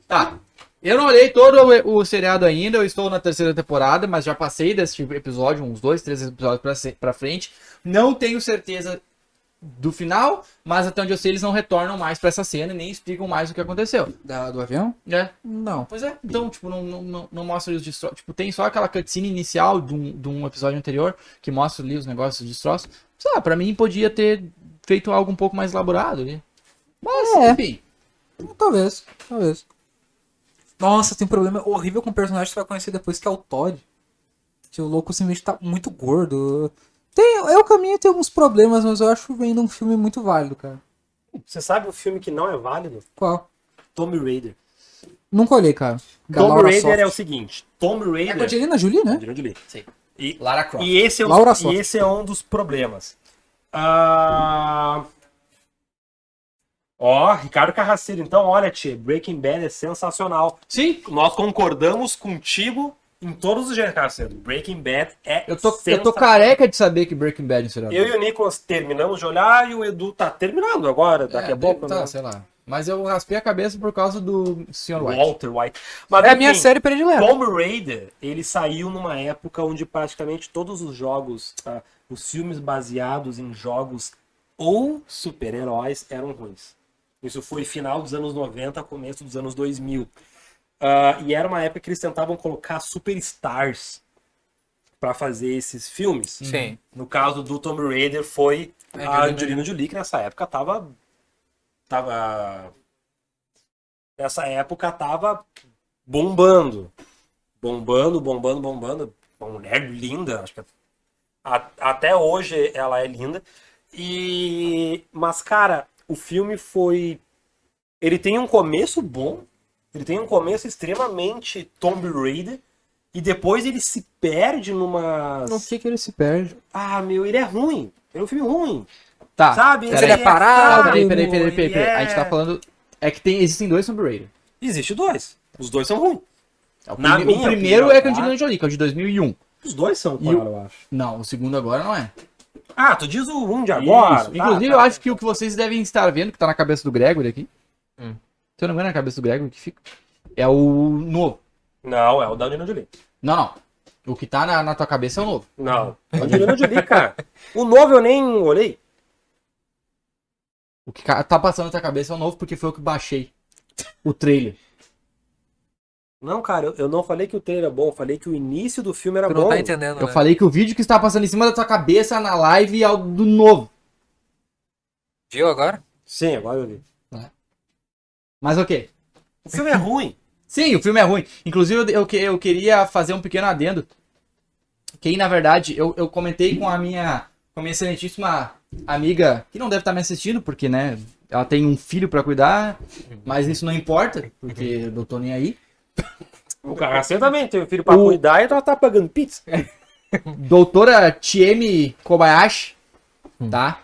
Speaker 5: Tá. Eu não olhei todo o, o seriado ainda, eu estou na terceira temporada, mas já passei desse episódio, uns dois, três episódios pra, se- pra frente. Não tenho certeza do final, mas até onde eu sei, eles não retornam mais pra essa cena e nem explicam mais o que aconteceu.
Speaker 3: Da- do avião?
Speaker 5: Né?
Speaker 3: Não.
Speaker 5: Pois é, então, tipo, não, não, não, não mostra ali os destroços. Tipo, tem só aquela cutscene inicial de um, de um episódio anterior que mostra ali os negócios, os destroços. Sei lá, pra mim podia ter feito algo um pouco mais elaborado ali. Mas,
Speaker 3: É.
Speaker 5: enfim.
Speaker 3: Talvez, talvez. Nossa, tem um problema horrível com o personagem que tu vai conhecer depois, que é o Todd. Que o louco simplesmente tá muito gordo. Tem, é o caminho tem alguns problemas, mas eu acho ainda um filme muito válido, cara.
Speaker 1: Você sabe o filme que não é válido?
Speaker 3: Qual?
Speaker 1: Tomb Raider.
Speaker 3: Nunca olhei, cara.
Speaker 1: Tomb
Speaker 3: Laura
Speaker 1: Raider
Speaker 3: Soft.
Speaker 1: é o seguinte. Tomb
Speaker 3: É
Speaker 1: Raider.
Speaker 3: com a Angelina Jolie, né?
Speaker 1: Angelina Jolie.
Speaker 5: Sim.
Speaker 1: E,
Speaker 5: Lara Croft.
Speaker 1: e esse é um,
Speaker 3: Laura
Speaker 1: e
Speaker 3: Soft.
Speaker 1: esse é um dos problemas. Ah, Ó, Ricardo Carraceiro. Então, olha, Tchê, Breaking Bad é sensacional.
Speaker 5: Sim,
Speaker 1: Nós concordamos contigo em todos os gêneros, Carraceiro. Breaking Bad é
Speaker 5: eu tô, eu tô
Speaker 1: sensacional.
Speaker 5: careca de saber que Breaking Bad é um seriado.
Speaker 1: Eu e o Nicolas terminamos de olhar e o Edu tá terminando agora, daqui
Speaker 5: É,
Speaker 1: a pouco.
Speaker 5: Tá,
Speaker 1: né?
Speaker 5: sei lá. Mas eu raspei a cabeça por causa do Sr. White.
Speaker 1: Walter White. Mas,
Speaker 8: É a minha
Speaker 1: enfim,
Speaker 8: série predileta.
Speaker 1: Tomb Raider, ele saiu numa época onde praticamente todos os jogos, ah, os filmes baseados em jogos ou super-heróis eram ruins. Isso foi final dos anos 90, começo dos anos 2000. Ah, e era uma época que eles tentavam colocar superstars pra fazer esses filmes.
Speaker 8: Sim.
Speaker 1: No caso do Tomb Raider foi
Speaker 8: É,
Speaker 1: a
Speaker 8: Angelina
Speaker 1: Angelina Jolie, que nessa época tava. tava. Nessa época tava bombando. Bombando, bombando, bombando. Uma mulher linda, acho que a- até hoje ela é linda. E. Mas, cara, o filme foi. Ele tem um começo bom. Ele tem um começo extremamente Tomb Raider. E depois ele se perde numa.
Speaker 3: No que, que ele se perde?
Speaker 1: Ah, meu, ele é ruim. Ele é um filme ruim.
Speaker 5: Tá.
Speaker 1: sabe?
Speaker 5: peraí.
Speaker 1: Ele é
Speaker 5: Ah,
Speaker 1: parado.
Speaker 5: peraí, peraí, peraí, peraí,
Speaker 1: ele
Speaker 5: peraí.
Speaker 1: é-
Speaker 5: A gente tá falando. É que tem, existem dois Tomb Raider.
Speaker 1: Existe dois. Os dois são ruins.
Speaker 5: É, O,
Speaker 1: Na
Speaker 5: prime-
Speaker 1: minha
Speaker 5: o primeiro
Speaker 1: opinião,
Speaker 5: é com a
Speaker 1: tá?
Speaker 5: Angelina Jolie, que é o de 2001.
Speaker 1: Os dois são,
Speaker 5: E o-
Speaker 1: eu acho.
Speaker 5: Não, o segundo agora não é.
Speaker 1: Ah, tu diz o um de agora.
Speaker 5: Isso.
Speaker 1: tá,
Speaker 5: Inclusive,
Speaker 1: tá.
Speaker 5: eu acho que o que vocês devem estar vendo, que tá na cabeça do Gregory aqui.
Speaker 8: Hum.
Speaker 5: Se eu não me engano, é na cabeça do Gregory que fica. É o novo.
Speaker 1: Não, é o da Angelina Jolie.
Speaker 5: Não, não. O que tá na, na tua cabeça é o novo.
Speaker 1: Não. É o da Angelina Jolie, cara. O novo eu nem olhei.
Speaker 5: O que ca- tá passando na tua cabeça é o novo, porque foi o que baixei. O trailer.
Speaker 1: Não, cara, eu, eu não falei que o trailer é bom. Eu falei que o início do filme era
Speaker 8: Tu não
Speaker 1: bom.
Speaker 8: tá entendendo,
Speaker 5: Eu
Speaker 8: né?
Speaker 5: falei que o vídeo que está passando em cima da tua cabeça na live é o do novo.
Speaker 8: Viu agora?
Speaker 1: Sim, agora eu vi.
Speaker 5: Mas ok.
Speaker 1: O filme é ruim.
Speaker 5: Sim, o filme é ruim. Inclusive, eu- eu, que- eu queria fazer um pequeno adendo. Que aí, na verdade, eu, eu comentei com a minha com a minha excelentíssima amiga, que não deve estar me assistindo, porque, né, ela tem um filho pra cuidar, mas isso não importa, porque eu não tô nem aí.
Speaker 1: O cara você também tem um filho pra
Speaker 5: O- É.
Speaker 1: cuidar e ela tá pagando pizza.
Speaker 5: Doutora Tieme Kobayashi, tá?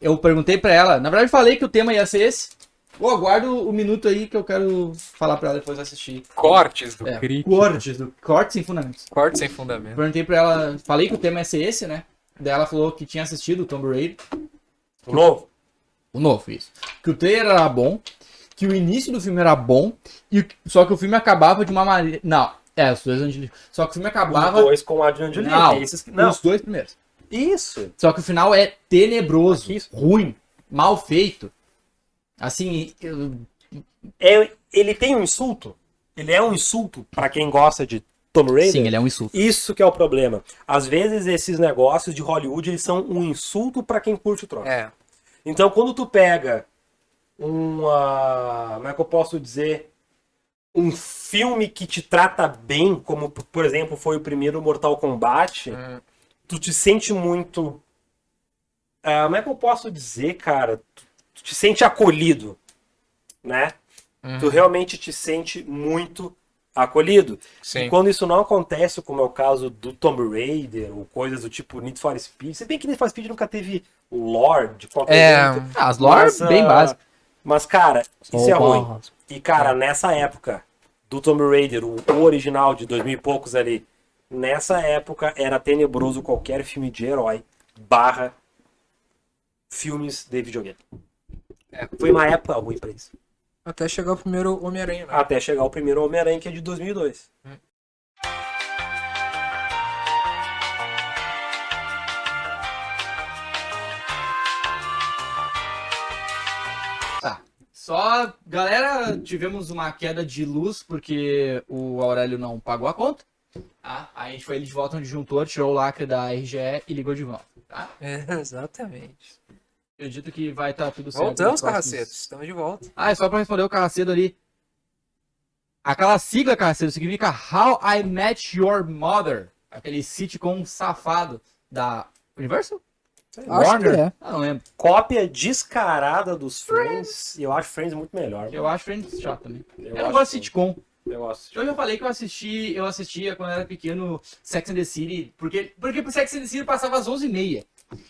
Speaker 5: Eu perguntei pra ela, na verdade, eu falei que o tema ia ser esse. Ô, aguardo o minuto aí que eu quero falar pra ela depois de assistir.
Speaker 8: Cortes do
Speaker 5: É,
Speaker 8: crítico.
Speaker 5: cortes, do- cortes sem fundamentos.
Speaker 8: Cortes sem fundamento.
Speaker 5: Perguntei pra ela, falei que o tema ia ser esse, né? Daí ela falou que tinha assistido o Tomb Raider,
Speaker 1: O novo.
Speaker 5: o novo, isso. Que o trailer era bom, que o início do filme era bom, e o- só que o filme acabava de uma maneira. Não, é, os dois Angelina. Só que o filme
Speaker 1: Os
Speaker 5: acabava.
Speaker 1: dois com a Angelina Jolie.
Speaker 5: Não.
Speaker 1: Esses que- não.
Speaker 5: Os dois primeiros.
Speaker 1: Isso.
Speaker 5: Só que o final é tenebroso,
Speaker 1: Aqui, isso.
Speaker 5: ruim, mal feito. Assim, eu-
Speaker 1: É, ele tem um insulto. Ele é um insulto pra quem gosta de Tomb Raider.
Speaker 5: sim, ele é um insulto.
Speaker 1: Isso que é o problema. Às vezes esses negócios de Hollywood eles são um insulto pra quem curte o troço.
Speaker 8: É.
Speaker 1: Então quando tu pega um, ah, como é que eu posso dizer, um filme que te trata bem, como p- por exemplo foi o primeiro Mortal Kombat,
Speaker 8: Hum.
Speaker 1: tu te sente muito, ah, como é que eu posso dizer, cara, tu, tu te sente acolhido, né?
Speaker 8: Uhum.
Speaker 1: Tu realmente te sente muito acolhido. E
Speaker 8: Sim.
Speaker 1: quando isso não acontece, como é o caso do Tomb Raider, ou coisas do tipo Need for Speed, se bem que Need for Speed nunca teve lore de qualquer
Speaker 8: É.
Speaker 1: jeito.
Speaker 5: Ah, as lore
Speaker 1: Mas,
Speaker 5: bem
Speaker 1: ah,
Speaker 5: básicas.
Speaker 1: Mas, cara, isso é
Speaker 5: Opa.
Speaker 1: ruim. E, cara, nessa época do Tomb Raider, o o original de 2000 e poucos ali, nessa época era tenebroso qualquer filme de herói barra filmes de videogame. Foi uma época ruim pra isso.
Speaker 8: Até chegar o primeiro Homem-Aranha, né?
Speaker 1: Até chegar o primeiro Homem-Aranha, que é de 2002.
Speaker 5: Só, galera, tivemos uma queda de luz porque o Aurélio não pagou a conta. Tá? Aí a gente foi ele de volta no disjuntor, tirou o lacre da RGE e ligou de volta. Tá?
Speaker 8: É, exatamente.
Speaker 5: Acredito que vai estar tudo certo.
Speaker 8: Voltamos,
Speaker 5: nos próximos-
Speaker 8: carracetos. Estamos de volta.
Speaker 5: Ah, é só pra responder o Carracedo ali. Aquela sigla, Carracedo, significa How I Met Your Mother. Aquele sitcom safado da Universal?
Speaker 3: Acho que é.
Speaker 5: Ah, não lembro.
Speaker 1: cópia descarada dos Friends. E eu acho Friends muito melhor.
Speaker 5: Eu acho Friends chato também.
Speaker 1: eu
Speaker 5: Eu,
Speaker 1: acho
Speaker 5: não gosto de
Speaker 1: Friends-
Speaker 5: sitcom.
Speaker 1: eu gosto.
Speaker 5: Eu já falei que eu assisti, eu assistia quando eu era pequeno Sex and the City, porque, porque pro Sex and the City passava às 11h30.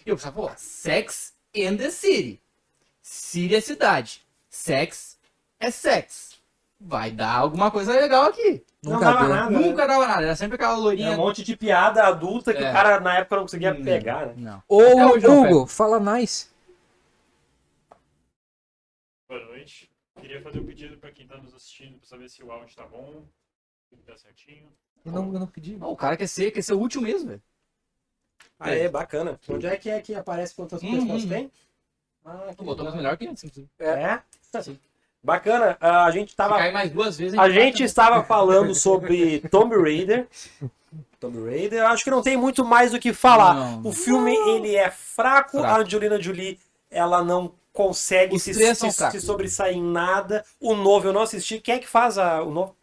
Speaker 5: Eu pensava, pô, Sex and the City. City é cidade. Sex é sexo. Vai dar alguma coisa legal aqui.
Speaker 1: Não
Speaker 8: Nunca
Speaker 1: dava
Speaker 8: deu.
Speaker 1: nada. né?
Speaker 5: Nunca dava nada, era sempre aquela
Speaker 1: Tinha
Speaker 5: loirinha.
Speaker 1: um monte de piada adulta que
Speaker 5: É.
Speaker 1: o cara na época não conseguia
Speaker 5: Hum.
Speaker 1: pegar, né?
Speaker 5: Não.
Speaker 3: Ô,
Speaker 5: Até hoje não
Speaker 3: Hugo, fala nice.
Speaker 4: Boa noite. Queria fazer um pedido pra quem tá nos assistindo pra saber se o áudio tá bom, se tá certinho.
Speaker 9: Eu não, eu não pedi.
Speaker 5: Não, o cara quer ser, quer ser o útil mesmo, velho.
Speaker 1: Aê, bacana. Onde é que é que aparece quantas pessoas tem? Ah, que
Speaker 5: Botamos
Speaker 1: legal.
Speaker 5: melhor que antes. Se
Speaker 1: É? Bacana. ah, a gente tava
Speaker 5: cair mais duas vezes,
Speaker 1: A gente estava falando sobre Tomb Raider. Tomb Raider, acho que não tem muito mais o que falar.
Speaker 5: Não.
Speaker 1: O filme ele é fraco,
Speaker 5: Fraco.
Speaker 1: a Angelina Jolie ela não consegue
Speaker 5: Os
Speaker 1: se,
Speaker 5: três são
Speaker 1: se-
Speaker 5: fracos.
Speaker 1: se sobressair em nada. O novo eu não assisti. Quem é que faz a- o novo?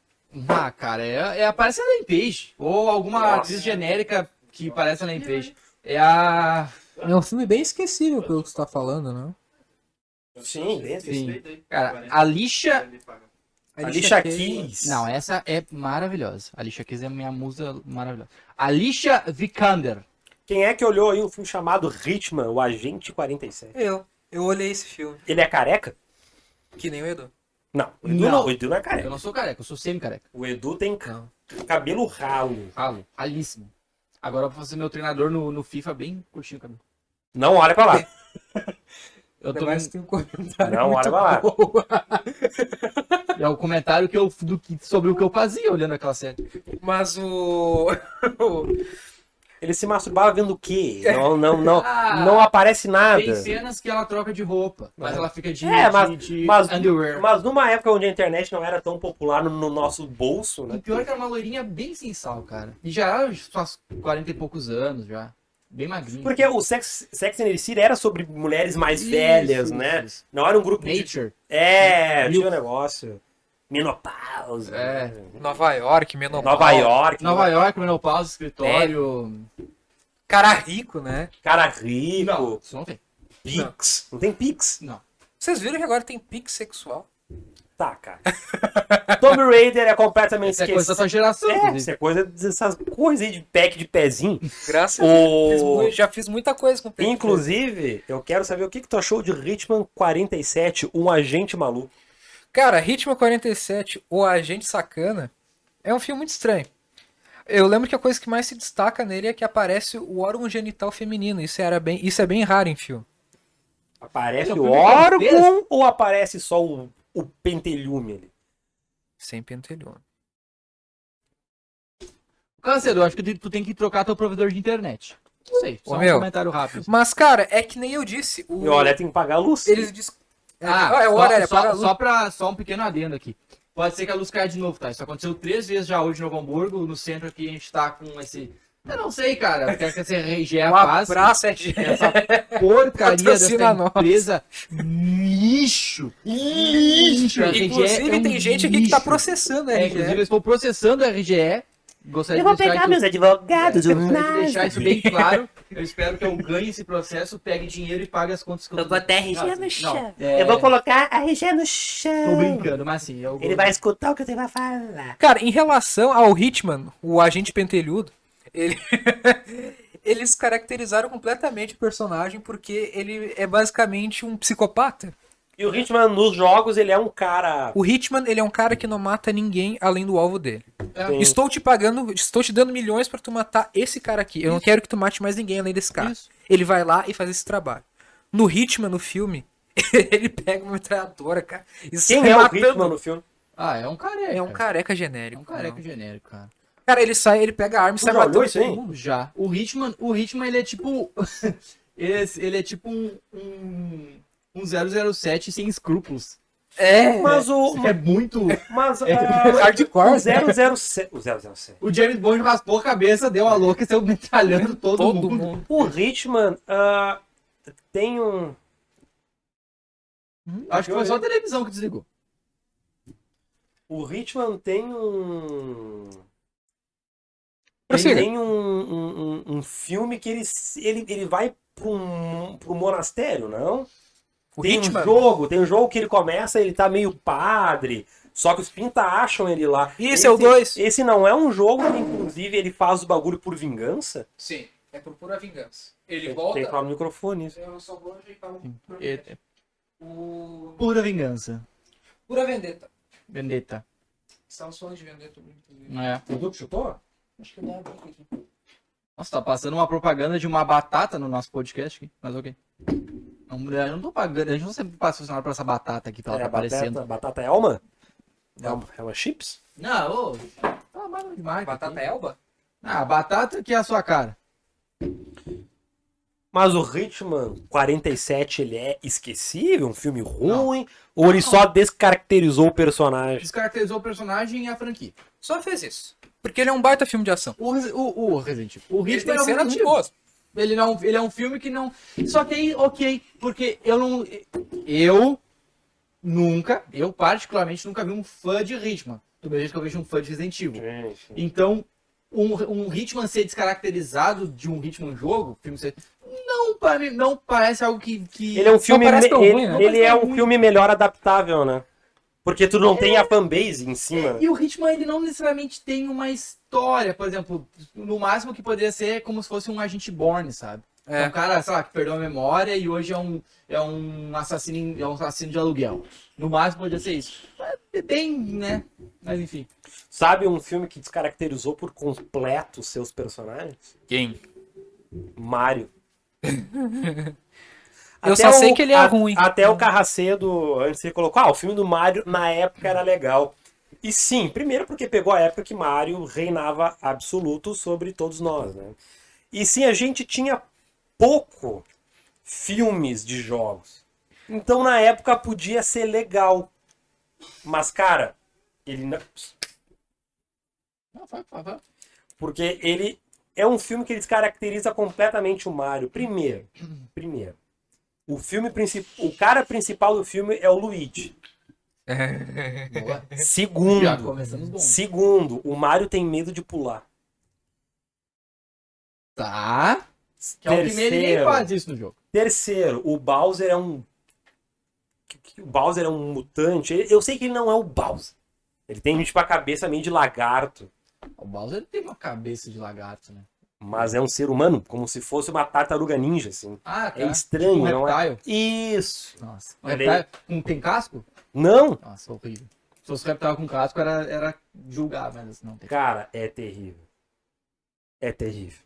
Speaker 5: Ah, cara, é, é aparece a Ellen Page. Ou alguma
Speaker 1: Nossa.
Speaker 5: atriz genérica que parece a Ellen Page. É a.
Speaker 9: É um filme bem esquecível pelo que você tá falando, né?
Speaker 4: Então,
Speaker 1: Sim, bem
Speaker 5: Sim. Cara, a Lixa.
Speaker 1: A Alicia Keys.
Speaker 5: Não, essa é maravilhosa. A Lixa Keys é minha musa maravilhosa. A Lixa Vikander.
Speaker 1: Quem é que olhou aí um filme chamado Ritman, o Agente 47?
Speaker 3: Eu. Eu olhei esse filme,
Speaker 1: Ele é careca?
Speaker 3: que nem o Edu.
Speaker 1: Não, o Edu não,
Speaker 5: Não.
Speaker 1: o Edu não é
Speaker 5: Eu
Speaker 1: careca.
Speaker 5: não sou careca, eu sou semi-careca.
Speaker 1: O Edu tem ca-
Speaker 3: Não.
Speaker 1: cabelo ralo.
Speaker 5: Ralo, ralíssimo. Agora eu vou fazer meu treinador no, no FIFA bem curtinho o cabelo.
Speaker 1: Não olha pra lá.
Speaker 5: Eu tô
Speaker 9: Parece que tem um
Speaker 5: Tá
Speaker 9: comentário.
Speaker 1: Não olha pra lá.
Speaker 5: É o comentário que eu, do que, sobre o que eu fazia olhando aquela série.
Speaker 3: Mas o.
Speaker 1: Ele se masturbava vendo o quê?
Speaker 5: É.
Speaker 1: Não, não, não.
Speaker 5: Ah,
Speaker 1: não aparece nada.
Speaker 5: Tem cenas que ela troca de roupa, mas ela fica de,
Speaker 1: É, mas-
Speaker 5: de, de
Speaker 1: mas-
Speaker 5: underwear.
Speaker 1: Mas numa época onde a internet não era tão popular no, no nosso bolso,
Speaker 5: E
Speaker 1: né?
Speaker 5: pior que era uma loirinha bem sem sal, cara. E já era uns seus 40 e poucos anos, já. Bem magrinha.
Speaker 1: Porque é o Sex, Sex and the City era sobre mulheres mais
Speaker 5: Isso,
Speaker 1: velhas,
Speaker 5: isso,
Speaker 1: né?
Speaker 5: isso.
Speaker 1: Não era um grupo de...
Speaker 5: Nature.
Speaker 1: É, tinha um negócio. Menopausa.
Speaker 5: É.
Speaker 3: Nova York, Menopausa.
Speaker 1: Nova York.
Speaker 5: Nova York, menopausa,
Speaker 1: É.
Speaker 5: escritório.
Speaker 3: Cara rico, né?
Speaker 1: Cara rico.
Speaker 5: Não, isso não tem.
Speaker 1: Pix. Não tem Pix?
Speaker 3: Vocês viram que agora tem pique sexual?
Speaker 1: Tá, cara. Tomb Raider é completamente
Speaker 5: Isso é
Speaker 1: esquecido.
Speaker 5: coisa dessa geração.
Speaker 1: É,
Speaker 5: inclusive.
Speaker 1: isso é coisa dessas coisas aí de pack de pezinho.
Speaker 5: é
Speaker 3: Graças a Deus. Fiz
Speaker 1: O...
Speaker 3: mui- Já fiz muita coisa com o Pedro.
Speaker 1: Inclusive, eu quero saber o que, que tu achou de Hitman 47, um agente maluco.
Speaker 3: Cara, Ritmo 47, O Agente Sacana, é um filme muito estranho. Eu lembro que a coisa que mais se destaca nele é que aparece o órgão genital feminino. Isso, era bem, isso é bem raro em filme.
Speaker 1: Aparece
Speaker 5: É um
Speaker 1: o
Speaker 5: filme de
Speaker 1: órgão ou aparece só o, o pentelhume ali?
Speaker 3: Sem pentelhona.
Speaker 5: Câncer, eu acho que tu- tu tem que trocar teu provedor de internet. Não sei, só
Speaker 3: Ô,
Speaker 5: um
Speaker 3: meu.
Speaker 5: comentário rápido.
Speaker 3: Mas, cara, é que nem eu disse. O...
Speaker 1: E olha, tem que pagar a luz.
Speaker 3: Eles diz...
Speaker 5: Ah,
Speaker 3: é o
Speaker 5: só,
Speaker 3: horário,
Speaker 5: só,
Speaker 3: para a luz.
Speaker 5: só pra- só um pequeno adendo aqui. Pode ser que a luz caia de novo, tá? Isso aconteceu três vezes já hoje em Novo Hamburgo. No centro aqui a gente tá com esse. Eu não sei, cara. Quer que você rejeia a
Speaker 3: Um
Speaker 5: paz.
Speaker 3: abraço, RG.
Speaker 5: Essa porcaria
Speaker 3: Patrocina
Speaker 5: dessa
Speaker 3: nós.
Speaker 5: empresa. Lixo! Lixo! A RGE
Speaker 3: Inclusive,
Speaker 5: é um
Speaker 3: tem gente aqui que tá
Speaker 5: lixo.
Speaker 3: processando a
Speaker 5: É,
Speaker 3: RGE.
Speaker 5: inclusive, eles estão processando a RGE. Gostaria de deixar que-
Speaker 1: advogados,
Speaker 3: É.
Speaker 5: Gostaria de deixar isso bem claro. Eu espero que eu ganhe esse processo, pegue dinheiro e pague as contas que eu
Speaker 1: até
Speaker 5: Não, não, é,
Speaker 1: Eu vou colocar a RG no chão.
Speaker 5: Tô brincando, mas assim, eu...
Speaker 1: Ele vai escutar o que você vai falar.
Speaker 3: Cara, em relação ao Hitman, o agente pentelhudo, ele... eles caracterizaram completamente o personagem porque ele é basicamente um psicopata.
Speaker 1: E o Hitman nos jogos, ele é um cara.
Speaker 3: O Hitman, ele é um cara que não mata ninguém além do alvo dele.
Speaker 1: Tem-
Speaker 3: Estou te pagando, estou te dando milhões pra tu matar esse cara aqui. Eu não quero que tu mate mais ninguém além desse cara.
Speaker 5: Isso.
Speaker 3: Ele vai lá e faz esse trabalho. No Hitman, no filme, ele pega uma metralhadora, cara, e
Speaker 1: Quem
Speaker 3: sai
Speaker 1: é o
Speaker 3: tá matando.
Speaker 1: Hitman no filme?
Speaker 5: Ah, é um careca.
Speaker 3: É um careca
Speaker 5: É
Speaker 3: genérico.
Speaker 5: um careca
Speaker 3: não.
Speaker 5: genérico, cara.
Speaker 3: Cara, ele sai, ele pega a arma e
Speaker 1: Tu
Speaker 3: sai
Speaker 1: já olhou
Speaker 3: tá matando
Speaker 1: isso
Speaker 3: todo
Speaker 1: aí?
Speaker 3: mundo.
Speaker 5: Já. O Hitman, o Hitman ele é tipo... ele, é, ele é tipo um... um... Um 007 sem escrúpulos.
Speaker 3: É,
Speaker 1: Mas o.
Speaker 5: É muito...
Speaker 1: Mas.
Speaker 5: É.
Speaker 1: ah,
Speaker 3: hardcore. né?
Speaker 1: O 007. O 007.
Speaker 5: O James Bond raspou a cabeça, deu a louca e saiu metralhando todo,
Speaker 3: Todo
Speaker 5: mundo.
Speaker 3: mundo.
Speaker 1: O Hitman ah, tem um.
Speaker 5: Acho que foi só a televisão que desligou.
Speaker 1: O Hitman tem um.
Speaker 3: Prossiga.
Speaker 1: Tem um, um, um- um filme que ele, se- ele, ele vai pra um, pra um monastério, não?
Speaker 3: O
Speaker 8: é
Speaker 1: tem
Speaker 3: Hitman.
Speaker 1: um jogo, tem um jogo que ele começa, ele tá meio padre, só que os pinta acham ele lá.
Speaker 3: Isso, é o dois.
Speaker 1: Esse não é um jogo que, inclusive, ele faz o bagulho por vingança?
Speaker 3: Sim, é por pura vingança.
Speaker 8: É,
Speaker 3: Ele
Speaker 1: Tem- Tem que falar no microfone isso.
Speaker 3: Eu só vou ajeitar um.
Speaker 5: É
Speaker 3: O...
Speaker 5: Pura vingança.
Speaker 3: Pura vendetta.
Speaker 5: Vendetta.
Speaker 3: Estamos falando de vendetta.
Speaker 8: né?
Speaker 3: Não.
Speaker 5: Não é.
Speaker 1: O Duque chutou?
Speaker 3: Acho que dá aqui.
Speaker 5: Nossa, tá passando uma propaganda de uma batata no nosso podcast aqui, mas ok. Não, eu não tô pagando, eu não sei patrocinado pra essa batata aqui que ela
Speaker 1: É,
Speaker 5: tá aparecendo.
Speaker 1: batata, batata Elma? É uma, é uma chips?
Speaker 5: Não, ô, tá mal demais.
Speaker 8: Batata
Speaker 5: aqui.
Speaker 8: Elba?
Speaker 5: Ah, batata que é a sua cara.
Speaker 1: Mas o Hitman 47, ele é esquecível? Um filme ruim? Ou ele só descaracterizou o personagem?
Speaker 5: Descaracterizou o personagem e a franquia.
Speaker 8: Só fez isso. Porque ele é um baita filme de ação.
Speaker 5: O, Resi- o, o Resident Evil. O
Speaker 8: Ele
Speaker 5: Hitman
Speaker 8: tem
Speaker 5: é um
Speaker 8: cenas
Speaker 5: filme-
Speaker 8: boas.
Speaker 5: Ele não, ele é um filme que não. Só que aí, ok, porque eu não, eu nunca, eu particularmente nunca vi um fã de Hitman. Do mesmo jeito que eu vejo um fã de Resident Evil.
Speaker 1: Gente,
Speaker 5: Então, um, um Hitman ser descaracterizado de um Hitman jogo, filme ser, não para mim, não parece algo que, que
Speaker 1: Ele é um filme,
Speaker 8: parece
Speaker 1: me-
Speaker 8: tão
Speaker 1: ele,
Speaker 8: ruim, É. né?
Speaker 1: ele é
Speaker 5: Não parece
Speaker 1: um filme melhor adaptável, né? Porque tu não tem a fanbase em cima.
Speaker 5: E o Hitman ele não necessariamente tem uma história, por exemplo, no máximo que poderia ser como se fosse um agente Bourne, sabe?
Speaker 8: É.
Speaker 5: É. Um cara, sei lá, que perdeu a memória e hoje é um, é um assassino em- é um assassino de aluguel. No máximo poderia ser isso. Mas é bem, né? Mas enfim.
Speaker 1: Sabe um filme que descaracterizou por completo os seus personagens?
Speaker 8: Quem?
Speaker 1: Mario.
Speaker 8: Eu só
Speaker 1: Até
Speaker 8: sei que ele é ruim.
Speaker 1: Até o Carracedo, antes ele colocou, ah, o filme do Mario na época era legal. E sim, primeiro porque pegou a época que Mario reinava absoluto sobre todos nós, né? E sim, a gente tinha pouco filmes de jogos. Então na época podia ser legal. Mas cara, ele não... Porque ele é um filme que ele descaracteriza completamente o Mario. Primeiro, primeiro. O filme principal, o cara principal do filme é o Luigi.
Speaker 5: Boa. Já
Speaker 1: Segundo,
Speaker 5: começamos bom.
Speaker 1: segundo, o Mario tem medo de pular.
Speaker 5: Tá. Que é o primeiro ninguém
Speaker 1: Terceiro.
Speaker 5: faz isso no jogo.
Speaker 1: Terceiro, o Bowser é um. que- que O Bowser é um mutante. Ele- Eu sei que ele não é o Bowser. Ele tem tipo a cabeça meio de lagarto.
Speaker 5: O Bowser ele tem uma cabeça de lagarto, né?
Speaker 1: Mas é um ser humano, como se fosse uma tartaruga ninja, assim.
Speaker 5: Ah, tá.
Speaker 1: É estranho,
Speaker 5: um
Speaker 1: não é?
Speaker 5: reptile.
Speaker 1: Isso.
Speaker 5: Nossa. Um
Speaker 1: Olha aí.
Speaker 5: reptile. Um, tem casco?
Speaker 1: Não,
Speaker 5: Nossa, horrível. Se fosse reptile com casco, era, era julgar, mas assim, não tem.
Speaker 1: cara, é terrível. É terrível.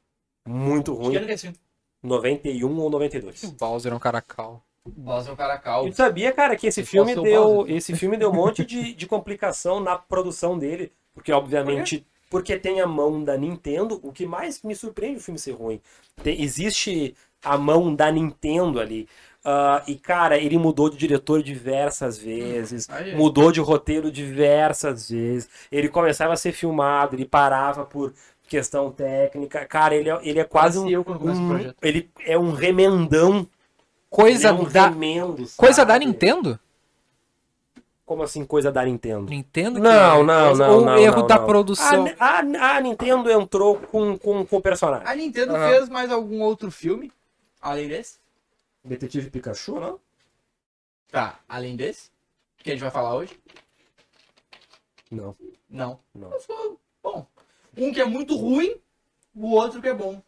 Speaker 1: Muito
Speaker 5: Acho que
Speaker 1: ruim.
Speaker 5: ano que é esse filme?
Speaker 1: 91 ou 92.
Speaker 8: O Bowser é um cara calmo.
Speaker 5: Bowser é o cara calmo.
Speaker 1: E tu sabia, cara, que esse
Speaker 5: Eu
Speaker 1: filme
Speaker 5: posso ser o
Speaker 1: deu,
Speaker 5: Bowser.
Speaker 1: esse filme deu um monte de, de complicação na produção dele, porque obviamente, porque tem a mão da Nintendo, o que mais me surpreende o filme ser ruim. Tem- existe a mão da Nintendo ali. Ah, e, cara, ele mudou de diretor diversas vezes,
Speaker 5: Aí,
Speaker 1: mudou de roteiro diversas vezes. Ele começava a ser filmado, ele parava por questão técnica. Cara, ele é, ele é quase um,
Speaker 5: eu quando começo o
Speaker 1: um-
Speaker 5: projeto.
Speaker 1: Ele é um remendão.
Speaker 8: Coisa
Speaker 1: ele é um
Speaker 8: da.
Speaker 1: remendo,
Speaker 8: Coisa da
Speaker 1: sabe?
Speaker 8: Nintendo?
Speaker 1: Como assim, coisa da Nintendo?
Speaker 8: Nintendo? que-
Speaker 1: Não, não, não,
Speaker 8: Ou
Speaker 1: não,
Speaker 8: erro
Speaker 1: não,
Speaker 8: da
Speaker 1: não.
Speaker 8: produção.
Speaker 1: A, a- a Nintendo entrou com, com, com o personagem.
Speaker 5: A Nintendo
Speaker 8: Aham.
Speaker 5: fez mais algum outro filme? Além desse?
Speaker 1: Detetive Pikachu, não?
Speaker 5: Tá, além desse? Que a gente vai falar hoje?
Speaker 1: Não.
Speaker 5: Não.
Speaker 1: Não.
Speaker 5: Mas ficou bom. Um que é muito ruim, o outro que é bom.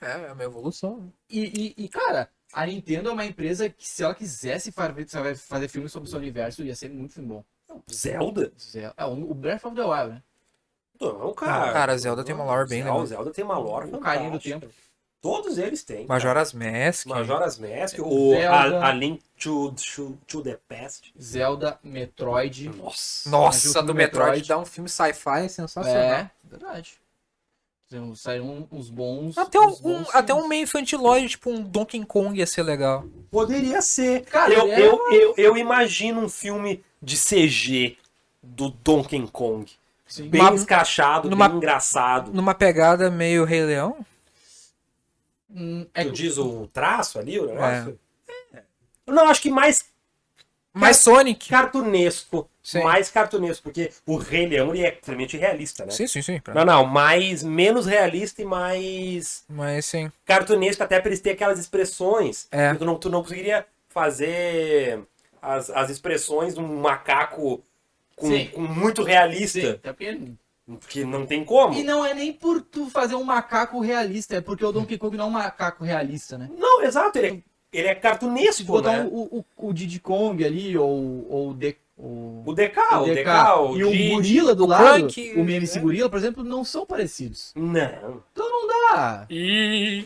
Speaker 8: É, é uma evolução.
Speaker 5: E, e- e, cara, a Nintendo é uma empresa que se ela quisesse fazer, fazer filme sobre o seu universo, ia ser muito filme bom.
Speaker 1: Zelda?
Speaker 5: É, o o Breath of the Wild, né?
Speaker 1: Não, cara.
Speaker 8: Cara, Zelda tem uma lore bem
Speaker 1: Zelda,
Speaker 8: legal.
Speaker 1: Zelda tem uma lore
Speaker 5: O carinho do
Speaker 1: fantástica.
Speaker 5: tempo.
Speaker 1: Todos eles têm.
Speaker 8: Majora's Mask.
Speaker 1: Majora's Mask, o,
Speaker 5: Zelda.
Speaker 1: a, a Link to, to, to the Past.
Speaker 5: Zelda, Metroid.
Speaker 1: Nossa.
Speaker 5: Mas o
Speaker 8: Nossa,
Speaker 5: filme
Speaker 8: do Metroid,
Speaker 5: Metroid.
Speaker 8: dá um filme sci-fi
Speaker 1: Tá
Speaker 8: sensacional.
Speaker 5: É, verdade. Então, Saíram uns bons.
Speaker 8: Até um,
Speaker 5: uns bons
Speaker 8: um- até um
Speaker 5: filmes.
Speaker 8: meio infantilóide, tipo um Donkey Kong ia ser legal.
Speaker 1: Poderia ser.
Speaker 5: Cara,
Speaker 1: eu,
Speaker 5: é-
Speaker 1: eu, eu, eu imagino um filme de CG do Donkey Kong.
Speaker 5: Sim.
Speaker 1: Bem
Speaker 8: Mas-
Speaker 1: escrachado,
Speaker 8: numa-
Speaker 1: bem engraçado.
Speaker 8: Numa pegada meio Rei Leão?
Speaker 5: Hum, é
Speaker 1: Tu
Speaker 5: que-
Speaker 1: diz o traço ali, o negócio? É. Não, acho que mais
Speaker 8: Mas Sonic.
Speaker 1: cartunesco.
Speaker 8: Sim.
Speaker 1: Mais cartunesco, porque o Rei Leão ele é extremamente realista, né?
Speaker 8: Sim, sim, sim. pra-
Speaker 1: Não, não, mais, menos realista e mais
Speaker 8: Mas sim.
Speaker 1: cartunesco, até pra eles terem aquelas expressões.
Speaker 8: É.
Speaker 1: que Tu, não, tu não conseguiria fazer as, as expressões de um macaco com,
Speaker 5: Sim.
Speaker 1: com muito realista,
Speaker 5: Tá pequeno.
Speaker 1: porque não tem como.
Speaker 5: E não é nem por tu fazer um macaco realista, é porque o Donkey Kong não é um macaco realista, né?
Speaker 1: Não, exato, ele é, ele é
Speaker 5: Se
Speaker 1: cartunesco,
Speaker 5: botar
Speaker 1: né?
Speaker 5: o, o, o Diddy Kong ali, ou, ou o de, o,
Speaker 1: O Decal, o
Speaker 5: DK,
Speaker 1: Decal, o
Speaker 5: e um o
Speaker 1: Didi.
Speaker 5: gorila do lado,
Speaker 8: Crank,
Speaker 5: o Meme
Speaker 8: é.
Speaker 5: Gorila, por exemplo, não são parecidos.
Speaker 1: Não.
Speaker 5: Então não dá,
Speaker 2: Ah,
Speaker 8: E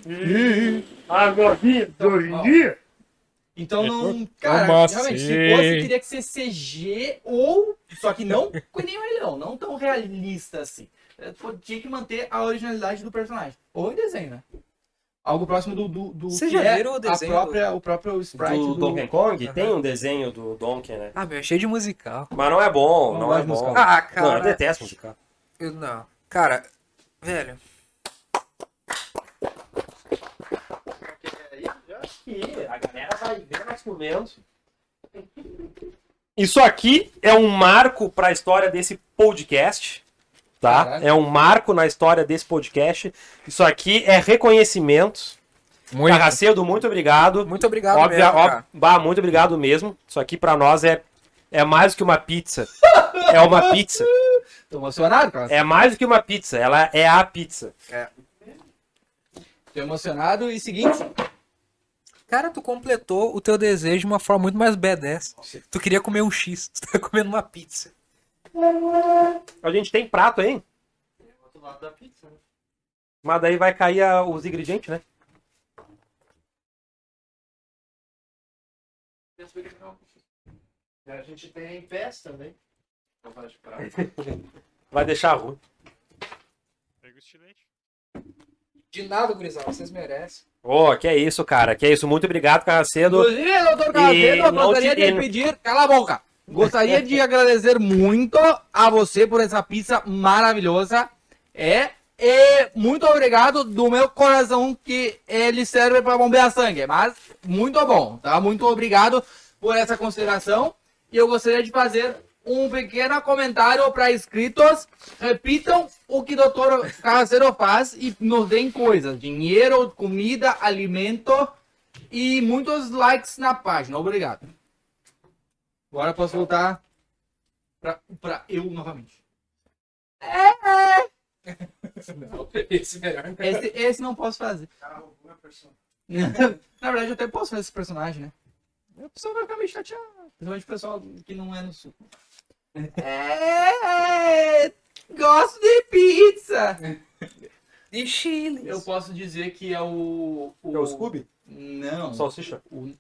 Speaker 5: Então não. Cara, realmente, se
Speaker 8: assim?
Speaker 5: fosse, teria que ser CG ou. Só que não que nem o Rei Leão, não tão realista assim. É, pô, Tinha que manter a originalidade do personagem. Ou em desenho, né? Algo próximo do. do, do
Speaker 8: Vocês
Speaker 5: que
Speaker 8: já
Speaker 5: é
Speaker 8: viram o
Speaker 5: a
Speaker 8: desenho
Speaker 5: própria- o próprio sprite
Speaker 1: do
Speaker 5: do.
Speaker 1: Donkey Kong? Tem um desenho do Donkey, né?
Speaker 8: Ah, meu, é cheio de musical.
Speaker 1: Mas não é bom, não, é
Speaker 2: gosto de
Speaker 1: bom.
Speaker 2: musical.
Speaker 8: Ah,
Speaker 1: não, eu
Speaker 8: cara.
Speaker 1: detesto musical.
Speaker 8: eu não. Cara, velho.
Speaker 1: a galera vai ver nós comendo. Isso aqui é um marco para a história desse podcast, tá?
Speaker 5: Caralho.
Speaker 1: É um marco na história desse podcast. Isso aqui é reconhecimento.
Speaker 8: Muito,
Speaker 1: Carracedo, muito obrigado.
Speaker 8: muito obrigado
Speaker 1: Óbvia-
Speaker 8: mesmo,
Speaker 1: ó-
Speaker 8: cara.
Speaker 1: bah, muito obrigado mesmo. Isso aqui para nós é é mais do que uma pizza. É uma pizza.
Speaker 2: tô emocionado, cara.
Speaker 1: É mais do que uma pizza. Ela é a pizza.
Speaker 5: Tô emocionado. E seguinte,
Speaker 8: Cara, tu completou o teu desejo de uma forma muito mais B10. Tu queria comer um X, tu tá comendo uma pizza.
Speaker 1: A gente tem prato, hein?
Speaker 5: outro lado da pizza.
Speaker 1: Mas daí vai cair a- os ingredientes, né?
Speaker 7: A gente tem né? pés também. Vontade de prato.
Speaker 1: Vai deixar ruim.
Speaker 4: Pega o estilete.
Speaker 8: De nada, gurizada, vocês merecem.
Speaker 1: Ô, que é isso, cara. Que é isso. Muito obrigado, Carracedo.
Speaker 5: Inclusive, doutor Calaveiro,
Speaker 1: não
Speaker 5: eu gostaria
Speaker 1: te-
Speaker 5: de pedir. Cala a boca! Gostaria de agradecer muito a você por essa pizza maravilhosa. É. E muito obrigado do meu coração que ele serve para bombear sangue. Mas muito bom, tá? Muito obrigado por essa consideração. E eu gostaria de fazer um pequeno comentário para inscritos. Repitam o que o doutor Carracero faz e nos deem coisas. Dinheiro, comida, alimento e muitos likes na página. Obrigado. Agora eu posso voltar pra, pra eu novamente.
Speaker 8: Esse melhor.
Speaker 5: Esse, esse não posso fazer. na verdade, eu até posso fazer esse personagem, né? A pessoa vai ficar meio chateada. Principalmente o pessoal que não é no sul. É, gosto de pizza!
Speaker 8: E Chile.
Speaker 5: Eu posso dizer que é o. o...
Speaker 1: É o Scooby?
Speaker 5: Não.
Speaker 1: Salsicha.
Speaker 5: O... o-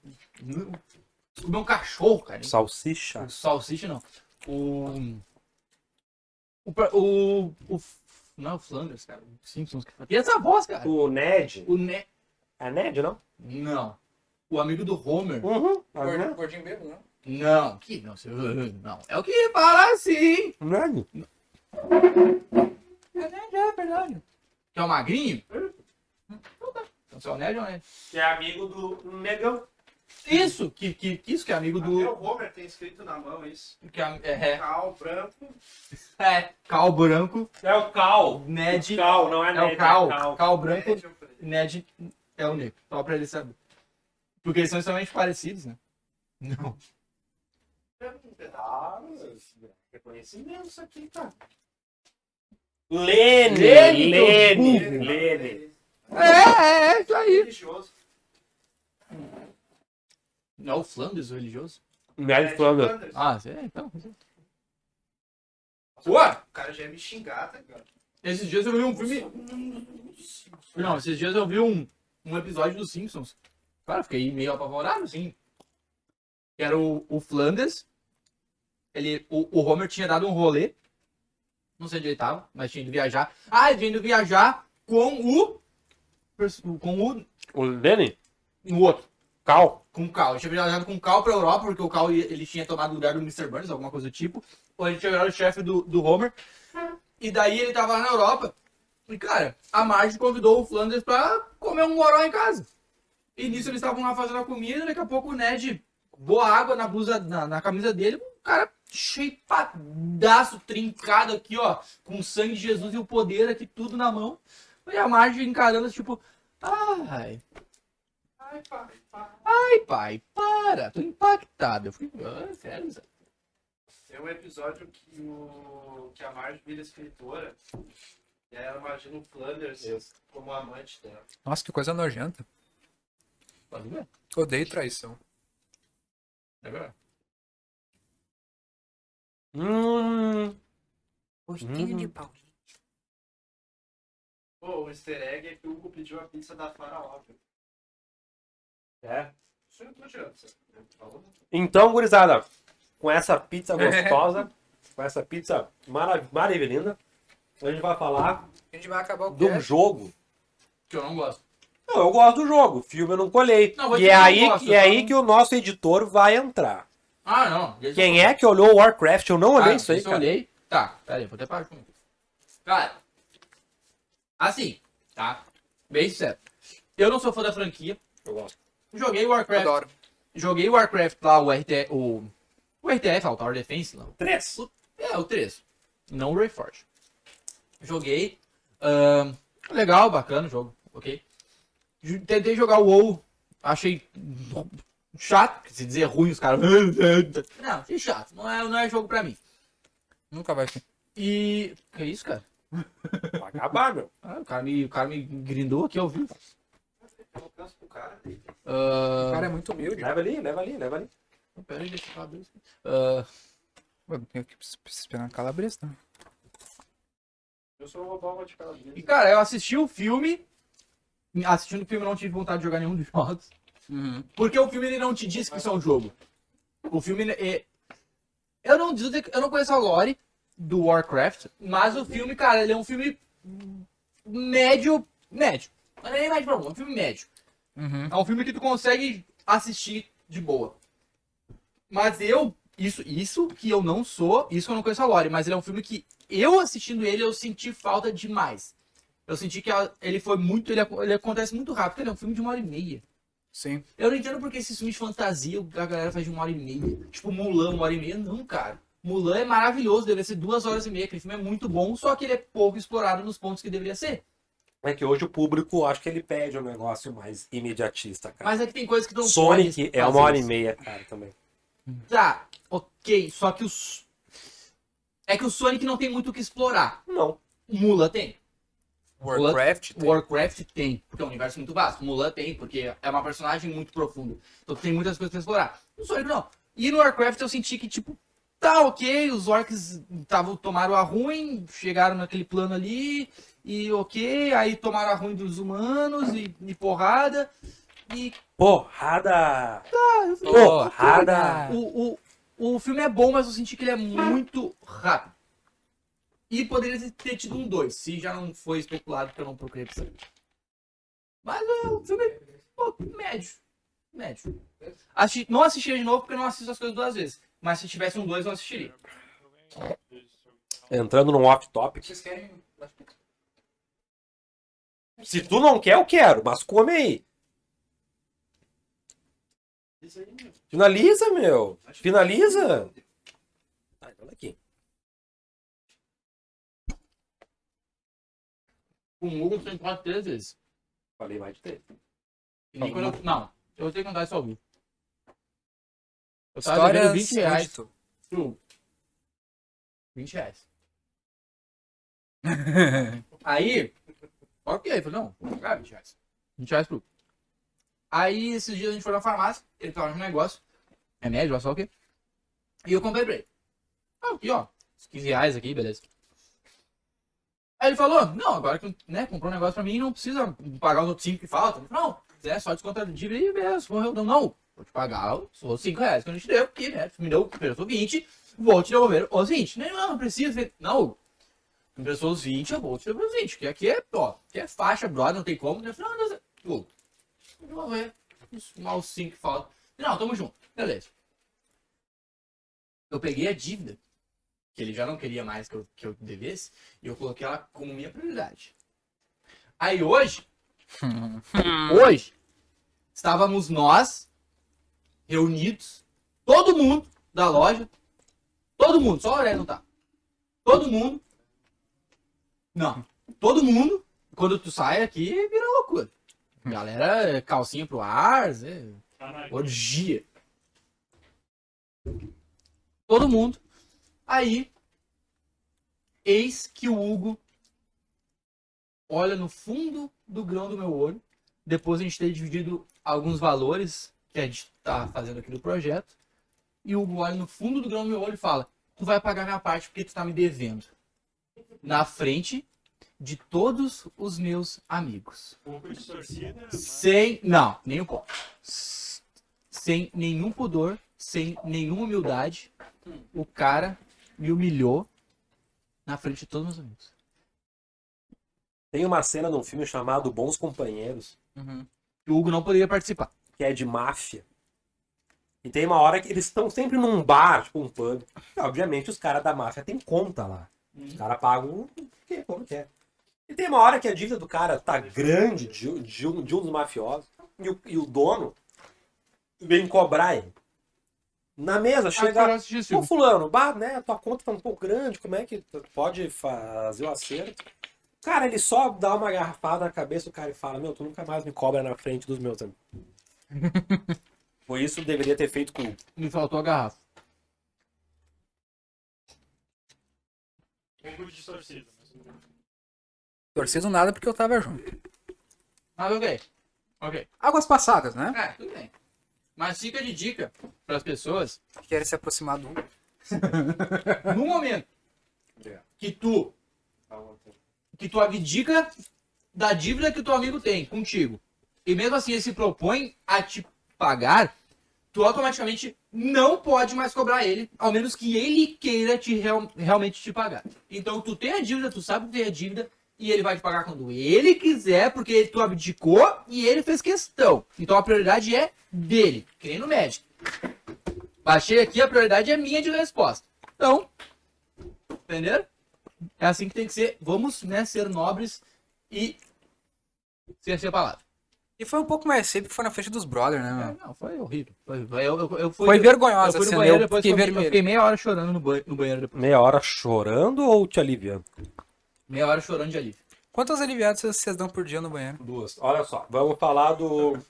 Speaker 5: Scooby é um cachorro, cara.
Speaker 1: Salsicha.
Speaker 5: O salsicha não. O. O. pra- o, o não é o Flanders, cara. O Simpsons que faz. E essa voz, cara?
Speaker 1: O Ned.
Speaker 5: O Ne.
Speaker 1: É Ned, não?
Speaker 5: Não. O amigo do Homer.
Speaker 1: Uhum.
Speaker 8: Gordinho, né? gordinho bêbado, não?
Speaker 5: Não. Que não, seu- não. É o que fala assim.
Speaker 1: Ned.
Speaker 5: É verdade. Que é o magrinho? Então tá. Então se é o Ned ou o Ned?
Speaker 1: Que é amigo do Negão.
Speaker 5: Isso! Que, que, que isso que é amigo
Speaker 7: Até
Speaker 5: do.
Speaker 7: o Homer tem escrito na mão isso.
Speaker 5: Que é,
Speaker 7: Cal, branco.
Speaker 5: é, é. Cal branco.
Speaker 1: É o Cal.
Speaker 5: Ned.
Speaker 1: Cal, não é
Speaker 5: É
Speaker 1: Ned.
Speaker 5: o Cal. Cal branco.
Speaker 7: Médio,
Speaker 5: Ned é o Nico. Só pra ele saber. Porque eles são extremamente parecidos, né? Não.
Speaker 7: Ah, reconhecimento isso aqui, cara.
Speaker 1: Lene.
Speaker 5: Lene,
Speaker 1: Lene.
Speaker 7: Lene.
Speaker 1: Lene.
Speaker 5: É, é, é isso aí.
Speaker 7: Religioso.
Speaker 5: Não é o Flanders, o religioso?
Speaker 1: Ned Flanders.
Speaker 7: Flanders.
Speaker 5: Ah, é, então.
Speaker 7: Ué? O cara já ia me xingar, tá ligado?
Speaker 5: Esses dias eu vi um filme. Não, esses dias eu vi um, um episódio dos Simpsons. Cara, eu fiquei meio apavorado, assim. Que era o, o Flanders. Ele, o, o Homer tinha dado um rolê. Não sei onde ele tava, mas tinha ido viajar. Ah, ele tinha ido viajar com o. pers- Com o.
Speaker 1: O Lene?
Speaker 5: O outro.
Speaker 1: Cal.
Speaker 5: com o Cal. Ele tinha viajado com o Cal pra Europa, porque o Cal ele tinha tomado o lugar do Mr. Burns, alguma coisa do tipo. Ou ele tinha virado o chefe do, do Homer. E daí ele tava lá na Europa. E, cara, a Marge convidou o Flanders pra comer um goró em casa. E nisso eles estavam lá fazendo a comida, daqui a pouco o Ned boa água na blusa, na, na camisa dele, um cara cheipadaço, trincado aqui, ó, com o sangue de Jesus e o poder aqui, tudo na mão. E a Marge encarando, tipo, ai,
Speaker 7: Ai, pai, pai.
Speaker 5: Ai, pai, para, tô impactado. Eu fui, ah, sério, Zé?
Speaker 7: Tem um episódio que, o, que a Marge vira escritora. E aí ela imagina o Flanders como amante dela.
Speaker 8: Nossa, que coisa nojenta.
Speaker 5: Pode ver.
Speaker 8: Odeio traição.
Speaker 5: Agora.
Speaker 1: Hum.
Speaker 5: Hum.
Speaker 1: Hum.
Speaker 8: Gostinho de pau.
Speaker 7: Ô, Pô, um easter egg é que o Hugo pediu a pizza da Faraó. velho.
Speaker 5: É.
Speaker 7: Isso eu não tô tirando. você falou?
Speaker 1: Então, gurizada, com essa pizza gostosa, com essa pizza marav maravilhosa, a gente vai falar
Speaker 8: A gente vai acabar o
Speaker 1: de
Speaker 5: É.
Speaker 1: um
Speaker 8: cast.
Speaker 1: jogo.
Speaker 5: Que eu não gosto.
Speaker 1: Não, eu gosto do jogo, filme eu não colhei.
Speaker 5: Não, vou
Speaker 1: e é
Speaker 5: dizer que eu
Speaker 1: aí,
Speaker 5: gosto,
Speaker 1: e é
Speaker 5: eu
Speaker 1: aí
Speaker 5: não-
Speaker 1: que o nosso editor vai entrar.
Speaker 5: Ah, não.
Speaker 1: Quem é que olhou Warcraft? Eu não olhei isso aí,
Speaker 5: Ah, Eu
Speaker 1: cara.
Speaker 5: olhei. Tá, peraí, vou até parar de comer. Cara, assim, tá? Bem sincero. Eu não sou fã da franquia.
Speaker 1: Eu gosto.
Speaker 5: Joguei Warcraft.
Speaker 8: Adoro.
Speaker 5: Joguei Warcraft lá, o RT. O, o RTF, lá, o Tower Defense lá.
Speaker 1: Três.
Speaker 5: É, o 3. Não o Rayforge. Joguei. ahn, legal, bacana o jogo. Ok. Ju- Tentei jogar o WoW. Achei chato. Se dizer ruim, os caras. Não, achei chato. Não é, não é jogo pra mim.
Speaker 8: Nunca vai ser.
Speaker 5: E. Que isso, cara?
Speaker 1: Vai acabar, meu.
Speaker 5: Ah, o, cara me, o cara me grindou aqui ao vivo.
Speaker 7: Eu não canso pro cara.
Speaker 5: Ah,
Speaker 3: O cara é muito humilde.
Speaker 1: Leva ali, leva ali, leva ali.
Speaker 5: Pera aí, deixa eu abrir isso. Ah,
Speaker 8: Mano, tem que esperar a calabresa também.
Speaker 7: Eu sou o Obama de cada
Speaker 5: e,
Speaker 7: vez.
Speaker 5: cara, eu assisti o filme. Assistindo o filme, eu não tive vontade de jogar nenhum dos jogos.
Speaker 8: Uhum.
Speaker 5: Porque o filme ele não te diz que isso é um jogo. O filme. ele É... Eu não digo que- eu não conheço a lore do Warcraft, mas o filme, cara, ele é um filme médio. Médio. Não é nem médio pra bom, é um filme médio.
Speaker 8: Uhum.
Speaker 5: É um filme que tu consegue assistir de boa. Mas eu. Isso, isso que eu não sou, isso que eu não conheço a Lore, mas ele é um filme que eu assistindo ele, eu senti falta demais. Eu senti que a- ele foi muito. Ele, ac- ele acontece muito rápido, ele é um filme de uma hora e meia.
Speaker 8: Sim.
Speaker 5: Eu não entendo porque esses filmes de fantasia a galera faz de uma hora e meia. Tipo, Mulan, uma hora e meia. Não, cara. Mulan é maravilhoso, deveria ser duas horas e meia. Aquele filme é muito bom, só que ele é pouco explorado nos pontos que deveria ser.
Speaker 1: É que hoje o público, acho que ele pede um negócio mais imediatista, cara.
Speaker 5: Mas é que tem coisas que não
Speaker 1: Sonic
Speaker 5: pode
Speaker 1: é uma
Speaker 5: fazer.
Speaker 1: hora e meia, cara, também.
Speaker 5: Tá, ok, só que os. É que o Sonic não tem muito o que explorar.
Speaker 1: Não.
Speaker 5: Mula tem.
Speaker 8: Warcraft. tem-
Speaker 5: Tipo, Warcraft tem, porque é um universo muito vasto. Mulan tem, porque é uma personagem muito profunda. Então tem muitas coisas pra explorar. No Sonic não. E no Warcraft eu senti que, tipo, tá ok, os orcs tavam, tomaram a ruim, chegaram naquele plano ali, e ok, aí tomaram a ruim dos humanos e, e porrada. E Tá
Speaker 1: Porrada!
Speaker 8: Porra.
Speaker 1: Porrada!
Speaker 5: o, o, o filme é bom, mas eu senti que ele é muito rápido. E poderia ter tido um 2, se já não foi especulado que eu não procurei pra saber. Mas é um filme pô, médio. Médio. Assisti- não assistiria de novo porque eu não assisto as coisas duas vezes. Mas se tivesse um 2, eu assistiria.
Speaker 1: Entrando num off-topic.
Speaker 8: Vocês querem.
Speaker 1: Se tu não quer, eu quero, mas come aí.
Speaker 7: Isso aí, meu.
Speaker 1: Finaliza, meu. Finaliza. Tá, então daqui.
Speaker 5: Com o Hugo tem quase três vezes.
Speaker 1: Falei mais de três.
Speaker 5: E nem quando eu- não, eu tenho que contar isso ao vivo. Eu tava
Speaker 8: Histórias
Speaker 5: devendo 20
Speaker 8: onde
Speaker 5: reais.
Speaker 8: tu?
Speaker 5: Tipo, 20 reais. Aí, ok, eu falei, não, vou pagar 20 reais. 20 reais pro. Aí, esses dias a gente foi na farmácia, ele tava no negócio, remédio, olha só o quê. E eu comprei pra ele. Ah, aqui, ó, uns 15 reais aqui, beleza. Aí ele falou, não, agora que né, comprou um negócio pra mim, não precisa pagar os outros 5 que faltam. Ele falou, não, se é só descontar do dívida e beleza, morreu. Não, não, vou te pagar os 5 reais que eu não te deu, porque, né, tu me deu, prestou 20, vou te devolver os 20. Não, não, não precisa, não, me prestou os 20, eu vou te devolver os 20, porque aqui é, ó, aqui é faixa, brother, não tem como, né? Eu falei, não, não, não, não, devolver, os- mal os 5 um que faltam. Não, tamo junto, beleza. Eu peguei a dívida, que ele já não queria mais que eu, que eu devesse, e eu coloquei ela como minha prioridade. Aí hoje, hoje, estávamos nós reunidos, todo mundo da loja, todo mundo, só o Aurélio não tá. Todo mundo. Não, todo mundo, quando tu sai aqui, vira loucura. Galera, calcinha pro ar, zé,
Speaker 4: Caralho.
Speaker 5: orgia. Todo mundo. Aí, eis que o Hugo olha no fundo do grão do meu olho. Depois a gente ter dividido alguns valores que a gente tá fazendo aqui do projeto. E o Hugo olha no fundo do grão do meu olho e fala: Tu vai pagar minha parte porque tu tá me devendo. Na frente, de todos os meus amigos.
Speaker 4: Pouco de torcida, mas
Speaker 5: Sem. Não, nenhum copo. S- Sem nenhum pudor, sem nenhuma humildade. O cara me humilhou na frente de todos os meus amigos.
Speaker 1: Tem uma cena num filme chamado Bons Companheiros,
Speaker 8: Uhum.
Speaker 5: O Hugo não poderia participar.
Speaker 1: que é de máfia. E tem uma hora que eles estão sempre num bar, tipo um pub. E, obviamente os caras da máfia têm conta lá. Os caras pagam o que, como que é. E tem uma hora que a dívida do cara tá grande de, um- de um, de um dos mafiosos. E o, e o dono vem cobrar ele. Na mesa chega. Ô fulano, bah, né, tua conta tá um pouco grande, como é que tu pode fazer o acerto? Cara, ele só dá uma garrafada na cabeça do cara e fala, meu, tu nunca mais me cobra na frente dos meus amigos. Por isso deveria ter feito com
Speaker 5: Me faltou a garrafa.
Speaker 4: pouco um de torcida. mas- um
Speaker 8: Torci do nada porque eu tava junto.
Speaker 5: Mas ok. Ok.
Speaker 8: Águas passadas, né?
Speaker 5: É, tudo bem. Mas fica de dica para as pessoas,
Speaker 8: Que querem se aproximar do. um.
Speaker 5: no momento que tu que tu abdica da dívida que o teu amigo tem contigo, e mesmo assim ele se propõe a te pagar, tu automaticamente não pode mais cobrar ele, ao menos que ele queira te real- realmente te pagar. Então tu tem a dívida, tu sabe que tem a dívida, e ele vai te pagar quando ele quiser, porque tu abdicou e ele fez questão. Então a prioridade é dele, que nem no médico. Baixei aqui, a prioridade é minha de resposta. Então, entenderam? É assim que tem que ser. Vamos, né, ser nobres e ser separado.
Speaker 8: E foi um pouco mais cedo que foi na frente dos brothers, né,
Speaker 5: É,
Speaker 8: meu?
Speaker 5: não, foi horrível. Foi, foi- eu, eu, eu fui,
Speaker 8: Foi
Speaker 5: eu
Speaker 8: vergonhosa
Speaker 5: fui
Speaker 8: a
Speaker 5: no
Speaker 8: cena,
Speaker 5: banheiro,
Speaker 8: eu
Speaker 5: depois
Speaker 8: fiquei
Speaker 5: eu fiquei, eu
Speaker 8: vermelho.
Speaker 5: fiquei meia hora chorando no, banhe- no banheiro depois.
Speaker 1: meia hora chorando ou te aliviando?
Speaker 5: Meia hora chorando de alívio.
Speaker 8: Quantos aliviados vocês- vocês dão por dia no banheiro?
Speaker 1: Duas. Olha só, vamos falar do...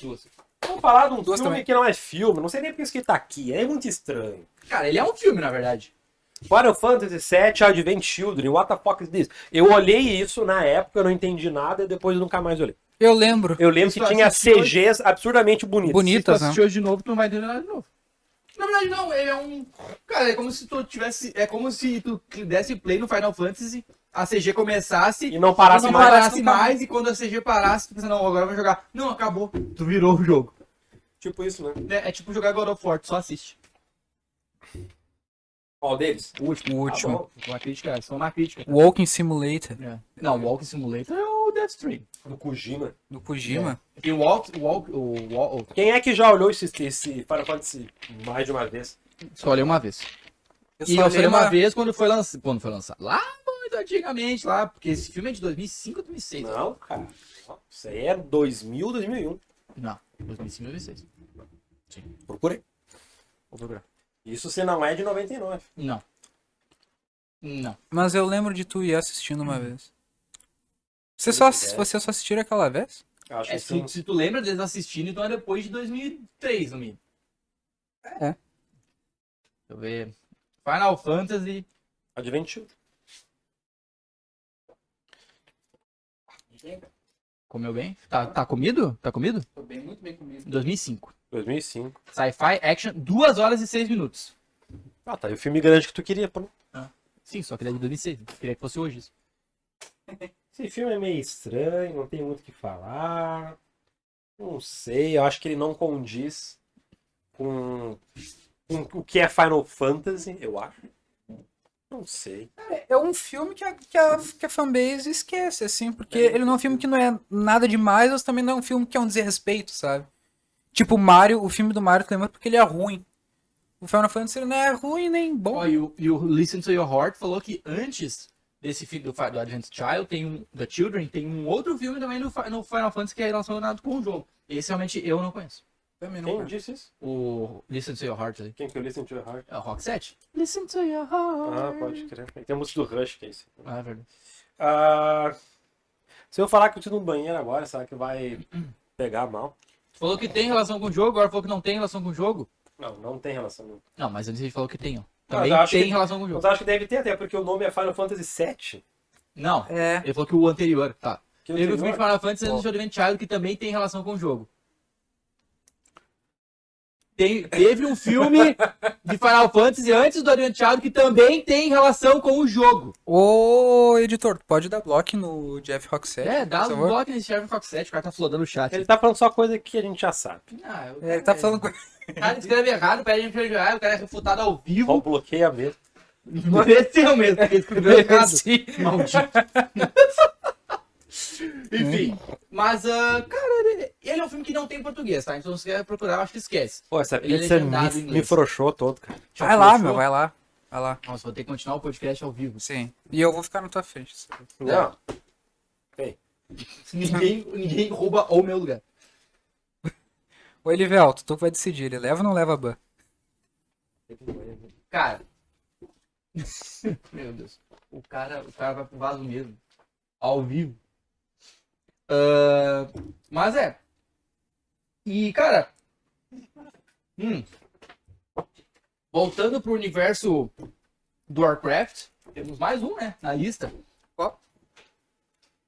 Speaker 5: Duas.
Speaker 1: Vamos falar de um
Speaker 8: Duas
Speaker 1: filme
Speaker 8: também.
Speaker 1: que não é filme, não sei nem por isso que tá aqui, é muito estranho.
Speaker 5: Cara, ele é um filme, na verdade.
Speaker 1: Final Fantasy VII Advent Children, what the fuck is this? Eu olhei isso na época, eu não entendi nada e depois eu nunca mais olhei.
Speaker 8: Eu lembro.
Speaker 1: Eu lembro que
Speaker 5: Isso,
Speaker 1: tinha
Speaker 5: assistiu hoje?
Speaker 1: CGs absurdamente bonitas.
Speaker 5: Se tu
Speaker 8: Bonitas, né?
Speaker 5: assistir hoje de novo, tu não vai entender nada de novo. Na verdade, não, ele é um. Cara, é como se tu tivesse. É como se tu desse play no Final Fantasy, a CG começasse
Speaker 1: E não parasse
Speaker 5: não
Speaker 1: mais.
Speaker 5: parasse mais, e quando a CG parasse, tu pensa, não, agora eu vou jogar. Não, acabou. Tu virou o jogo.
Speaker 1: Tipo isso, né?
Speaker 5: É, é tipo jogar God of War, tu só assiste.
Speaker 1: Qual deles?
Speaker 5: O último.
Speaker 8: O último.
Speaker 5: Tá bom. Uma crítica, é só uma crítica.
Speaker 8: Walking Simulator,
Speaker 5: É. Não, o Walk Simulator é o Death Stream.
Speaker 1: Do Kojima.
Speaker 8: do Kojima.
Speaker 5: E o Walk, o Walk, o Walk,
Speaker 1: Quem é que já olhou esse, esse Final Fantasy mais de uma vez?
Speaker 5: só olhei uma vez. e
Speaker 8: só
Speaker 5: eu só olhei
Speaker 8: lembro-
Speaker 5: uma vez quando foi lançado, quando foi lançado. Lá muito antigamente, lá, porque esse filme é de 2005, 2006. Não,
Speaker 1: Não, cara. Não. Isso aí é 2000, 2001.
Speaker 5: 2005, 2006.
Speaker 1: Procurei.
Speaker 5: Vou procurar.
Speaker 1: Isso se não é de 99.
Speaker 5: Não. Não.
Speaker 8: Mas eu lembro de tu ir assistindo uma vez. Você só,
Speaker 1: Pois é.
Speaker 8: você só assistiram aquela vez?
Speaker 1: Eu Acho
Speaker 5: É,
Speaker 1: que
Speaker 5: se, tu,
Speaker 1: sim.
Speaker 5: se tu lembra deles assistindo, então é depois de 2003, no mínimo.
Speaker 8: É.
Speaker 5: Deixa eu ver. Final Fantasy.
Speaker 1: Advent Children.
Speaker 5: Comeu bem? Tá, tá comido? Tá comido?
Speaker 2: Tô bem, muito bem comigo.
Speaker 5: 2005.
Speaker 1: 2005.
Speaker 5: Sci-fi action, 2 horas e 6 minutos.
Speaker 1: Ah, tá. E o filme grande que tu queria, pô.
Speaker 5: Sim, só que ele é de 2006. né? Queria que fosse hoje isso.
Speaker 1: Esse filme é meio estranho, não tem muito o que falar. Não sei, eu acho que ele não condiz com, com o que é Final Fantasy, eu acho. Não sei.
Speaker 8: É um filme que a, que a, que a fanbase esquece, assim, porque ele não é um filme que não é nada demais, mas também não é um filme que é um desrespeito, sabe? Tipo, Mario, o filme do Mario, tu lembra porque ele é ruim. O Final Fantasy ele não é ruim nem bom.
Speaker 5: Ó, e, o, e o Listen to Your Heart falou que antes desse filme do, Fi- do Advent Child, tem um, The Children, tem um outro filme também no, Fi- no Final Fantasy que é relacionado com o jogo. Esse realmente eu não conheço.
Speaker 8: Também
Speaker 1: Quem
Speaker 8: não.
Speaker 1: disse isso?
Speaker 5: O Listen to Your Heart ali.
Speaker 1: é? Quem que eu listen to your heart?
Speaker 5: É o Rock 7? Listen to Your Heart.
Speaker 1: Ah, pode crer. Tem a música do Rush, que é isso.
Speaker 5: Ah, é verdade.
Speaker 1: Ah, se eu falar que eu tô no banheiro agora, será que vai pegar mal?
Speaker 5: Tu falou que tem relação com o jogo, agora falou que não tem relação com o jogo.
Speaker 1: Não, não tem relação nenhuma.
Speaker 5: Não, mas antes ele falou que tem, ó. Também
Speaker 1: eu acho
Speaker 5: tem
Speaker 1: que-
Speaker 5: relação com o
Speaker 1: Mas
Speaker 5: jogo.
Speaker 1: eu acho que deve ter, até porque o nome é Final Fantasy VII.
Speaker 5: Não,
Speaker 8: É.
Speaker 5: ele falou que o anterior, tá.
Speaker 1: Que
Speaker 5: Teve o filme de Final Fantasy
Speaker 8: Qual?
Speaker 5: antes do Advent Child que também tem relação com o jogo. Tem, teve um filme de Final Fantasy antes do Adiantado que também tem relação com o jogo.
Speaker 8: Ô, editor, tu pode dar bloco no Jeff Roxette?
Speaker 5: É, dá
Speaker 8: por
Speaker 5: um
Speaker 8: favor?
Speaker 5: bloco nesse Sherlock Fox 7, o cara tá flodando o chat.
Speaker 1: Ele tá falando só coisa que a gente já sabe.
Speaker 5: Ah, eu-
Speaker 8: É, Ele tá falando coisa.
Speaker 5: O cara escreve errado, pede pra jogar, o cara é refutado ao vivo.
Speaker 1: Só bloqueia mesmo.
Speaker 5: Mereceu mesmo, porque ele escreveu errado. Maldito. Enfim.
Speaker 8: Hum.
Speaker 5: Mas, ah, cara, ele, ele é um filme que não tem português, tá? Então se você quer procurar, eu acho que esquece.
Speaker 1: Pô, essa
Speaker 5: Ele é
Speaker 1: pizza
Speaker 5: legendado em
Speaker 1: me,
Speaker 5: inglês.
Speaker 1: me frouxou todo, cara.
Speaker 5: Já
Speaker 8: Vai lá,
Speaker 5: fechou?
Speaker 8: meu, vai lá. Vai lá.
Speaker 5: Nossa, vou ter que continuar o podcast ao vivo.
Speaker 8: Sim. E eu vou ficar na tua frente.
Speaker 1: Não.
Speaker 5: Ninguém, ninguém rouba o meu lugar.
Speaker 8: Ô, Elivelto, tu que vai decidir. Ele leva ou não leva a ban?
Speaker 5: Cara. Meu Deus. O cara, o cara vai pro vaso mesmo. Ao vivo. Ah, mas é. E, cara. Hum. Voltando pro universo do Warcraft, temos mais um, né? Na lista. Ó.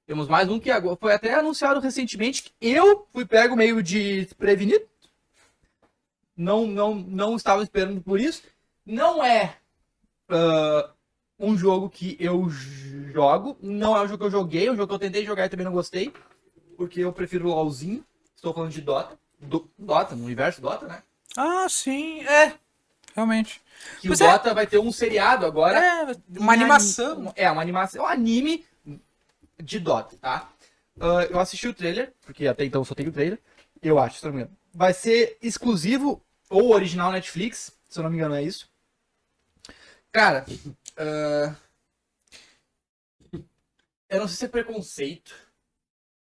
Speaker 5: Temos mais um que agora foi até anunciado recentemente. que Eu fui pego meio de prevenido. Não, não, não estava esperando por isso não é ah, um jogo que eu j- jogo, não é um jogo que eu joguei, é um jogo que eu tentei jogar e também não gostei, porque eu prefiro LoLzinho, estou falando de Dota, Do- Dota, no universo Dota, né?
Speaker 8: Ah, sim, é. Realmente.
Speaker 5: Que
Speaker 8: Pois
Speaker 5: o
Speaker 8: é.
Speaker 5: Dota vai ter um seriado agora.
Speaker 8: É, uma
Speaker 5: Um ani-
Speaker 8: animação.
Speaker 5: um- É, uma animação, um anime de Dota, tá? Ah, eu assisti o trailer, porque até então só tem o trailer, eu acho, se eu não me engano. Vai ser exclusivo ou original Netflix, se eu não me engano é isso. Cara, ah, eu não sei se é preconceito,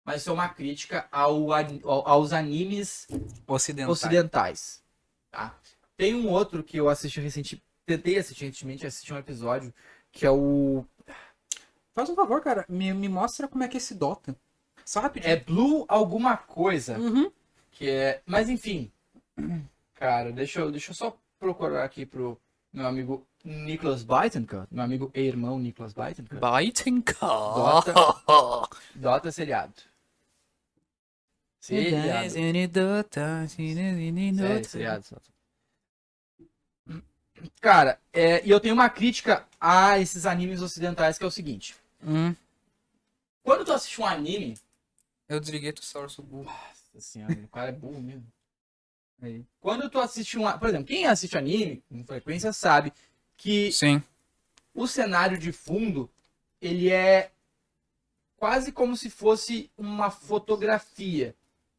Speaker 5: mas isso é uma crítica ao an- ao- aos animes
Speaker 8: Ocidental.
Speaker 5: ocidentais. Tá? Tem um outro que eu assisti recentemente, tentei assistir recentemente, assisti um episódio, que é o
Speaker 3: Faz um favor, cara. Me, me mostra como é que é esse Dota. Só rapidinho.
Speaker 5: é Blue alguma coisa,
Speaker 3: Uhum.
Speaker 5: que é, mas enfim. Cara, deixa eu, deixa eu só procurar aqui pro meu amigo Nicholas Bitenka, meu amigo e irmão Nicholas Bitenka.
Speaker 8: Biting
Speaker 5: Dota. Dota seriado. Seriado.
Speaker 8: é
Speaker 5: É, seriado, só. Cara, é, e eu tenho uma crítica a esses animes ocidentais que é o seguinte.
Speaker 8: Hum,
Speaker 5: Quando tu assiste um anime.
Speaker 8: eu desliguei tu Source Bull.
Speaker 5: Nossa senhora, o cara é burro mesmo. Aí. Quando tu assiste um. a- Por exemplo, quem assiste anime com frequência sabe que
Speaker 8: Sim.
Speaker 5: o cenário de fundo ele é quase como se fosse uma fotografia,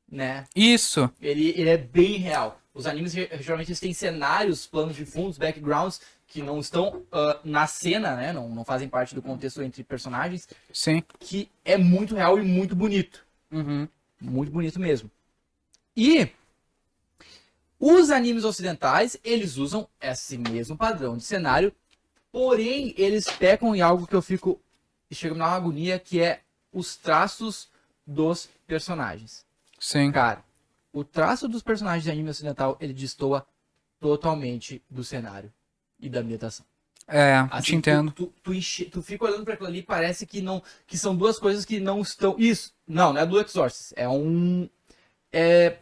Speaker 5: né?
Speaker 8: Isso.
Speaker 5: Ele, ele é bem real. Os animes ge- geralmente eles têm cenários, planos de fundos, backgrounds que não estão ah, na cena, né? Não, não fazem parte do contexto entre personagens,
Speaker 8: Sim.
Speaker 5: que é muito real e muito bonito.
Speaker 8: Uhum.
Speaker 5: Muito bonito mesmo. E os animes ocidentais, eles usam esse mesmo padrão de cenário, porém eles pecam em algo que eu fico chega me dar uma agonia que é os traços dos personagens.
Speaker 8: Sim.
Speaker 5: Cara, o traço dos personagens de anime ocidental, ele destoa totalmente do cenário e da ambientação.
Speaker 8: É,
Speaker 5: Assim,
Speaker 8: te entendo.
Speaker 5: Tu, tu, tu enche- tu fica olhando pra aquilo ali e parece que não, que são duas coisas que não estão. Isso, não, não é do Exorcist. É um, é,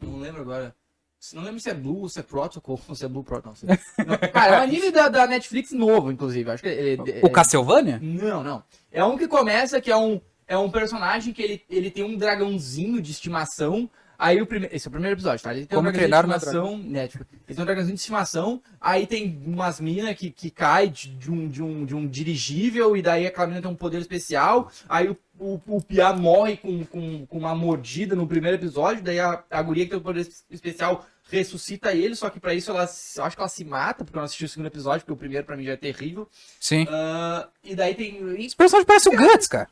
Speaker 5: não lembro agora. Se- Não lembro se é Blue, ou se é Protocol, ou se é Blue Protocol. Não, sei. Não, cara, é um anime da, da Netflix novo, inclusive. Acho que
Speaker 3: é,
Speaker 5: ele,
Speaker 8: O Castlevania?
Speaker 5: não, não. É um que começa que é um, é um personagem que ele, ele tem um dragãozinho de estimação. Aí o primeiro. Esse é o primeiro episódio, tá? Ele tem
Speaker 8: Como
Speaker 5: um dragãozinho
Speaker 8: treinar o
Speaker 5: de
Speaker 8: meu
Speaker 5: estimação. Né, tipo, ele tem um dragãozinho de estimação. Aí tem umas minas que, que cai de, de um, de, um, de um dirigível. E daí aquela mina tem um poder especial. Aí o, o, o Pia morre com, com, com uma mordida no primeiro episódio. Daí a, a guria que tem o poder es- especial ressuscita ele. Só que pra isso ela. se- Eu acho que ela se mata, porque eu não assisti o segundo episódio, porque o primeiro pra mim já é terrível.
Speaker 8: Sim.
Speaker 5: Ah, e daí tem. e
Speaker 8: Esse personagem parece o Guts, cara.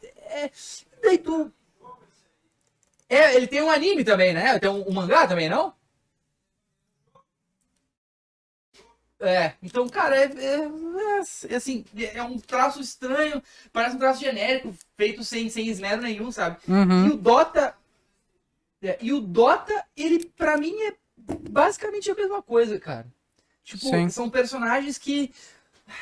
Speaker 5: daí tu- É, ele tem um anime também, né? Tem um, um mangá também, não? É, então, cara, é, é- é assim, é um traço estranho, parece um traço genérico, feito sem, sem esmero nenhum, sabe?
Speaker 8: Uhum.
Speaker 5: E o Dota. é, e o Dota, ele pra mim é basicamente a mesma coisa, cara. Tipo,
Speaker 8: Sim.
Speaker 5: são personagens que.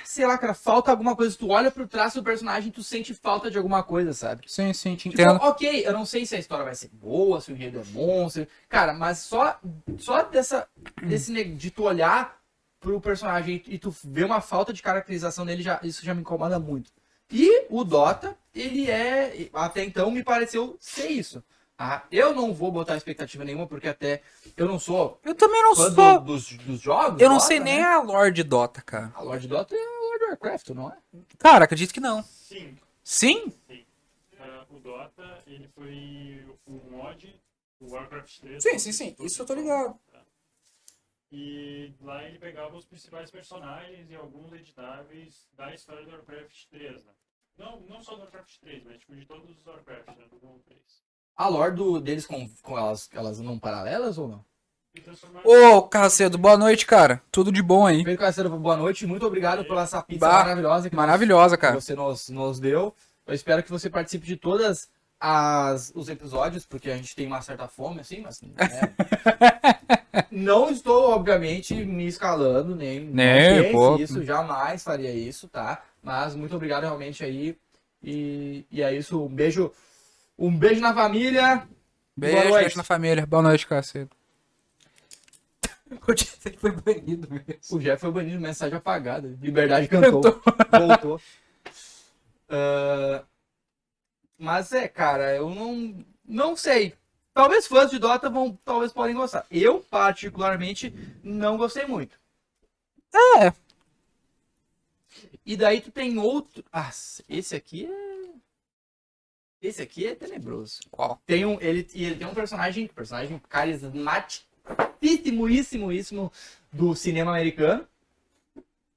Speaker 5: sei lá, cara, falta alguma coisa. Tu olha pro traço do personagem, tu sente falta de alguma coisa, sabe?
Speaker 3: Sim, sim, te
Speaker 5: Tipo,
Speaker 3: entendo.
Speaker 5: ok, eu não sei se a história vai ser boa, se o enredo é monstro. Cara, mas só, só dessa, desse neg- de tu olhar pro personagem e tu ver uma falta de caracterização nele, já, isso já me incomoda muito. E o Dota, ele é, até então, me pareceu ser isso. Ah, eu não vou botar expectativa nenhuma, porque até eu não sou
Speaker 8: Eu também não
Speaker 5: fã
Speaker 8: sou.
Speaker 5: do- dos, dos jogos.
Speaker 8: Eu não
Speaker 5: Dota,
Speaker 8: sei
Speaker 5: né?
Speaker 8: nem a lore de Dota, cara.
Speaker 5: A Lord Dota é a Lord Warcraft, não é?
Speaker 8: Cara, acredito que não.
Speaker 4: Sim,
Speaker 8: Sim?
Speaker 4: ah, o Dota, ele foi o mod do Warcraft um 3.
Speaker 3: Sim, sim, sim. Isso eu tô ligado.
Speaker 4: E lá ele pegava os principais personagens e alguns editáveis da história do Warcraft 3, né? Não, não só do Warcraft 3, mas tipo de todos os Warcraft, né? Do 1 ao 3.
Speaker 5: A lore do- deles com, com elas, elas não paralelas ou não?
Speaker 4: E transformava
Speaker 8: Ô, Carcedo, boa noite, cara. Tudo de bom aí.
Speaker 5: Primeiro, Cassandra, boa noite. Muito obrigado pela essa pizza
Speaker 8: Bah,
Speaker 5: maravilhosa que
Speaker 8: Maravilhosa, cara.
Speaker 5: você nos, nos deu. Eu espero que você participe de todas as os episódios, porque a gente tem uma certa fome, assim, mas. né? não estou, obviamente, me escalando, nem.
Speaker 8: Né,
Speaker 5: não
Speaker 8: pô.
Speaker 5: fiz isso, jamais faria isso, tá? Mas muito obrigado realmente aí. E, e é isso. Um beijo. Um beijo na família.
Speaker 8: Beijo,
Speaker 5: noite.
Speaker 8: beijo na família. Boa noite, Carcedo. O Jesse foi banido mesmo.
Speaker 5: O Jeff foi banido, mensagem apagada. Liberdade cantou. Voltou. Ah, mas é, cara, eu não, não sei. Talvez fãs de Dota vão, talvez podem gostar. Eu, particularmente, não gostei muito.
Speaker 8: É.
Speaker 5: E daí tu tem outro. Ah, esse aqui é. Esse aqui é tenebroso.
Speaker 8: Qual?
Speaker 5: Tem um, ele, e ele tem um personagem, personagem carismatiquíssimo do cinema americano.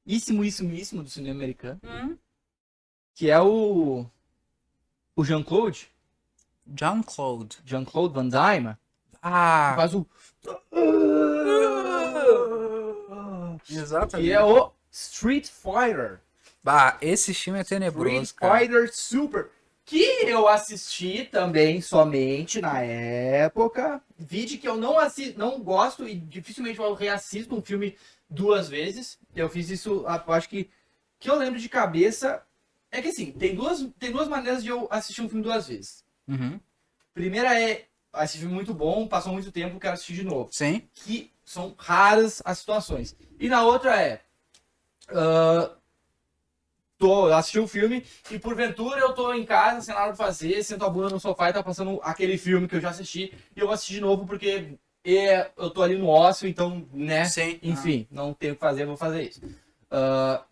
Speaker 5: Íssimo, íssimo, íssimo do cinema americano. Que é o. O Jean-Claude.
Speaker 8: John Claude.
Speaker 5: Jean-Claude Van Damme. que
Speaker 8: Ah,
Speaker 5: Faz o.
Speaker 8: exatamente.
Speaker 5: Que é o Street Fighter.
Speaker 8: Bah, esse filme é
Speaker 5: Street
Speaker 8: tenebroso, cara.
Speaker 5: Fighter Super. Que eu assisti também somente na época. Vide que eu não assisto, não gosto e dificilmente eu reassisto um filme duas vezes. Eu fiz isso, a- acho que que eu lembro de cabeça é que assim, tem duas, tem duas maneiras de eu assistir um filme duas vezes.
Speaker 8: Uhum.
Speaker 5: Primeira é ah, esse filme é muito bom, passou muito tempo, quero assistir de novo.
Speaker 8: Sim.
Speaker 5: Que são raras as situações. E na outra é. ah, tô, eu assisti o filme e porventura eu tô em casa, sem nada pra fazer, sento a bunda no sofá e tá passando aquele filme que eu já assisti e eu vou assistir de novo porque é, eu tô ali no ócio, então, né?
Speaker 8: Sim.
Speaker 5: Enfim, não tenho o que fazer, vou fazer isso. Ah,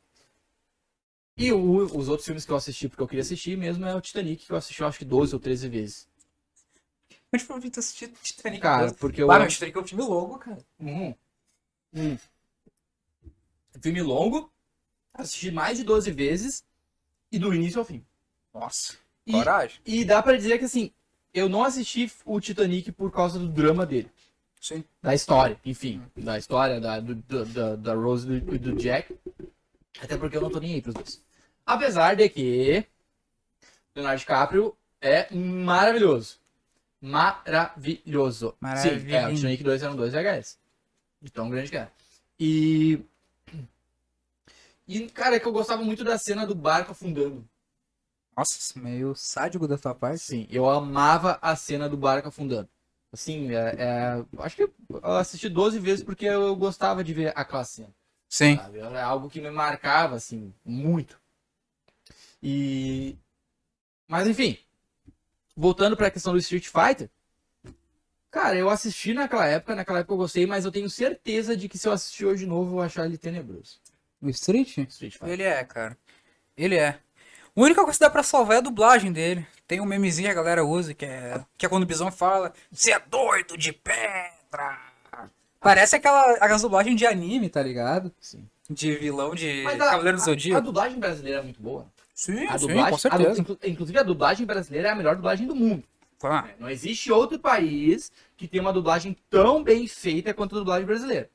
Speaker 5: e o- os outros filmes que eu assisti porque eu queria assistir mesmo é o Titanic, que eu assisti eu acho que 12 ou 13 vezes.
Speaker 8: Onde foi ter assistido Titanic?
Speaker 5: Cara, porque eu.
Speaker 8: Bah, meu, Titanic é um filme longo, cara.
Speaker 5: Uhum. Hum. Filme longo, assisti mais de 12 vezes e do início ao fim.
Speaker 8: Nossa.
Speaker 5: E-
Speaker 8: Coragem.
Speaker 5: E dá pra dizer que assim, eu não assisti o Titanic por causa do drama dele.
Speaker 8: Sim.
Speaker 5: Da história, enfim. Da história da, do- do- da, da Rose e do, do Jack. Até porque eu não tô nem aí pros dois. Apesar de que Leonardo DiCaprio é maravilhoso. Maravilhoso. Sim, é, o
Speaker 8: Maravilhinho.
Speaker 5: Titanic 2 eram dois VHS. Então, grande cara. E. E, cara, é que eu gostava muito da cena do barco afundando.
Speaker 8: Nossa, isso é meio sádico da tua parte.
Speaker 5: Sim, Assim, eu amava a cena do barco afundando. Assim, é, é, acho que eu assisti 12 vezes porque eu gostava de ver aquela cena.
Speaker 8: Sim.
Speaker 3: Ah,
Speaker 5: Sabe? Era algo que me marcava, assim, muito. E. Mas, enfim. Voltando pra questão do Street Fighter. Cara, eu assisti naquela época, naquela época eu gostei, mas eu tenho certeza de que se eu assistir hoje de novo, eu vou achar ele tenebroso.
Speaker 3: O Street?
Speaker 5: Street Fighter.
Speaker 8: Ele é, cara. Ele é. A única coisa que dá pra salvar é a dublagem dele. Tem um memezinho que a galera usa, que é, que é quando o Bison fala, você é doido de pedra. Parece aquela, aquela dublagem de anime, tá ligado?
Speaker 5: Sim.
Speaker 8: De vilão de
Speaker 5: Mas a-
Speaker 8: Cavaleiro do
Speaker 5: a-
Speaker 8: Zodíaco.
Speaker 5: a dublagem brasileira é muito boa.
Speaker 8: Sim,
Speaker 5: A
Speaker 8: sim,
Speaker 5: dublagem,
Speaker 8: com
Speaker 5: a du-
Speaker 8: certeza.
Speaker 5: inclu- inclusive, a dublagem brasileira é a melhor dublagem do mundo.
Speaker 8: Claro.
Speaker 5: Não existe outro país que tenha uma dublagem tão bem feita quanto a dublagem brasileira.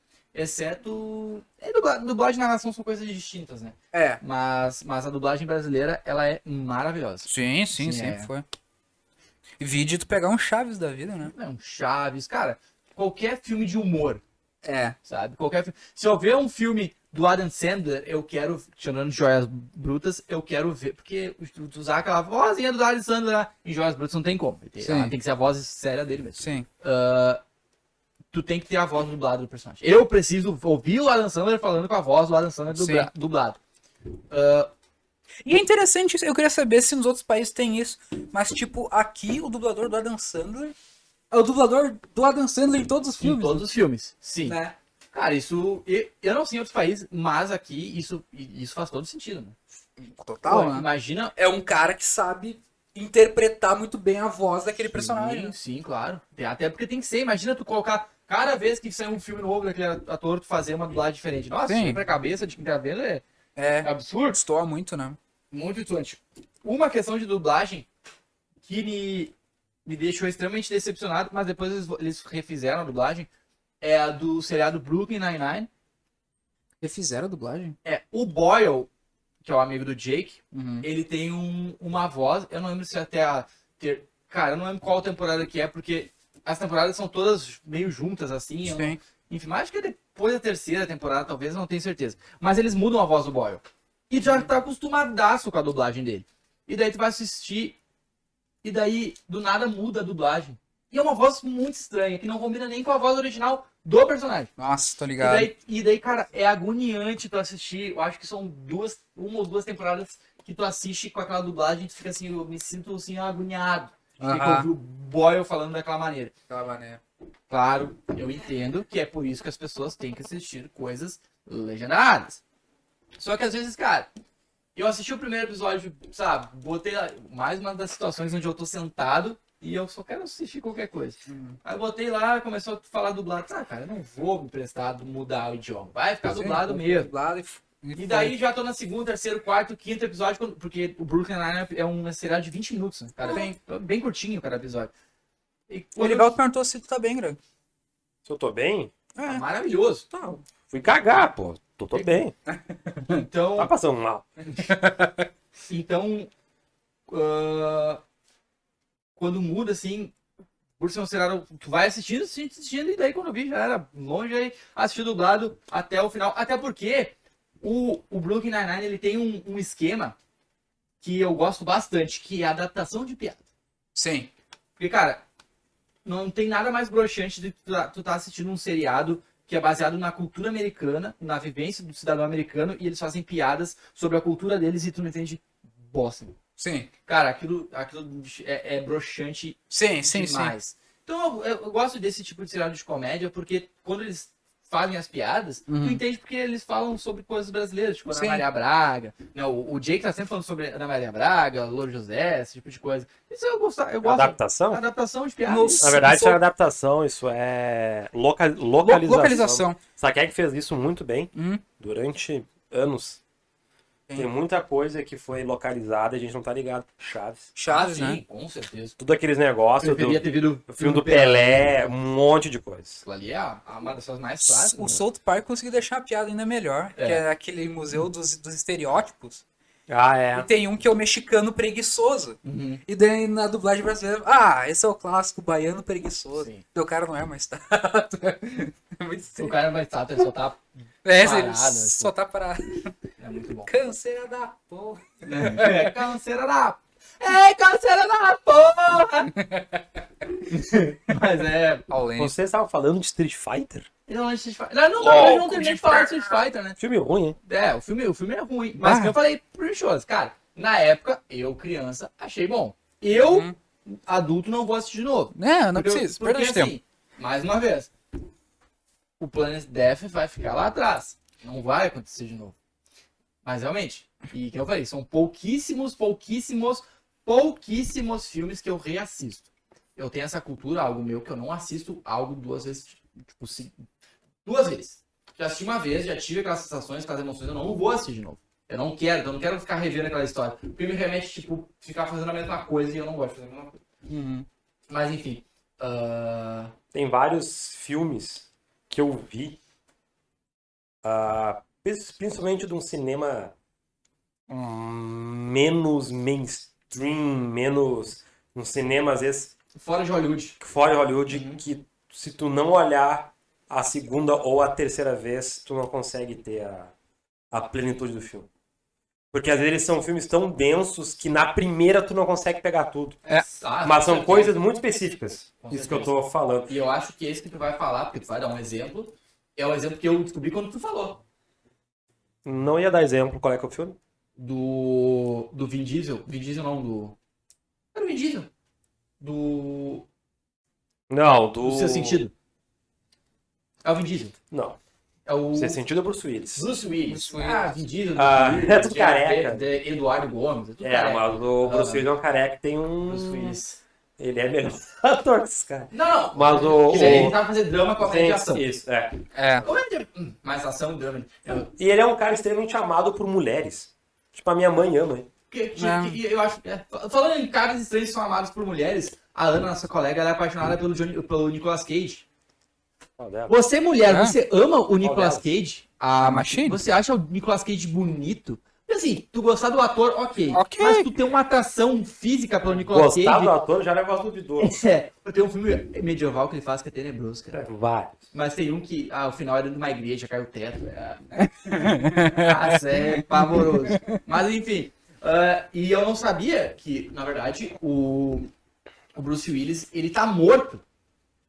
Speaker 5: Exceto. É, dubla- dublagem e narração são coisas distintas, né?
Speaker 8: É.
Speaker 5: Mas, mas a dublagem brasileira, ela é maravilhosa.
Speaker 8: Sim, sim,
Speaker 5: Sim,
Speaker 8: sempre
Speaker 5: é.
Speaker 8: foi. Vídeo tu pegar um Chaves da vida, né?
Speaker 5: É um Chaves, cara. Qualquer filme de humor,
Speaker 8: É.
Speaker 5: sabe? Qualquer fi- Se eu ver um filme do Adam Sandler, eu quero, tirando Joias Brutas, eu quero ver, porque tu- tu usar aquela vozinha do Adam Sandler lá, em Joias Brutas não tem como. Tem,
Speaker 2: Sim.
Speaker 5: tem que ser a voz séria dele mesmo.
Speaker 2: Sim.
Speaker 5: Ah, tu tem que ter a voz dublada do personagem. Eu preciso ouvir o Adam Sandler falando com a voz do Adam Sandler dubla-
Speaker 2: Sim.
Speaker 5: dublado.
Speaker 2: E é interessante isso. Eu queria saber se nos outros países tem isso. Mas, tipo, aqui o dublador do Adam Sandler é o dublador do Adam Sandler em todos os
Speaker 5: em
Speaker 2: filmes.
Speaker 5: todos os filmes. Sim.
Speaker 2: Né?
Speaker 5: Cara, isso. e- Eu não sei em outros países, mas aqui isso, i- isso faz todo sentido, né?
Speaker 2: Total,
Speaker 5: Pô,
Speaker 2: né?
Speaker 5: Imagina.
Speaker 2: É um cara que sabe interpretar muito bem a voz daquele personagem. né?
Speaker 5: Sim, sim, claro. Tem- Até porque tem que ser. Imagina tu colocar. Cada vez que sair um filme novo daquele ator, tu fazer uma dublagem diferente. Nossa,
Speaker 2: Sim.
Speaker 5: isso pra cabeça de quem tá vendo é
Speaker 2: É,
Speaker 5: absurdo.
Speaker 2: destoa muito, né?
Speaker 5: Muito distante. Uma questão de dublagem que me, me deixou extremamente decepcionado, mas depois eles, eles refizeram a dublagem, é a do seriado Brooklyn Nine-Nine.
Speaker 2: Refizeram a dublagem?
Speaker 5: É, o Boyle, que é o amigo do Jake,
Speaker 2: Uhum.
Speaker 5: ele tem um- uma voz, eu não lembro se até a... ter- cara, eu não lembro qual temporada que é, porque as temporadas são todas meio juntas, assim. eu não-
Speaker 2: Sim.
Speaker 5: enfim, mas acho que é depois da terceira temporada, talvez, eu não tenho certeza. Mas eles mudam a voz do Boyle. E já tá acostumadaço com a dublagem dele. E daí tu vai assistir, e daí do nada muda a dublagem. E é uma voz muito estranha, que não combina nem com a voz original do personagem.
Speaker 2: Nossa, tô
Speaker 5: E
Speaker 2: ligado.
Speaker 5: daí, e daí, cara, é agoniante tu assistir. Eu acho que são duas, uma ou duas temporadas que tu assiste com aquela dublagem e tu fica assim, eu me sinto assim, agoniado. De ter que
Speaker 2: Aham. Tá
Speaker 5: ouvir o Boyle falando daquela maneira.
Speaker 2: Aquela maneira.
Speaker 5: Claro, eu entendo que é por isso que as pessoas têm que assistir coisas legendadas. Só que às vezes, cara, eu assisti o primeiro episódio, sabe, botei lá- mais uma das situações onde eu tô sentado e eu só quero assistir qualquer coisa. Aí eu botei lá, começou a falar dublado. Ah, cara, eu não vou me prestar a mudar o idioma. Vai ficar dublado mesmo.
Speaker 2: Dublado e,
Speaker 5: E daí já tô na segunda, terceiro, quarto, quinto episódio, quando- porque o Brooklyn Nine é uma serial de 20 minutos, né? Cara, bem, bem curtinho cada episódio. E
Speaker 2: O
Speaker 5: quando
Speaker 2: Elivelto perguntou se tu tá bem, Greg.
Speaker 1: Se eu tô bem,
Speaker 5: é maravilhoso.
Speaker 2: Tá.
Speaker 1: fui cagar, pô. Tô, tô bem.
Speaker 5: Então,
Speaker 1: Tá passando mal.
Speaker 5: Então, ah, quando muda, assim, por ser um seriado, tu vai assistindo, assistindo, assistindo, e daí quando eu vi já era longe, aí assisti dublado até o final. Até porque o, o Brooklyn Nine-Nine, ele tem um, um esquema que eu gosto bastante, que é a adaptação de piada.
Speaker 2: Sim.
Speaker 5: Porque, cara, não tem nada mais broxante do que tu tá, tu tá assistindo um seriado que é baseado na cultura americana, na vivência do cidadão americano, e eles fazem piadas sobre a cultura deles e tu não entende bosta.
Speaker 2: Sim.
Speaker 5: Cara, aquilo, aquilo é, é broxante
Speaker 2: Sim, sim, sim.
Speaker 5: demais. Então eu, eu- eu gosto desse tipo de seriado de comédia, porque quando eles fazem as piadas, tu entende porque eles falam sobre coisas brasileiras, tipo Ana
Speaker 2: Uhum. Sim.
Speaker 5: Maria Braga. Não, o, o Jake tá sempre falando sobre Ana Maria Braga, Louro José, esse tipo de coisa. Isso eu gosto, eu gosto.
Speaker 1: Adaptação?
Speaker 5: Adaptação de piadas.
Speaker 2: Nossa.
Speaker 1: Na verdade, isso
Speaker 2: Sou-
Speaker 1: é adaptação, isso é loca-
Speaker 2: Lo-
Speaker 1: localização.
Speaker 2: Localização.
Speaker 1: Sabe quem é que fez isso muito bem
Speaker 2: Hum.
Speaker 1: durante anos?
Speaker 2: Sim.
Speaker 1: Tem muita coisa que foi localizada e a gente não tá ligado. Chaves.
Speaker 2: Chaves,
Speaker 5: Ah, Sim,
Speaker 2: né?
Speaker 5: com certeza.
Speaker 1: Tudo aqueles negócios,
Speaker 5: Eu
Speaker 1: do,
Speaker 5: deveria ter vindo
Speaker 1: o filme um do Pelé, um monte de coisa.
Speaker 5: Aquilo ali é a- a uma das suas mais clássicas.
Speaker 2: O
Speaker 5: né?
Speaker 2: South Park conseguiu deixar a piada ainda melhor,
Speaker 5: É.
Speaker 2: que é aquele museu dos, dos estereótipos.
Speaker 1: Ah,
Speaker 2: E
Speaker 1: é.
Speaker 2: tem um que é o mexicano preguiçoso.
Speaker 5: Uhum.
Speaker 2: E daí na dublagem brasileira, ah, esse é o clássico baiano preguiçoso.
Speaker 5: Sim.
Speaker 2: Então o cara não é uma estátua. É muito
Speaker 5: O
Speaker 2: estranho.
Speaker 5: cara vai estar, ele só tá.
Speaker 2: É, ele
Speaker 5: parado,
Speaker 2: só tá parado.
Speaker 5: É muito bom.
Speaker 2: Canseira da porra.
Speaker 5: É canseira da. É canseira da porra! Mas é.
Speaker 8: Paulinho.
Speaker 1: Você estava falando de Street Fighter?
Speaker 5: Não, não, Street Fighter. Não, não, não, não terminei de falar de Street Fighter, né?
Speaker 1: Filme ruim, hein?
Speaker 5: É, o filme, o filme é ruim. Mas
Speaker 1: Ah.
Speaker 5: que eu falei pro Shows, cara, na época, eu, criança, achei bom. Eu, adulto, não vou assistir de novo.
Speaker 8: Não, não
Speaker 5: Porque eu-
Speaker 8: precisa,
Speaker 5: porque,
Speaker 8: perda de tempo.
Speaker 5: assim, Mais uma vez, o Planet Death vai ficar lá atrás. Não vai acontecer de novo. Mas realmente, e que eu falei, são pouquíssimos, pouquíssimos, pouquíssimos filmes que eu reassisto. Eu tenho essa cultura, algo meu, que eu não assisto algo duas vezes, tipo, se- duas vezes. Já assisti uma vez, já tive aquelas sensações, aquelas emoções, eu não vou assistir de novo. Eu não quero, eu não quero ficar revendo aquela história. Porque me remete, tipo, ficar fazendo a mesma coisa e eu não gosto de fazer a mesma coisa.
Speaker 8: Uhum.
Speaker 5: Mas enfim. ah,
Speaker 1: Tem vários filmes que eu vi, ah, pris- principalmente de um cinema hum, menos mainstream, menos um cinema às vezes
Speaker 5: Fora de Hollywood.
Speaker 1: fora de Hollywood,
Speaker 5: Uhum.
Speaker 1: que se tu não olhar a segunda ou a terceira vez, tu não consegue ter a, a plenitude do filme. Porque às vezes eles são filmes tão densos que na primeira tu não consegue pegar tudo.
Speaker 5: Ah,
Speaker 1: É, Mas
Speaker 5: com
Speaker 1: são
Speaker 5: certeza.
Speaker 1: coisas muito específicas.
Speaker 5: Com
Speaker 1: Isso que eu
Speaker 5: certeza.
Speaker 1: tô falando.
Speaker 5: E eu acho que esse que tu vai falar, porque tu vai dar um exemplo, é o exemplo que eu descobri quando tu falou.
Speaker 1: Não ia dar exemplo qual é que é o filme.
Speaker 5: Do. Do Vin Diesel. Vin Diesel não, do. Era o Vin Diesel. Do.
Speaker 1: Não, do.
Speaker 5: Do seu sentido. É o Vin Diesel.
Speaker 1: Não.
Speaker 5: É o.
Speaker 1: O seu sentido é Bruce Willis.
Speaker 5: Bruce Willis. Ah, Vin Diesel. Bruce
Speaker 1: Ah,
Speaker 5: Willis,
Speaker 1: é tudo
Speaker 5: Gerard
Speaker 1: careca.
Speaker 5: Butler, Eduardo Gomes. É tudo
Speaker 1: É,
Speaker 5: careca.
Speaker 1: mas o Bruce Willis é um careca que tem um.
Speaker 5: Bruce Willis.
Speaker 1: Ele é melhor ator que esse cara.
Speaker 5: Não, não.
Speaker 1: Mas o.
Speaker 5: Que daí ele
Speaker 1: o...
Speaker 5: tava fazendo drama com a
Speaker 1: Sim,
Speaker 5: ação.
Speaker 1: isso, é.
Speaker 5: assim,
Speaker 8: É.
Speaker 5: Comédia, hum, Mas ação e drama. Eu,
Speaker 1: E ele é um cara extremamente amado por mulheres. Tipo, a minha mãe ama ele.
Speaker 5: que- que-
Speaker 2: Não.
Speaker 5: que- eu acho. é, fa- falando em caras estranhos que são amados por mulheres, a Ana, nossa colega, ela é apaixonada pelo, Johnny- pelo Nicolas Cage.
Speaker 1: Qual dela?
Speaker 5: Você, mulher,
Speaker 8: É?
Speaker 5: você ama o Nicolas Cage?
Speaker 8: A Machine?
Speaker 5: Você acha o Nicolas Cage bonito? Porque, Assim, tu gostar do ator, ok.
Speaker 8: Ok.
Speaker 5: Mas tu tem uma atração física pelo Nicolas
Speaker 1: Gostar do
Speaker 5: Cage.
Speaker 1: ator já é um negócio duvidoso.
Speaker 5: É, tem um filme medieval que ele faz que é tenebroso, cara.
Speaker 1: Vários.
Speaker 5: Mas tem um que, ah, o final é dentro de uma igreja, caiu o teto. É... Nossa, é pavoroso. Mas enfim, ah, e eu não sabia que, na verdade, o, o Bruce Willis, ele tá morto.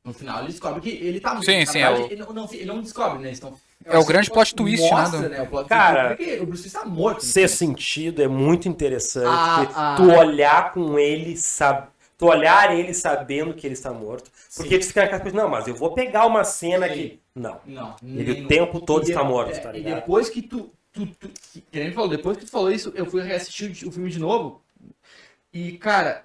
Speaker 5: No final ele descobre que ele tá morto.
Speaker 8: Sim,
Speaker 5: Na
Speaker 8: sim,
Speaker 5: verdade,
Speaker 8: é o-
Speaker 5: ele, não, não- ele não descobre, né? Eles tão-
Speaker 8: É o grande plot twist, né,
Speaker 5: um mostra,
Speaker 8: do-
Speaker 5: né? O plot
Speaker 1: Cara,
Speaker 5: twist, porque o Bruce Willis tá morto.
Speaker 1: Ser sentido é muito interessante.
Speaker 5: Ah,
Speaker 1: porque
Speaker 5: ah.
Speaker 1: tu olhar com ele, sabe. Tu olhar ele sabendo que ele está morto. Porque tu fica naquela coisa, não, mas eu vou pegar uma cena
Speaker 5: Sim.
Speaker 1: que. Não.
Speaker 5: Não.
Speaker 1: Ele
Speaker 5: nem-
Speaker 1: o tempo todo
Speaker 5: e
Speaker 1: está
Speaker 5: de-
Speaker 1: morto,
Speaker 5: é,
Speaker 1: tá
Speaker 5: E
Speaker 1: ligado?
Speaker 5: depois que tu. tu, tu que, que nem ele falou, depois que tu falou isso, eu fui reassistir o de- o filme de novo. E, cara,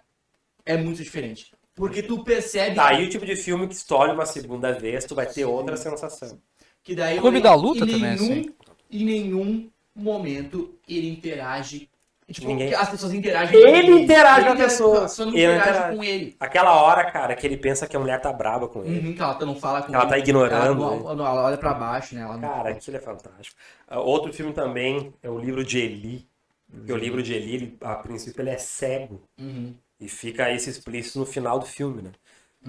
Speaker 5: é muito diferente. Porque tu percebe
Speaker 1: Daí o tipo de filme que estoura uma segunda vez, tu vai ter outra sensação.
Speaker 5: que daí.
Speaker 8: Clube da Luta
Speaker 5: em
Speaker 8: também,
Speaker 5: nenhum,
Speaker 8: assim.
Speaker 5: Em nenhum momento ele interage. Tipo,
Speaker 1: Ninguém-
Speaker 5: que as pessoas interagem
Speaker 1: Ele interage com a pessoa.
Speaker 5: A pessoa não
Speaker 1: Ele
Speaker 5: interage,
Speaker 1: interage.
Speaker 5: com ele.
Speaker 1: Aquela hora, cara, que ele pensa que a mulher tá braba com ele.
Speaker 5: Uhum, que ela não fala com
Speaker 1: Ela tá
Speaker 5: ele.
Speaker 1: ignorando,
Speaker 5: Ela,
Speaker 1: né?
Speaker 5: não- não, ela olha pra baixo, né? Ela não-
Speaker 1: Cara, aquilo é fantástico. Ah, Outro filme também é o livro de Eli. Porque o livro de Eli, ele- a princípio, ele é cego.
Speaker 5: Uhum.
Speaker 1: E fica esse explícito no final do filme, né?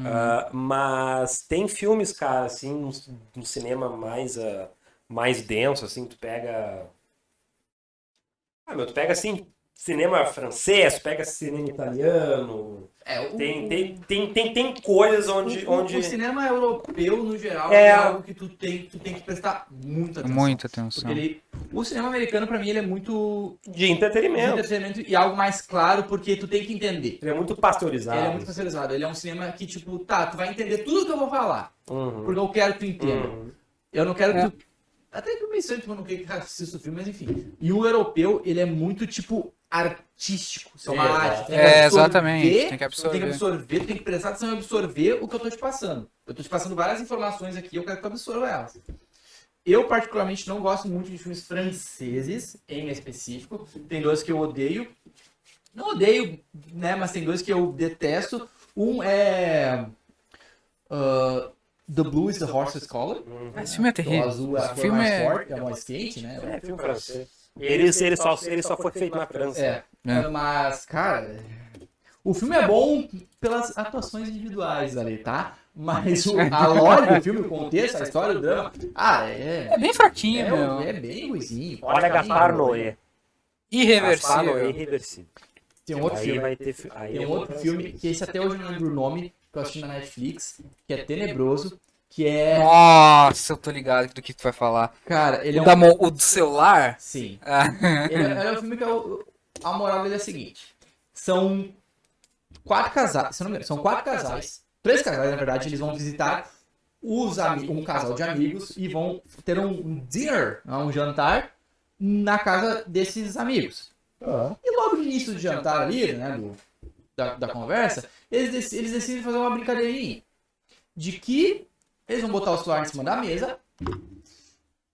Speaker 1: Ah, mas tem filmes, cara, assim, no, no cinema mais, ah, mais denso, assim, tu pega. Ah, meu, tu pega assim, cinema francês, tu pega cinema italiano.
Speaker 5: É, o-
Speaker 1: Tem, tem, tem, tem, tem coisas onde.
Speaker 5: O- o-
Speaker 1: onde...
Speaker 5: O cinema europeu, no geral,
Speaker 1: É.
Speaker 5: é, algo que tu tem, tu tem que prestar é, muita atenção.
Speaker 8: Muita atenção.
Speaker 5: Porque ele, o cinema americano, pra mim, ele é muito
Speaker 1: De
Speaker 5: de
Speaker 1: entretenimento. é
Speaker 5: entretenimento e algo mais claro, porque tu tem que entender.
Speaker 1: Ele é muito
Speaker 5: Ele
Speaker 1: pasteurizado.
Speaker 5: é muito especializado. Ele é um cinema que, tipo, tá, tu vai entender tudo que eu vou falar.
Speaker 1: Uhum.
Speaker 5: Porque eu quero que é, tu entenda.
Speaker 1: Uhum.
Speaker 5: Eu não
Speaker 8: É.
Speaker 5: quero que tu... Até que eu pensei, tipo, eu não queria que assista o filme, mas enfim. E o europeu, ele é muito, tipo, artístico. Isso é uma
Speaker 1: É,
Speaker 5: arte. tem que
Speaker 8: É,
Speaker 5: absorver
Speaker 8: exatamente. Tem que
Speaker 5: tem que
Speaker 8: absorver.
Speaker 5: absorver, tu tem que prestar atenção e absorver o que eu tô te passando. Eu tô te passando várias informações aqui, eu quero que tu absorva elas. Eu, particularmente, não gosto muito de filmes franceses, em específico. Tem dois que eu odeio. Não odeio, né? Mas tem dois que eu detesto. Um é. ah, the Blue is the Horse's Collar.
Speaker 1: Uhum.
Speaker 8: Esse filme é
Speaker 5: O
Speaker 8: terrível.
Speaker 5: azul é a
Speaker 8: Esse
Speaker 5: cor
Speaker 8: filme
Speaker 5: mais
Speaker 8: é-
Speaker 5: forte, é um skate, né?
Speaker 1: É filme francês. Ele, ele, só, ele só foi feito na França.
Speaker 5: É.
Speaker 8: É.
Speaker 5: Mas, cara, o filme é bom pelas atuações individuais ali, tá? Mas o, a lore do filme, o contexto, a história, o drama. Ah, é.
Speaker 8: É bem fraquinho, meu.
Speaker 5: É, é bem ruizinho.
Speaker 1: Olha Gaspar Noé. Gaspar Noé é
Speaker 8: Irreversível.
Speaker 1: irreversível.
Speaker 5: Tem um outro
Speaker 1: Aí
Speaker 5: filme.
Speaker 1: vai ter. fi- Aí
Speaker 5: Tem
Speaker 1: é
Speaker 5: um outro filme, que esse até hoje eu não lembro o nome, que eu assisti na Netflix, que é tenebroso, que é.
Speaker 8: Nossa, eu tô ligado do que tu vai falar.
Speaker 5: Cara, ele é
Speaker 8: O,
Speaker 5: um.
Speaker 2: Tá
Speaker 8: da mo- o do celular?
Speaker 5: Sim.
Speaker 8: Ah,
Speaker 5: Ele é, ele é um filme que é o- a moral dele é a seguinte: são quatro casais, se eu não me engano, são quatro casais, três casais na verdade, eles vão visitar os ami- um casal de amigos e vão ter um dinner, né, um jantar na casa desses amigos. E logo no início do jantar ali, né, do- da, da conversa, eles, dec- eles decidem fazer uma brincadeirinha de que eles vão botar o celular em cima da mesa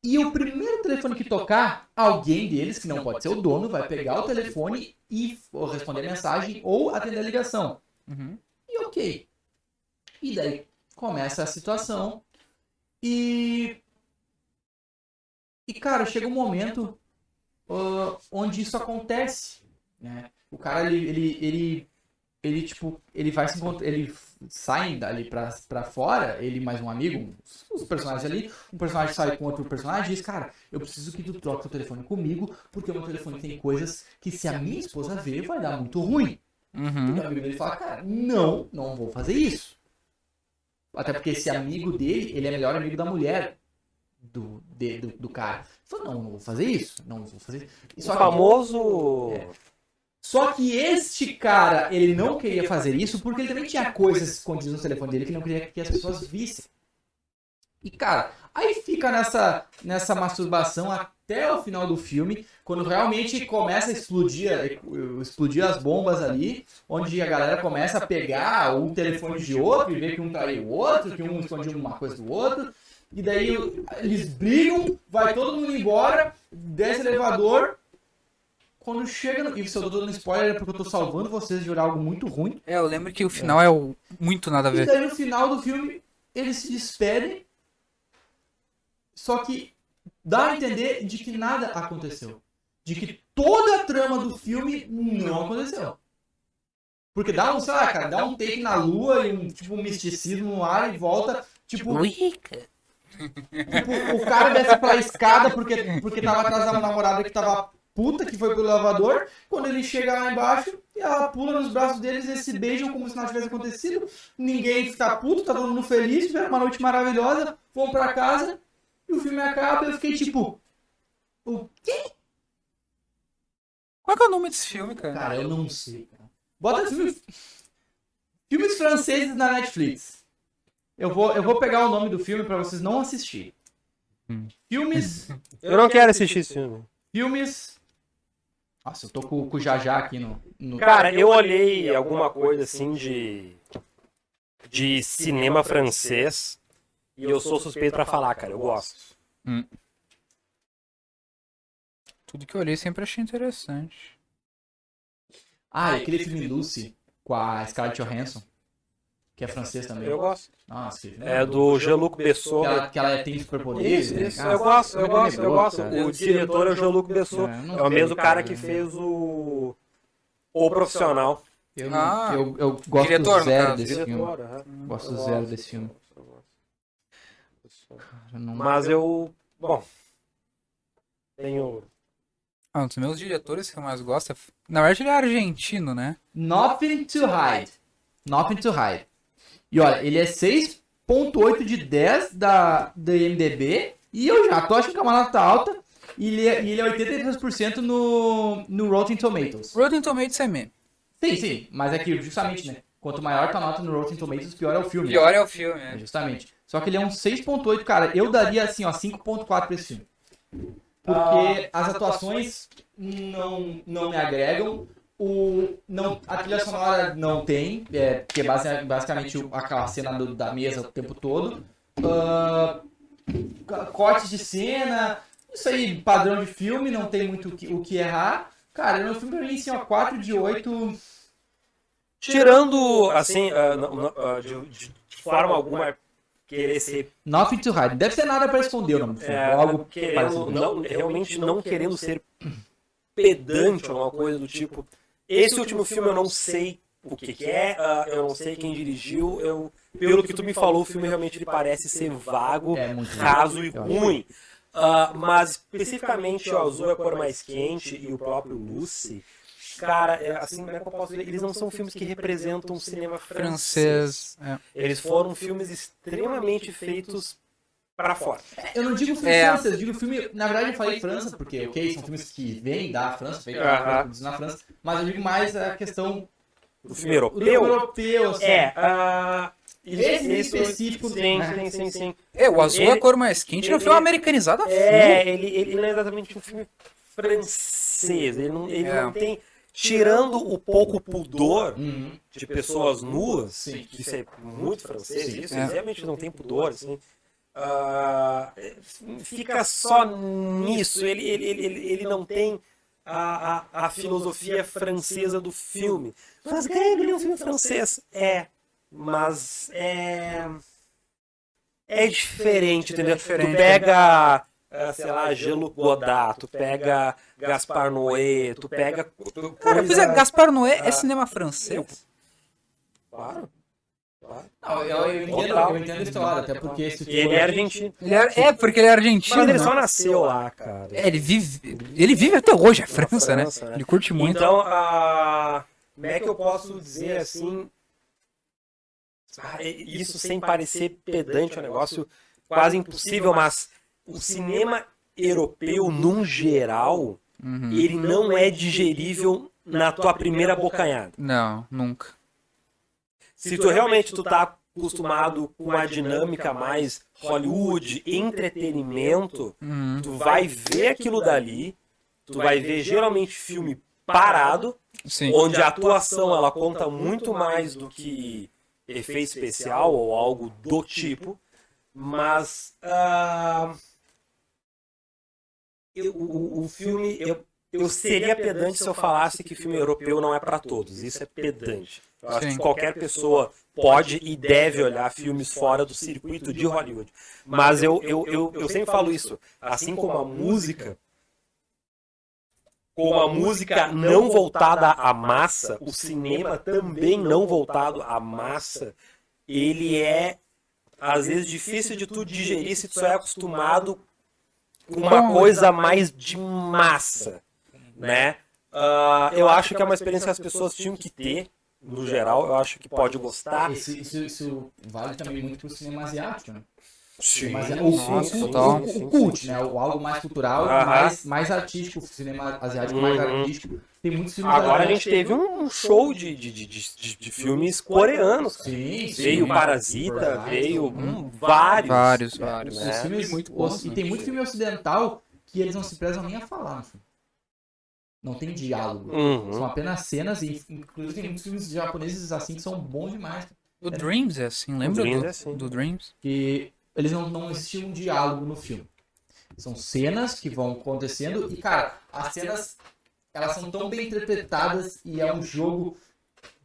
Speaker 5: e o primeiro telefone que tocar, alguém deles, que não pode ser o dono, vai pegar o telefone e ou responder mensagem ou atender a ligação.
Speaker 8: Uhum.
Speaker 5: E ok. E daí começa a situação. E. E cara, chega um momento ah, onde isso acontece. Né? O cara, ele, ele, ele ele, tipo, ele vai se encontrar. Ele sai dali pra, pra fora, ele mais um amigo, uns- os personagens ali. Um personagem sai com outro personagem e diz: Cara, eu preciso que tu troque o telefone comigo, porque o meu telefone tem coisas que se a minha esposa ver vai dar muito ruim.
Speaker 2: Uhum.
Speaker 5: Então E o amigo dele fala: Cara, não, não vou fazer isso. Até porque esse amigo dele, ele é melhor amigo da mulher do, de- do, do cara. Ele falou: Não, não vou fazer isso, não vou fazer isso. E
Speaker 1: O
Speaker 5: só É. que-
Speaker 1: famoso.
Speaker 5: só que este cara, ele não queria fazer isso porque ele também tinha coisas escondidas no telefone dele que não queria que as pessoas vissem. E cara, aí fica nessa, nessa masturbação até o final do filme, quando realmente começa a explodir, eh, explodir as bombas ali, onde a galera começa a pegar um telefone de outro e ver que um traiu o outro, que um escondiu uma coisa do outro. E daí eles brigam, vai todo mundo embora, desce o elevador, quando chega no. Isso eu tô dando spoiler é porque eu tô salvando vocês de olhar algo muito ruim.
Speaker 2: É, Então, eu lembro que o final é, o muito nada a
Speaker 5: E
Speaker 2: ver.
Speaker 5: daí Então, no final do filme, eles se despedem. Só que dá a entender de que nada aconteceu. De que toda a trama do filme não aconteceu. Porque dá um, sei lá, cara, dá um take na lua e um tipo um misticismo no ar e volta. Tipo, Tipo, o cara desce pela escada porque, porque tava atrás da namorada que tava puta, que foi pro elevador. Quando ele chega lá embaixo, ela pula nos braços deles e se beijam como se nada tivesse acontecido. Ninguém tá puto, tá todo mundo feliz, tiveram uma noite maravilhosa, vão pra casa e o filme acaba. Eu fiquei tipo. O quê?
Speaker 2: Qual que é o nome desse filme, cara?
Speaker 5: Cara, eu não sei. cara. Bota filme- filmes franceses na Netflix. Eu vou, eu vou pegar o nome do filme pra vocês não assistirem. Filmes
Speaker 1: Eu não quero assistir esse filme.
Speaker 5: Filmes. Nossa, eu tô com, com o Jajá aqui no. no-
Speaker 1: Cara, eu olhei alguma coisa assim de. de cinema francês. E eu sou suspeito pra falar, cara. Eu gosto.
Speaker 2: Tudo que eu olhei sempre achei interessante.
Speaker 5: Ah, e aquele filme Lucy com a Scarlett Johansson, que é francês também. Ah,
Speaker 1: Eu gosto.
Speaker 5: Nossa, que filme.
Speaker 1: É do Jean-Luc Besson.
Speaker 5: Que ela, que ela tem superpoderes.
Speaker 1: Isso,
Speaker 5: né,
Speaker 1: isso.
Speaker 5: cara?
Speaker 1: Eu gosto, eu
Speaker 5: Não
Speaker 1: gosto, eu
Speaker 5: lembrou,
Speaker 1: gosto.
Speaker 5: cara.
Speaker 1: O diretor é o Jean-Luc Besson.
Speaker 5: É, eu não
Speaker 1: É o
Speaker 5: sei,
Speaker 1: mesmo cara
Speaker 5: cara,
Speaker 1: que
Speaker 5: né?
Speaker 1: fez o. O profissional.
Speaker 5: Eu,
Speaker 2: Ah.
Speaker 5: eu, eu gosto
Speaker 2: Diretor, no
Speaker 5: zero
Speaker 2: caso.
Speaker 5: desse filme.
Speaker 1: Diretor, aham.
Speaker 5: Gosto
Speaker 1: Eu
Speaker 5: zero
Speaker 1: gosto,
Speaker 5: desse filme.
Speaker 1: eu gosto.
Speaker 5: Eu não-
Speaker 1: Mas eu. Bom. Tenho.
Speaker 2: Ah, um dos meus diretores que eu mais gosto é... Na verdade, ele é argentino, né?
Speaker 5: Nothing to hide. Nothing to hide. E olha, ele é 6.8 de 10 da, da IMDB. E eu já tô achando que é uma nota alta. E ele é, e ele é 83% no, no Rotten Tomatoes.
Speaker 2: Rotten Tomatoes é meme.
Speaker 5: Sim, sim. Mas é que, justamente, né? Quanto maior tua nota no Rotten Tomatoes, pior é o filme.
Speaker 2: Pior é o filme,
Speaker 5: É,
Speaker 2: é.
Speaker 5: justamente. Só que ele é um 6.8, cara. Eu daria, assim, ó, 5.4 pra esse filme. Porque as atuações não, não me agregam. O, não, a trilha sonora não tem, é, porque é basi- basicamente o- aquela cena do- da mesa o tempo todo. Ah, c- cortes de cena, isso aí, padrão de filme, não tem muito o que, o que errar. Cara, é um filme pra mim, assim, ó, 4 de 8.
Speaker 1: Tirando, assim, ah, não- não, ah, de, de forma alguma, querer ser.
Speaker 5: Nothing to hide. Deve ser nada pra esconder o nome do filme.
Speaker 1: é,
Speaker 5: ou algo
Speaker 1: querendo,
Speaker 5: parecido.
Speaker 1: não, realmente não querendo ser pedante ou alguma coisa do tipo. Esse último filme eu não sei o que, que é, ah, eu não sei quem dirigiu. Eu, pelo que tu me falou, o filme realmente ele parece ser vago.
Speaker 5: É muito
Speaker 1: raso e
Speaker 5: Eu
Speaker 1: ruim. Ah, mas especificamente o azul é a cor mais quente e o próprio Lucy, cara, é, assim, como é que eu posso dizer? Eles não são filmes que representam o cinema francês.
Speaker 2: Francês. é.
Speaker 1: Eles foram filmes extremamente feitos pra fora.
Speaker 5: Eu não digo filme
Speaker 2: É.
Speaker 5: francês, eu digo filme. Na verdade, eu falei França, porque, ok, são filmes que vêm da França, feitos na
Speaker 1: Aham.
Speaker 5: França, produzidos na França, mas eu digo mais a questão
Speaker 1: O filme europeu
Speaker 5: europeu, assim.
Speaker 1: é. ah,
Speaker 5: Esse em
Speaker 1: isso-
Speaker 5: específico,
Speaker 1: Sim, sim,
Speaker 5: né?
Speaker 1: sim, sim.
Speaker 2: É, o azul é a
Speaker 1: Ele-
Speaker 2: cor mais quente. Ele é um
Speaker 1: ele-
Speaker 2: filme americanizado a full.
Speaker 1: É, ele, ele não é exatamente um filme francês. Ele não, ele
Speaker 2: É.
Speaker 1: não tem. Tirando o pouco pudor
Speaker 5: Uhum.
Speaker 1: de pessoas nuas,
Speaker 5: Sim.
Speaker 1: que isso é muito francês,
Speaker 5: Sim.
Speaker 1: isso
Speaker 2: É.
Speaker 1: realmente não tem pudor, assim. Ah, fica só nisso, ele, ele, ele, ele- ele não tem a, a, a filosofia francesa do filme. Mas Grego ele é um filme francês. É, mas é. É diferente, entendeu?
Speaker 2: diferente,
Speaker 1: tu pega, ah, sei lá, Gelo Godard, tu pega Gaspar Noé, tu pega.
Speaker 2: Ah, Cara, pois é, Gaspar Noé é cinema é francês? Claro.
Speaker 5: Não, eu, eu entendo,
Speaker 1: Total.
Speaker 5: eu entendo a história, até porque se tu
Speaker 1: E ele é argentino.
Speaker 2: Ele era- é, porque ele é argentino.
Speaker 1: Mas ele
Speaker 2: né?
Speaker 1: só nasceu lá, cara.
Speaker 2: É, ele vive. Ele vive até hoje a França, né?
Speaker 1: França, né?
Speaker 2: Ele curte muito.
Speaker 1: Então, ah, como é que eu posso dizer assim? Ah, e- isso sem parecer pedante, é um negócio quase impossível, mas o cinema europeu, num geral,
Speaker 2: Uhum.
Speaker 1: ele não é digerível na tua primeira bocanhada.
Speaker 2: Não, nunca.
Speaker 1: Se tu realmente tu tá acostumado com uma dinâmica mais Hollywood, entretenimento,
Speaker 2: Uhum.
Speaker 1: tu vai ver aquilo dali, tu vai ver geralmente filme parado,
Speaker 2: Sim.
Speaker 1: onde a atuação ela conta muito mais do que efeito especial ou algo do tipo, mas ah, eu- o, o filme eu, eu seria pedante se eu falasse que filme europeu não é para todos. Isso é pedante. Eu acho
Speaker 2: Sim.
Speaker 1: que qualquer pessoa pode e deve olhar filmes fora do circuito de Hollywood. Mas eu, eu, eu, eu sempre falo isso. Assim como a música, como a música não voltada à massa, o cinema também não voltado à massa, ele é às vezes difícil de tu digerir se tu só é acostumado com uma coisa mais de massa, né? Ah, eu acho que é uma experiência que as pessoas tinham que ter, no geral. Eu acho que pode gostar.
Speaker 5: Isso, isso- isso vale também muito pro cinema asiático, né?
Speaker 1: Sim.
Speaker 5: Mas é o, o,
Speaker 2: sim,
Speaker 5: o- o-
Speaker 1: sim,
Speaker 5: o cult, né? O algo mais cultural,
Speaker 1: Aham.
Speaker 5: mais, mais artístico, o cinema asiático mais
Speaker 1: Uhum.
Speaker 5: artístico. Tem muitos filmes
Speaker 1: Agora a
Speaker 5: asiáticos.
Speaker 1: gente teve um show de, de, de, de- de- de filmes coreanos. cara.
Speaker 5: Sim, sim,
Speaker 1: Veio um
Speaker 5: né?
Speaker 1: Parasita,
Speaker 5: Parasita,
Speaker 1: veio
Speaker 2: Hum.
Speaker 1: hum, vários.
Speaker 2: Vários, vários.
Speaker 5: Os
Speaker 1: né?
Speaker 5: filmes
Speaker 2: É, Muito
Speaker 5: muito
Speaker 2: bom,
Speaker 5: E
Speaker 2: né?
Speaker 5: tem muito filme ocidental que eles não se prezam nem a falar no filme. Não tem diálogo. São
Speaker 1: Uhum.
Speaker 5: apenas cenas e inclusive tem muitos filmes japoneses assim que são bons demais.
Speaker 2: O Dreams é assim, lembra
Speaker 1: O Dreams
Speaker 2: do,
Speaker 1: é assim.
Speaker 2: do Dreams?
Speaker 5: que eles não, não existiam um diálogo no filme. São cenas que vão acontecendo e, cara, as cenas elas são tão bem interpretadas e é um jogo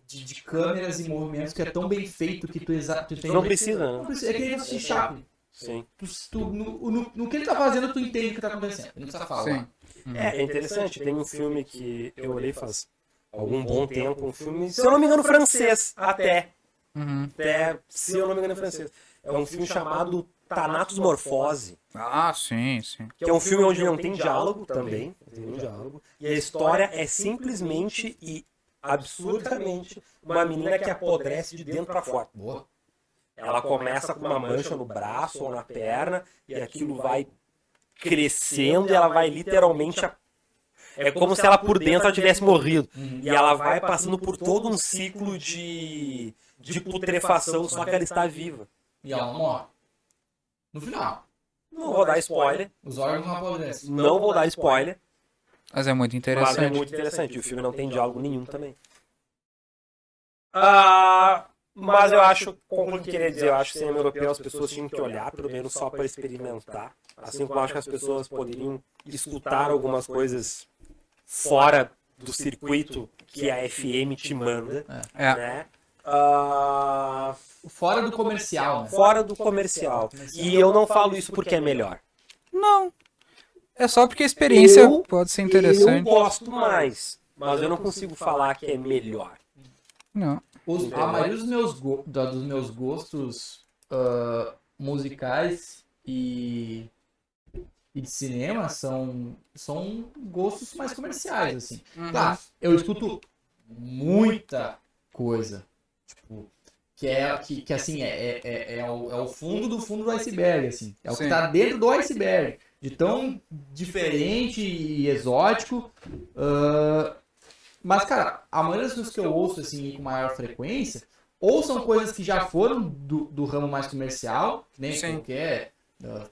Speaker 5: de, de câmeras e movimentos que é tão bem feito que tu, exa- tu tem...
Speaker 1: Não precisa,
Speaker 5: Não
Speaker 1: né?
Speaker 5: precisa. É que nem assistir Chaplin.
Speaker 1: Sim.
Speaker 5: Tu, tu, no, no, no que ele tá fazendo, tu entende o que tá acontecendo. Ele não precisa falar.
Speaker 2: Sim.
Speaker 1: É, é interessante. Tem um filme que eu olhei faz algum bom tempo, um filme, se eu não me engano, francês, até.
Speaker 2: Uhum.
Speaker 1: Até, se eu não me engano, é francês. É um filme chamado Tanatosmorfose,
Speaker 2: Ah, sim, sim.
Speaker 1: que é um filme onde não tem diálogo também, não tem nenhum diálogo, e a história é simplesmente e absurdamente uma menina que apodrece de dentro pra fora.
Speaker 5: Boa.
Speaker 1: Ela começa com uma mancha no braço ou na perna, e aquilo vai crescendo e ela vai literalmente. a- Uhum. É como se ela por dentro ela tivesse morrido. E ela vai passando por todo um ciclo de, de putrefação, só que ela está viva.
Speaker 5: E ela morre. No final,
Speaker 1: Não vou dar spoiler,
Speaker 5: os órgãos não apodrecem.
Speaker 1: não vou dar spoiler,
Speaker 2: Mas é muito
Speaker 1: mas é
Speaker 2: interessante.
Speaker 1: muito interessante. O filme não tem diálogo nenhum também. Ah, mas eu acho, como eu queria dizer, eu acho que cinema europeu as pessoas tinham que olhar, pelo menos só para experimentar. Assim como eu acho que as pessoas poderiam escutar algumas coisas fora do circuito que é a FM te manda,
Speaker 2: É.
Speaker 1: né? Ah,
Speaker 5: Fora do comercial, né?
Speaker 1: fora do comercial. E eu não falo isso porque é melhor.
Speaker 2: Não. É só porque a experiência
Speaker 1: Eu-
Speaker 2: pode ser
Speaker 1: Eu
Speaker 2: interessante.
Speaker 1: gosto mais, mas eu não consigo falar que é melhor.
Speaker 2: Não.
Speaker 5: né? Os- a maioria dos meus, go- da- dos meus gostos ah, musicais e, e de cinema são, são gostos mais comerciais, assim.
Speaker 2: Uhum.
Speaker 5: Tá, eu escuto muita coisa, tipo, que é, que, que assim, é, é, é, é o, é o fundo do fundo do iceberg, assim. É o que
Speaker 2: Sim.
Speaker 5: tá dentro do iceberg, de tão diferente e exótico. ah, mas, cara, a maioria das coisas que eu ouço, assim, com maior frequência, ou são coisas que já foram do, do ramo mais comercial, que nem
Speaker 2: Sim.
Speaker 5: qualquer uh,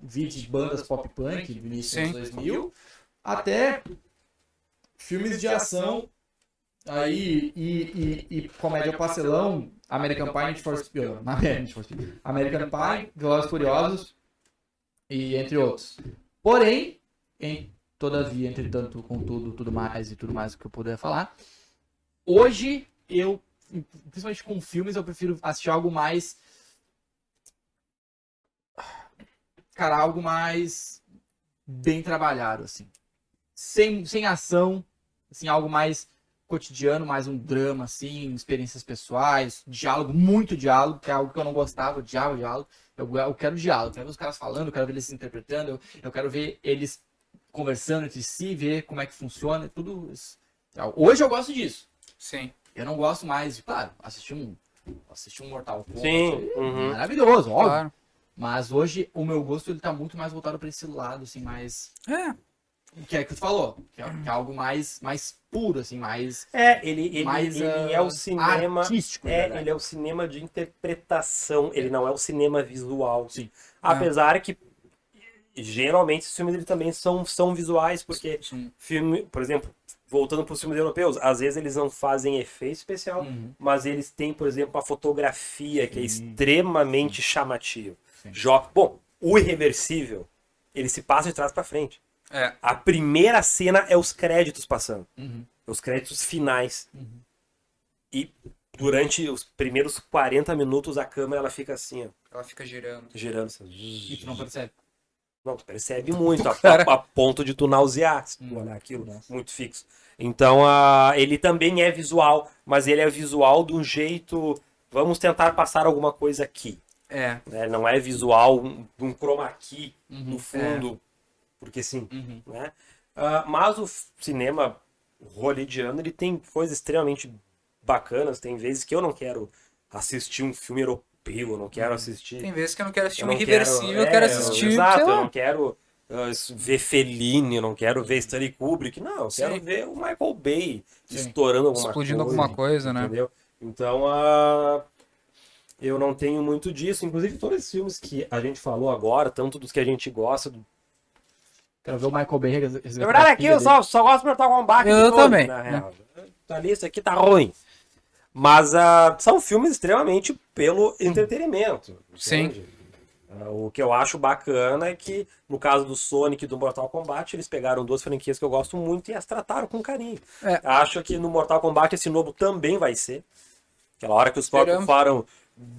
Speaker 5: vídeo de bandas pop punk do início dos
Speaker 2: Sim.
Speaker 5: anos 2000, até filmes de ação aí e, e, e comédia pastelão, American Pie, Need for Speed, oh, não, Need for Speed, American Pie, Velozes e Furiosos e entre outros. Porém, em todavia, entretanto, contudo, tudo mais e tudo mais que eu puder falar, hoje eu, principalmente com filmes, eu prefiro assistir algo mais cara, algo mais bem trabalhado, assim. Sem, sem ação, assim, algo mais cotidiano, mais um drama, assim, experiências pessoais, diálogo, muito diálogo, que é algo que eu não gostava, odiava diálogo. Eu, eu quero diálogo, eu quero ver os caras falando, eu quero ver eles se interpretando, eu, eu quero ver eles conversando entre si, ver como é que funciona, tudo isso. Então, Hoje eu gosto disso.
Speaker 2: Sim.
Speaker 5: Eu não gosto mais de, claro, assistir um, assistir um Mortal Kombat.
Speaker 1: Sim. uhum.
Speaker 5: Maravilhoso, óbvio.
Speaker 2: Claro.
Speaker 5: Mas hoje o meu gosto ele tá muito mais voltado para esse lado, assim, mais.
Speaker 2: É.
Speaker 5: Que é que tu falou. Que é, que é algo mais, mais puro, assim, mais
Speaker 1: É, ele, ele,
Speaker 5: Mais,
Speaker 1: ele
Speaker 5: ah,
Speaker 1: é o cinema.
Speaker 5: artístico. na
Speaker 1: É,
Speaker 5: verdade.
Speaker 1: ele é o cinema de interpretação, ele não é o cinema visual.
Speaker 5: Sim.
Speaker 1: Apesar que geralmente os filmes dele também são, são visuais, porque
Speaker 5: Sim.
Speaker 1: filme, por exemplo, voltando para os filmes europeus, às vezes eles não fazem efeito especial,
Speaker 5: Uhum.
Speaker 1: mas eles têm, por exemplo, a fotografia que é
Speaker 5: Sim.
Speaker 1: extremamente chamativa.
Speaker 5: Sim.
Speaker 1: Jo- Bom, o irreversível, ele se passa de trás para frente.
Speaker 2: É.
Speaker 1: A primeira cena é os créditos passando
Speaker 5: Uhum.
Speaker 1: os créditos finais.
Speaker 5: Uhum.
Speaker 1: E durante os primeiros 40 minutos a câmera ela fica assim, ó,
Speaker 2: Ela fica girando.
Speaker 1: girando. assim.
Speaker 5: E tu não percebe.
Speaker 1: Não, tu percebe muito, a,
Speaker 2: Cara.
Speaker 1: a- a ponto de tu nausear, se tu
Speaker 5: Hum.
Speaker 1: olhar aquilo, muito fixo. Então, a, ele também é visual, mas ele é visual de um jeito. Vamos tentar passar alguma coisa aqui.
Speaker 2: É.
Speaker 1: né? Não é visual um- de um chroma key no
Speaker 5: Uhum.
Speaker 1: fundo, porque sim
Speaker 5: Uhum.
Speaker 1: né? Ah, mas o f- cinema hollywoodiano ele tem coisas extremamente bacanas. Tem vezes que eu não quero assistir um filme europeu, eu não quero assistir.
Speaker 2: Tem vezes que eu não quero assistir
Speaker 1: eu
Speaker 2: um
Speaker 1: não
Speaker 2: irreversível, eu
Speaker 1: é,
Speaker 2: quero assistir.
Speaker 1: Exato,
Speaker 2: sei
Speaker 1: eu
Speaker 2: lá.
Speaker 1: não quero ah, isso- ver Fellini, eu não quero ver Stanley Kubrick, não. Eu quero
Speaker 2: Sim.
Speaker 1: ver o Michael Bay
Speaker 5: Sim.
Speaker 1: estourando alguma
Speaker 8: Explodindo
Speaker 1: coisa.
Speaker 8: alguma coisa, né?
Speaker 1: Entendeu? Então, a... eu não tenho muito disso. Inclusive, todos esses filmes que a gente falou agora, tanto dos que a gente gosta, do
Speaker 5: Quero ver o Michael Bay resga- resgatar
Speaker 1: Na verdade,
Speaker 5: a
Speaker 1: aqui
Speaker 5: filha
Speaker 1: eu só, só gosto de Mortal Kombat.
Speaker 8: Eu
Speaker 1: de todos,
Speaker 8: também,
Speaker 1: Na
Speaker 8: né?
Speaker 1: real. A lista aqui tá ruim. Mas ah, são filmes extremamente pelo entretenimento.
Speaker 8: Sim.
Speaker 1: entende? Ah, o que eu acho bacana é que, no caso do Sonic e do Mortal Kombat, eles pegaram duas franquias que eu gosto muito e as trataram com carinho.
Speaker 8: É.
Speaker 1: Acho que no Mortal Kombat esse novo também vai ser. Aquela hora que os próprios
Speaker 8: Esperamos.
Speaker 1: falam.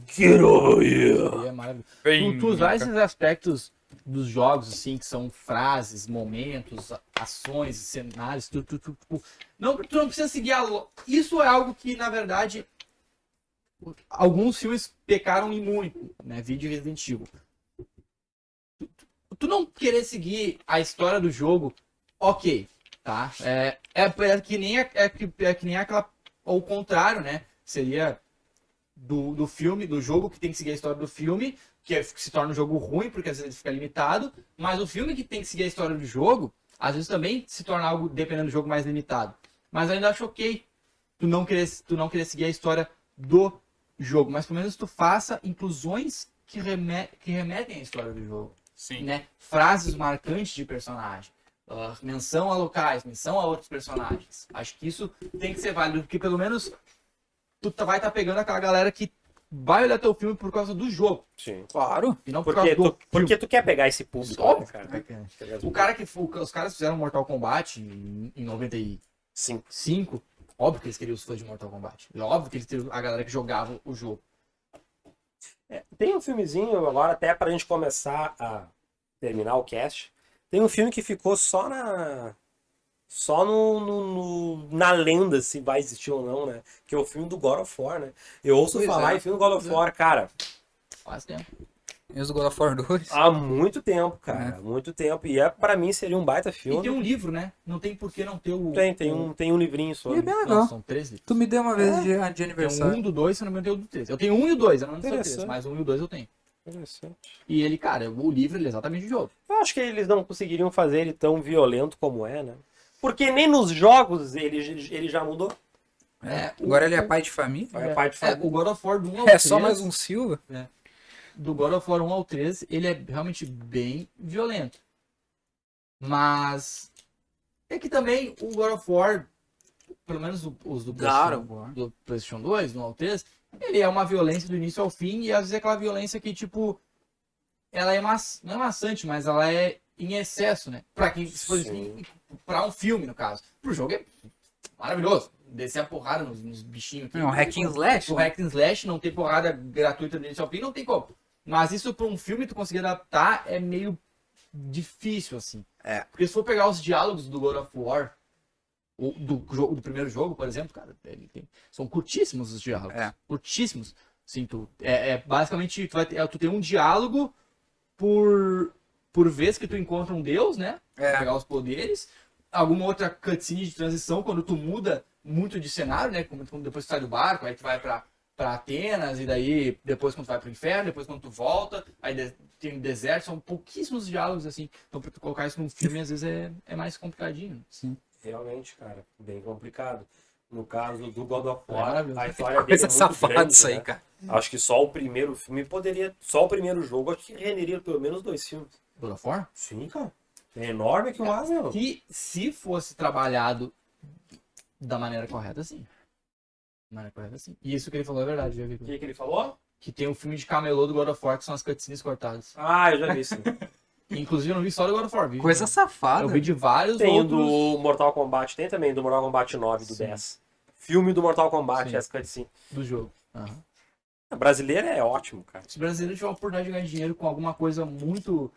Speaker 1: Get over here.
Speaker 5: dele. É maravilhoso. Tu, tu usar esses aspectos dos jogos, assim, que são frases, momentos, a- ações, cenários, tu, tu, tu, tu- não, tu não precisa seguir a lo... Isso é algo que, na verdade, alguns filmes pecaram e muito, né? Vídeo Resident Evil. Tu- tu- Tu não querer seguir a história do jogo, ok, tá? É, é, é que nem a- é, que, é que nem aquela. Ou o contrário, né? Seria do, do filme, do jogo que tem que seguir a história do filme que é- que se torna um jogo ruim, porque às vezes ele fica limitado, mas o filme que tem que seguir a história do jogo, às vezes também se torna algo, dependendo do jogo, mais limitado. Mas eu ainda acho ok tu não querer, tu não querer seguir a história do jogo, mas pelo menos tu faça inclusões que, reme- que remetem à história do jogo,
Speaker 2: Sim.
Speaker 5: né? Frases marcantes de personagem. ah, menção a locais, menção a outros personagens. Acho que isso tem que ser válido, porque pelo menos tu tá- vai estar pegando aquela galera que vai olhar teu filme por causa do jogo.
Speaker 1: Sim.
Speaker 2: Claro.
Speaker 5: E não por
Speaker 1: Porque
Speaker 5: causa
Speaker 1: tu,
Speaker 5: do
Speaker 1: porque tu quer pegar esse público,
Speaker 5: Óbvio,
Speaker 1: né, cara?
Speaker 5: filme, cara. O cara que fu- os caras fizeram Mortal Kombat em em 95,
Speaker 1: Sim.
Speaker 5: óbvio que eles queriam os fãs de Mortal Kombat. E Óbvio que eles queriam a galera que jogava o jogo.
Speaker 1: Tem um filmezinho agora, até pra gente começar a terminar o cast. Tem um filme que ficou só na. Só no, no- no- na lenda se vai existir ou não, né? Que é o filme do God of War, né? Eu ouço
Speaker 2: Pois
Speaker 1: falar
Speaker 2: é.
Speaker 1: em filme do God of War, cara,
Speaker 5: Faz tempo.
Speaker 8: E os God of War 2.
Speaker 1: há muito tempo, cara. Há muito tempo. E é, pra mim seria um baita
Speaker 5: E tem
Speaker 1: filme.
Speaker 5: um livro, né? Não tem por que não ter o.
Speaker 1: Tem, tem um, tem um livrinho
Speaker 8: E
Speaker 1: sobre.
Speaker 8: é bem
Speaker 5: Não,
Speaker 8: legal.
Speaker 5: são três livros.
Speaker 8: Tu me deu uma
Speaker 1: É.
Speaker 8: vez
Speaker 2: ah,
Speaker 8: de, de
Speaker 5: Tem
Speaker 8: aniversário.
Speaker 5: um, um do dois, se eu não me engano, tem o do três. Eu tenho um e o dois, eu não sei o três,
Speaker 1: Interessante.
Speaker 5: mas um e o dois eu tenho.
Speaker 1: Interessante.
Speaker 5: E ele, cara, o livro ele é exatamente o jogo.
Speaker 1: Eu acho que eles não conseguiriam fazer ele tão violento como é, né? Porque nem nos jogos ele, ele já mudou.
Speaker 2: É. Agora ele é pai de família?
Speaker 1: um- É, pai de
Speaker 5: É,
Speaker 1: família.
Speaker 5: o God of War do 1 ao
Speaker 8: É só
Speaker 5: 3,
Speaker 8: mais um Silva?
Speaker 5: do God of War 1 ao 3, ele é realmente bem violento. Mas é que também o God of War, pelo menos o- os do PlayStation, do PlayStation 2, do 1 ao 3, ele é uma violência do início ao fim e às vezes é aquela violência que tipo ela é maç... não é maçante, mas ela é em excesso, né? Pra quem se for
Speaker 1: Sim.
Speaker 5: para um filme no caso. Pro jogo é maravilhoso. Descer a porrada nos, nos bichinhos aqui.
Speaker 2: É um hack and slash?
Speaker 5: O hack and slash não tem porrada gratuita dele ao fim, não tem como. Mas isso pra um filme tu conseguir adaptar é meio difícil, assim.
Speaker 2: É.
Speaker 5: Porque se for pegar os diálogos do God of War, o- do, jogo- do primeiro jogo, por exemplo, cara, ele tem- são curtíssimos os diálogos.
Speaker 2: É.
Speaker 5: Curtíssimos. Sim, tu, é, é basicamente, tu, vai ter- é, tu tem um diálogo por, por vez que tu encontra um deus, né?
Speaker 2: É.
Speaker 5: Pra pegar os poderes. Alguma outra cutscene de transição, quando tu muda muito de cenário, né? Como, como depois tu sai do barco, aí tu vai pra, pra Atenas, e daí depois quando tu vai pro inferno, depois quando tu volta, aí de- tem um deserto, são pouquíssimos diálogos assim. Então pra tu colocar isso num filme às vezes é, é mais complicadinho. Sim.
Speaker 1: Realmente, cara, bem complicado. No caso do God of
Speaker 5: É
Speaker 1: War,
Speaker 5: maravilhoso.
Speaker 1: a história dele
Speaker 2: Coisa
Speaker 1: é muito
Speaker 2: safada
Speaker 1: grande,
Speaker 2: isso aí,
Speaker 1: né?
Speaker 2: cara.
Speaker 1: Acho que só o primeiro filme poderia. Só o primeiro jogo, acho que renderia pelo menos dois filmes.
Speaker 5: God of War?
Speaker 1: Sim, cara. É enorme que o Asa, meu.
Speaker 5: Que se fosse trabalhado da maneira correta, sim. Da maneira correta, sim. E isso que ele falou é verdade, viu,
Speaker 1: O
Speaker 5: Victor?
Speaker 1: que, que ele falou?
Speaker 5: Que tem um filme de camelô do God of War que são as cutscenes cortadas.
Speaker 1: Ah, eu já vi sim.
Speaker 5: Inclusive eu não vi só do God of War, vi.
Speaker 2: Coisa
Speaker 5: Eu
Speaker 2: safada.
Speaker 5: vi de vários
Speaker 1: Tem o
Speaker 5: outros.
Speaker 1: do Mortal Kombat, tem também do Mortal Kombat 9, do
Speaker 5: Sim.
Speaker 1: 10. Filme do Mortal Kombat,
Speaker 5: Sim.
Speaker 1: as cutscenes.
Speaker 5: do jogo. Aham.
Speaker 1: A brasileira é ótimo, cara.
Speaker 5: Se o brasileiro tiver a oportunidade de ganhar dinheiro com alguma coisa muito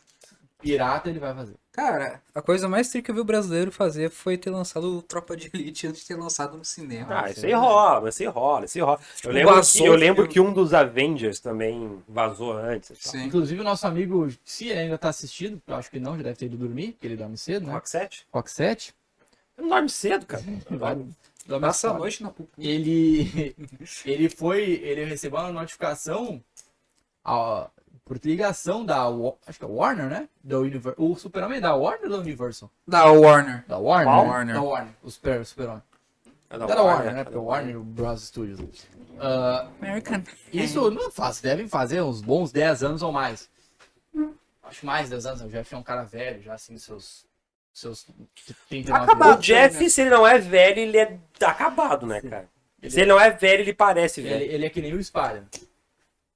Speaker 5: pirata, ele vai fazer.
Speaker 2: Cara, a coisa mais triste que eu vi o brasileiro fazer foi ter lançado o Tropa de Elite antes de ter lançado no cinema.
Speaker 1: Ah, isso aí rola, isso aí rola, isso aí rola. Eu lembro,
Speaker 2: vazou
Speaker 1: que, eu
Speaker 2: o
Speaker 1: lembro
Speaker 5: é
Speaker 2: filme.
Speaker 1: que um dos Avengers também vazou antes. e tal.
Speaker 2: Sim.
Speaker 5: Inclusive, o nosso amigo, se ele ainda tá assistindo, eu acho que não, já deve ter ido dormir, porque ele dorme cedo, né?
Speaker 1: Rock 7?
Speaker 5: Rock 7.
Speaker 1: Eu não dorme cedo, cara.
Speaker 5: Dorme
Speaker 2: Passa a
Speaker 5: tarde.
Speaker 2: noite na pupila.
Speaker 5: ele ele foi ele recebeu uma notificação a- por ligação da Wa- acho que é Warner né da Univer, o Super Homem da Warner ou da Universal
Speaker 2: Da Warner.
Speaker 5: da Warner
Speaker 1: Qual?
Speaker 5: né?
Speaker 2: Warner.
Speaker 5: da Warner o Super Super Homem
Speaker 1: É
Speaker 5: da, Warner, né porque é Warner Bros Studios Ah,
Speaker 2: American.
Speaker 5: isso não é fácil, devem fazer uns bons 10 anos ou mais. Acho mais 10 anos, o Jeff é um cara velho, já assim, seus. seus 39
Speaker 1: Acabado. O
Speaker 5: anos.
Speaker 1: Jeff, se ele não é velho, ele é acabado, né, cara? Se ele não é velho, ele parece
Speaker 5: Ele,
Speaker 1: velho.
Speaker 5: ele é que nem o Spider.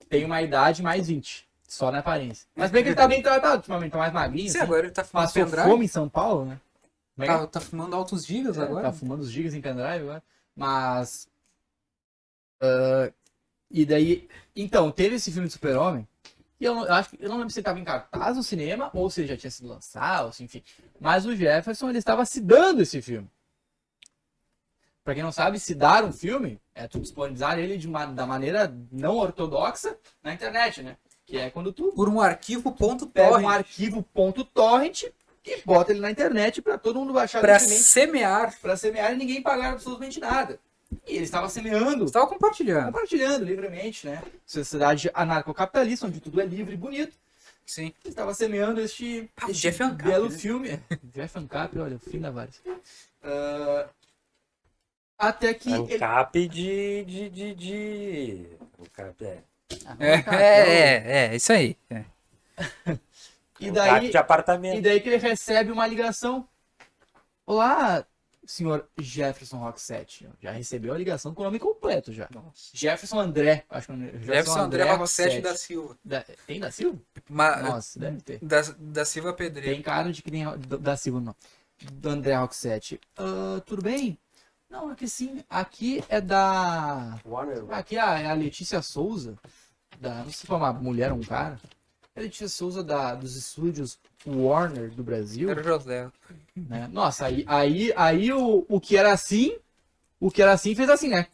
Speaker 5: Tem uma idade mais 20, só na aparência. Mas bem que ele tá bem tratado ultimamente, tá mais magrinho.
Speaker 2: Você
Speaker 5: assim.
Speaker 2: agora ele tá fumando
Speaker 5: Passou
Speaker 2: pendrive?
Speaker 5: fome em São Paulo, né? Como é que é?
Speaker 2: Tá, tá fumando altos gigas
Speaker 5: É,
Speaker 2: agora?
Speaker 5: Tá fumando os gigas em pendrive agora. Mas. ah, e daí. Então, teve esse filme do Super-Homem. E eu, não- eu acho que eu não lembro se ele estava em cartaz no cinema ou se ele já tinha sido lançado, ou se- enfim. Mas o Jefferson, ele estava se dando esse filme. Pra quem não sabe, se dar um filme é tu disponibilizar ele de uma, da maneira não ortodoxa na internet, né? Que é quando tu
Speaker 2: Por um arquivo ponto
Speaker 5: pega um
Speaker 2: torrent.
Speaker 5: arquivo ponto torrent e bota ele na internet pra todo mundo baixar
Speaker 2: Pra
Speaker 5: livremente
Speaker 2: semear.
Speaker 5: para semear e ninguém pagaram absolutamente nada. E ele estava semeando,
Speaker 2: Estava compartilhando.
Speaker 5: compartilhando livremente, né? Sociedade anarcocapitalista, onde tudo é livre e bonito.
Speaker 2: Sim.
Speaker 5: Ele estava semeando este,
Speaker 2: Ah, o
Speaker 5: este
Speaker 2: Jeff Ancap,
Speaker 5: belo
Speaker 2: né?
Speaker 5: filme. Jeff Ancap, olha, o fim da várias. até que é- ele...
Speaker 1: Ancap É um de. de. de. de... Ancap, é.
Speaker 2: É, é, é, é, isso aí. É.
Speaker 1: Ancap
Speaker 5: E daí,
Speaker 1: Um de apartamento.
Speaker 5: e daí que ele recebe uma ligação. Olá, senhor Jefferson Rockset. Já recebeu a ligação com o nome completo já. Jefferson André, acho que é o nome-
Speaker 2: Jefferson André Roxette
Speaker 5: Rockset.
Speaker 2: da Ah, Silva.
Speaker 5: Da- Tem da Silva?
Speaker 2: Ma-
Speaker 5: Nossa, deve ter.
Speaker 2: da, da Silva Pedreira.
Speaker 5: Tem cara de que nem Ro- da da Silva, não. Do André Roxette. Ah, tudo bem? Não, aqui sim. Aqui é da.
Speaker 1: Warner.
Speaker 5: Aqui é a, é a Letícia Souza. Da... Não sei se foi uma mulher ou um cara. É a Letícia Souza da... dos estúdios Warner do Brasil.
Speaker 2: Era o José.
Speaker 5: né? Nossa, aí, aí, aí o, o que era assim, o que era assim fez assim, né?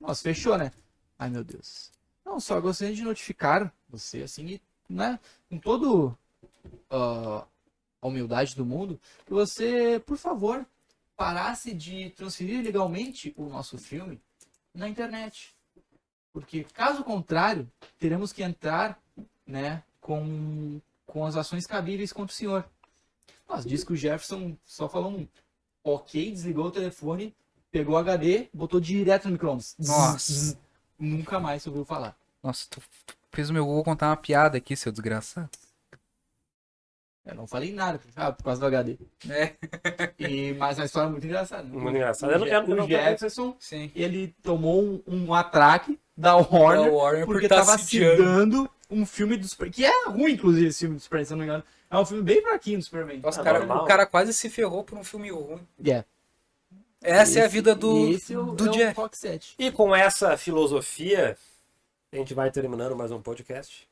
Speaker 5: Nossa, fechou, né? Ai, meu Deus. Não, só gostaria de notificar você, assim, e, né? Com todo ah, a humildade do mundo, que você, por favor, parasse de transferir legalmente o nosso filme na internet. Porque, caso contrário, teremos que entrar, né, com, com as ações cabíveis contra o senhor. Mas diz que o Jefferson só falou um ok, desligou o telefone, pegou o HD, botou direto no micro-ondas.
Speaker 2: Nossa.
Speaker 5: Zzz, zzz. Nunca mais se ouviu falar.
Speaker 2: Nossa, tu, tu fez o meu Google contar uma piada aqui, seu desgraçado.
Speaker 5: Eu não falei nada, ah, por causa do HD.
Speaker 2: É,
Speaker 5: E, mas a história é muito engraçada. né?
Speaker 1: Muito engraçado.
Speaker 5: O
Speaker 1: Eu não,
Speaker 5: Je-
Speaker 1: eu não- eu não-
Speaker 5: o Jefferson,
Speaker 2: sim. É
Speaker 5: ele tomou um, um atraque da Warner,
Speaker 2: Warner tá
Speaker 5: porque
Speaker 3: tá
Speaker 5: tava se dando um filme do Superman, que é ruim, inclusive, esse filme do Superman, se eu não me engano. É um filme bem fraquinho do Superman.
Speaker 2: Nossa,
Speaker 1: Ah,
Speaker 2: cara,
Speaker 1: normal.
Speaker 2: o cara quase se ferrou por um filme ruim.
Speaker 5: É.
Speaker 2: Essa é a
Speaker 5: Esse-
Speaker 2: vida do,
Speaker 5: e esse é o,
Speaker 2: do
Speaker 5: é o
Speaker 2: Jeff.
Speaker 5: Fox 7.
Speaker 1: E com essa filosofia, a gente vai terminando mais um podcast.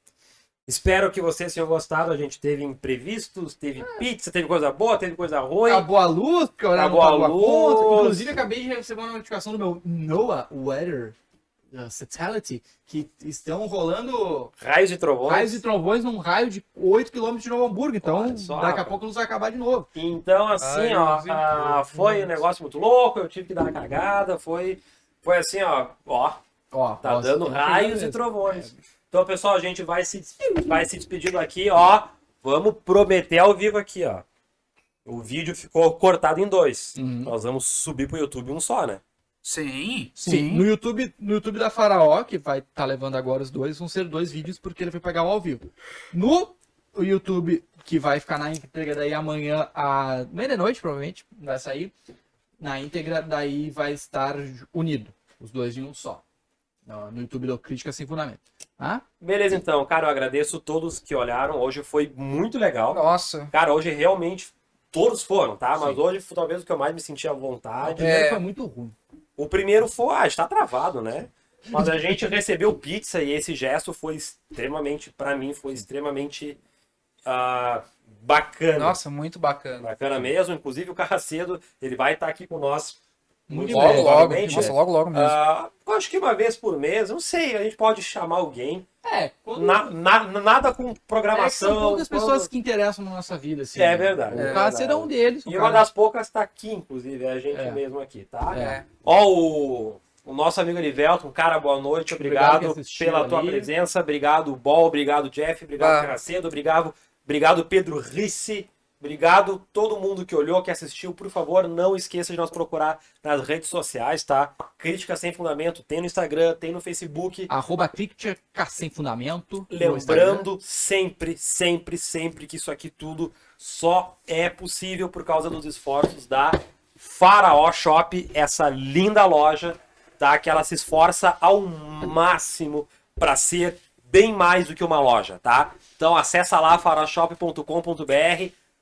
Speaker 1: Espero que vocês tenham gostado. A gente teve imprevistos, teve
Speaker 5: É.
Speaker 1: pizza, teve coisa boa, teve coisa ruim.
Speaker 5: Acabou a luz, porque eu olhava
Speaker 1: Acabou a
Speaker 5: pra alguma conta.
Speaker 1: luz.
Speaker 5: Inclusive, acabei de receber uma notificação do meu NOAA Weather uh, Satellite que estão rolando
Speaker 1: Raios e trovões.
Speaker 5: raios e trovões num raio de 8 km de Novo Hamburgo. Então,
Speaker 1: Olha só,
Speaker 5: daqui a
Speaker 1: rapaz.
Speaker 5: pouco a luz vai acabar de novo.
Speaker 1: Então, assim,
Speaker 8: Ai,
Speaker 1: ó,
Speaker 8: eu vi
Speaker 1: ah,
Speaker 8: tudo.
Speaker 1: foi um negócio muito louco, eu tive que dar uma cagada, foi, foi assim, ó, ó,
Speaker 5: Ó,
Speaker 1: tá
Speaker 5: ó,
Speaker 1: dando
Speaker 5: tá
Speaker 1: raios
Speaker 5: chegando
Speaker 1: e trovões. Então, pessoal, a gente vai se, des- vai se despedindo aqui, ó, vamos prometer ao vivo aqui, ó. O vídeo ficou cortado em dois.
Speaker 5: Uhum.
Speaker 1: Nós vamos subir pro YouTube um só, né?
Speaker 2: Sim.
Speaker 5: Sim. No YouTube, no YouTube da Faraó, que vai estar levando agora os dois, vão ser dois vídeos porque ele vai pegar um ao vivo. No YouTube, que vai ficar na íntegra daí amanhã, à meia-noite, provavelmente, vai sair. Na íntegra, daí vai estar unido. Os dois em um só. No no YouTube do Crítica Sem Fundamento. Tá?
Speaker 1: Beleza, então, cara, eu agradeço todos que olharam. Hoje foi muito legal.
Speaker 8: Nossa.
Speaker 1: Cara, hoje realmente todos foram, tá? Mas
Speaker 5: Sim.
Speaker 1: hoje foi talvez o que eu mais me senti à
Speaker 5: O
Speaker 1: vontade.
Speaker 5: primeiro foi muito ruim.
Speaker 1: O primeiro foi, ah, está travado, né? Mas a gente recebeu pizza e esse gesto foi extremamente, pra mim, foi extremamente ah, bacana.
Speaker 8: Nossa, muito bacana.
Speaker 1: Bacana mesmo. Inclusive o Carracedo, ele vai estar aqui com nós. Muito
Speaker 8: Logo, logo.
Speaker 1: provavelmente,
Speaker 8: Nossa,
Speaker 1: né?
Speaker 8: logo, logo mesmo.
Speaker 1: Ah, eu acho que uma vez por mês, não sei, a gente pode chamar alguém.
Speaker 5: É, quando...
Speaker 1: Na- na- nada com
Speaker 5: é que
Speaker 1: programação.
Speaker 5: são poucas
Speaker 1: quando-
Speaker 5: pessoas que interessam na nossa vida, assim.
Speaker 1: É verdade, é
Speaker 5: O Cássio
Speaker 1: verdade.
Speaker 5: era um deles. o
Speaker 1: E uma
Speaker 5: cara-
Speaker 1: das poucas tá aqui, inclusive, é a gente
Speaker 5: É.
Speaker 1: mesmo aqui, tá?
Speaker 5: É.
Speaker 1: Ó, o, o nosso amigo Nivelton, cara, boa noite,
Speaker 5: Obrigado
Speaker 1: obrigado,
Speaker 5: que assistiu
Speaker 1: pela tua
Speaker 5: ali.
Speaker 1: presença, obrigado, Bol, obrigado, Jeff,
Speaker 8: Bah.
Speaker 1: obrigado, Caracedo, obrigado, obrigado, Pedro Risse, obrigado todo mundo que olhou, que assistiu, por favor, não esqueça de nos procurar nas redes sociais, tá? Crítica Sem Fundamento tem no Instagram, tem no Facebook,
Speaker 5: Arroba Crítica Sem Fundamento. no é Instagram.
Speaker 1: Lembrando sempre, sempre, sempre que isso aqui tudo só é possível por causa dos esforços da Faraó Shop, essa linda loja, tá? Que ela se esforça ao máximo para ser bem mais do que uma loja, tá? Então acessa lá faraoshop.com.br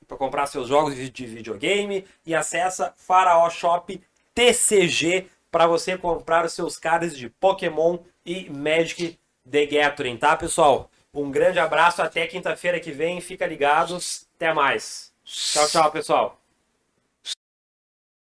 Speaker 1: para comprar seus jogos de de videogame e acessa Faraó Shop TCG para você comprar os seus cards de Pokémon e Magic The Gathering, tá, pessoal? Um grande abraço, até quinta-feira que vem, fica ligados, até mais. Tchau, tchau, pessoal.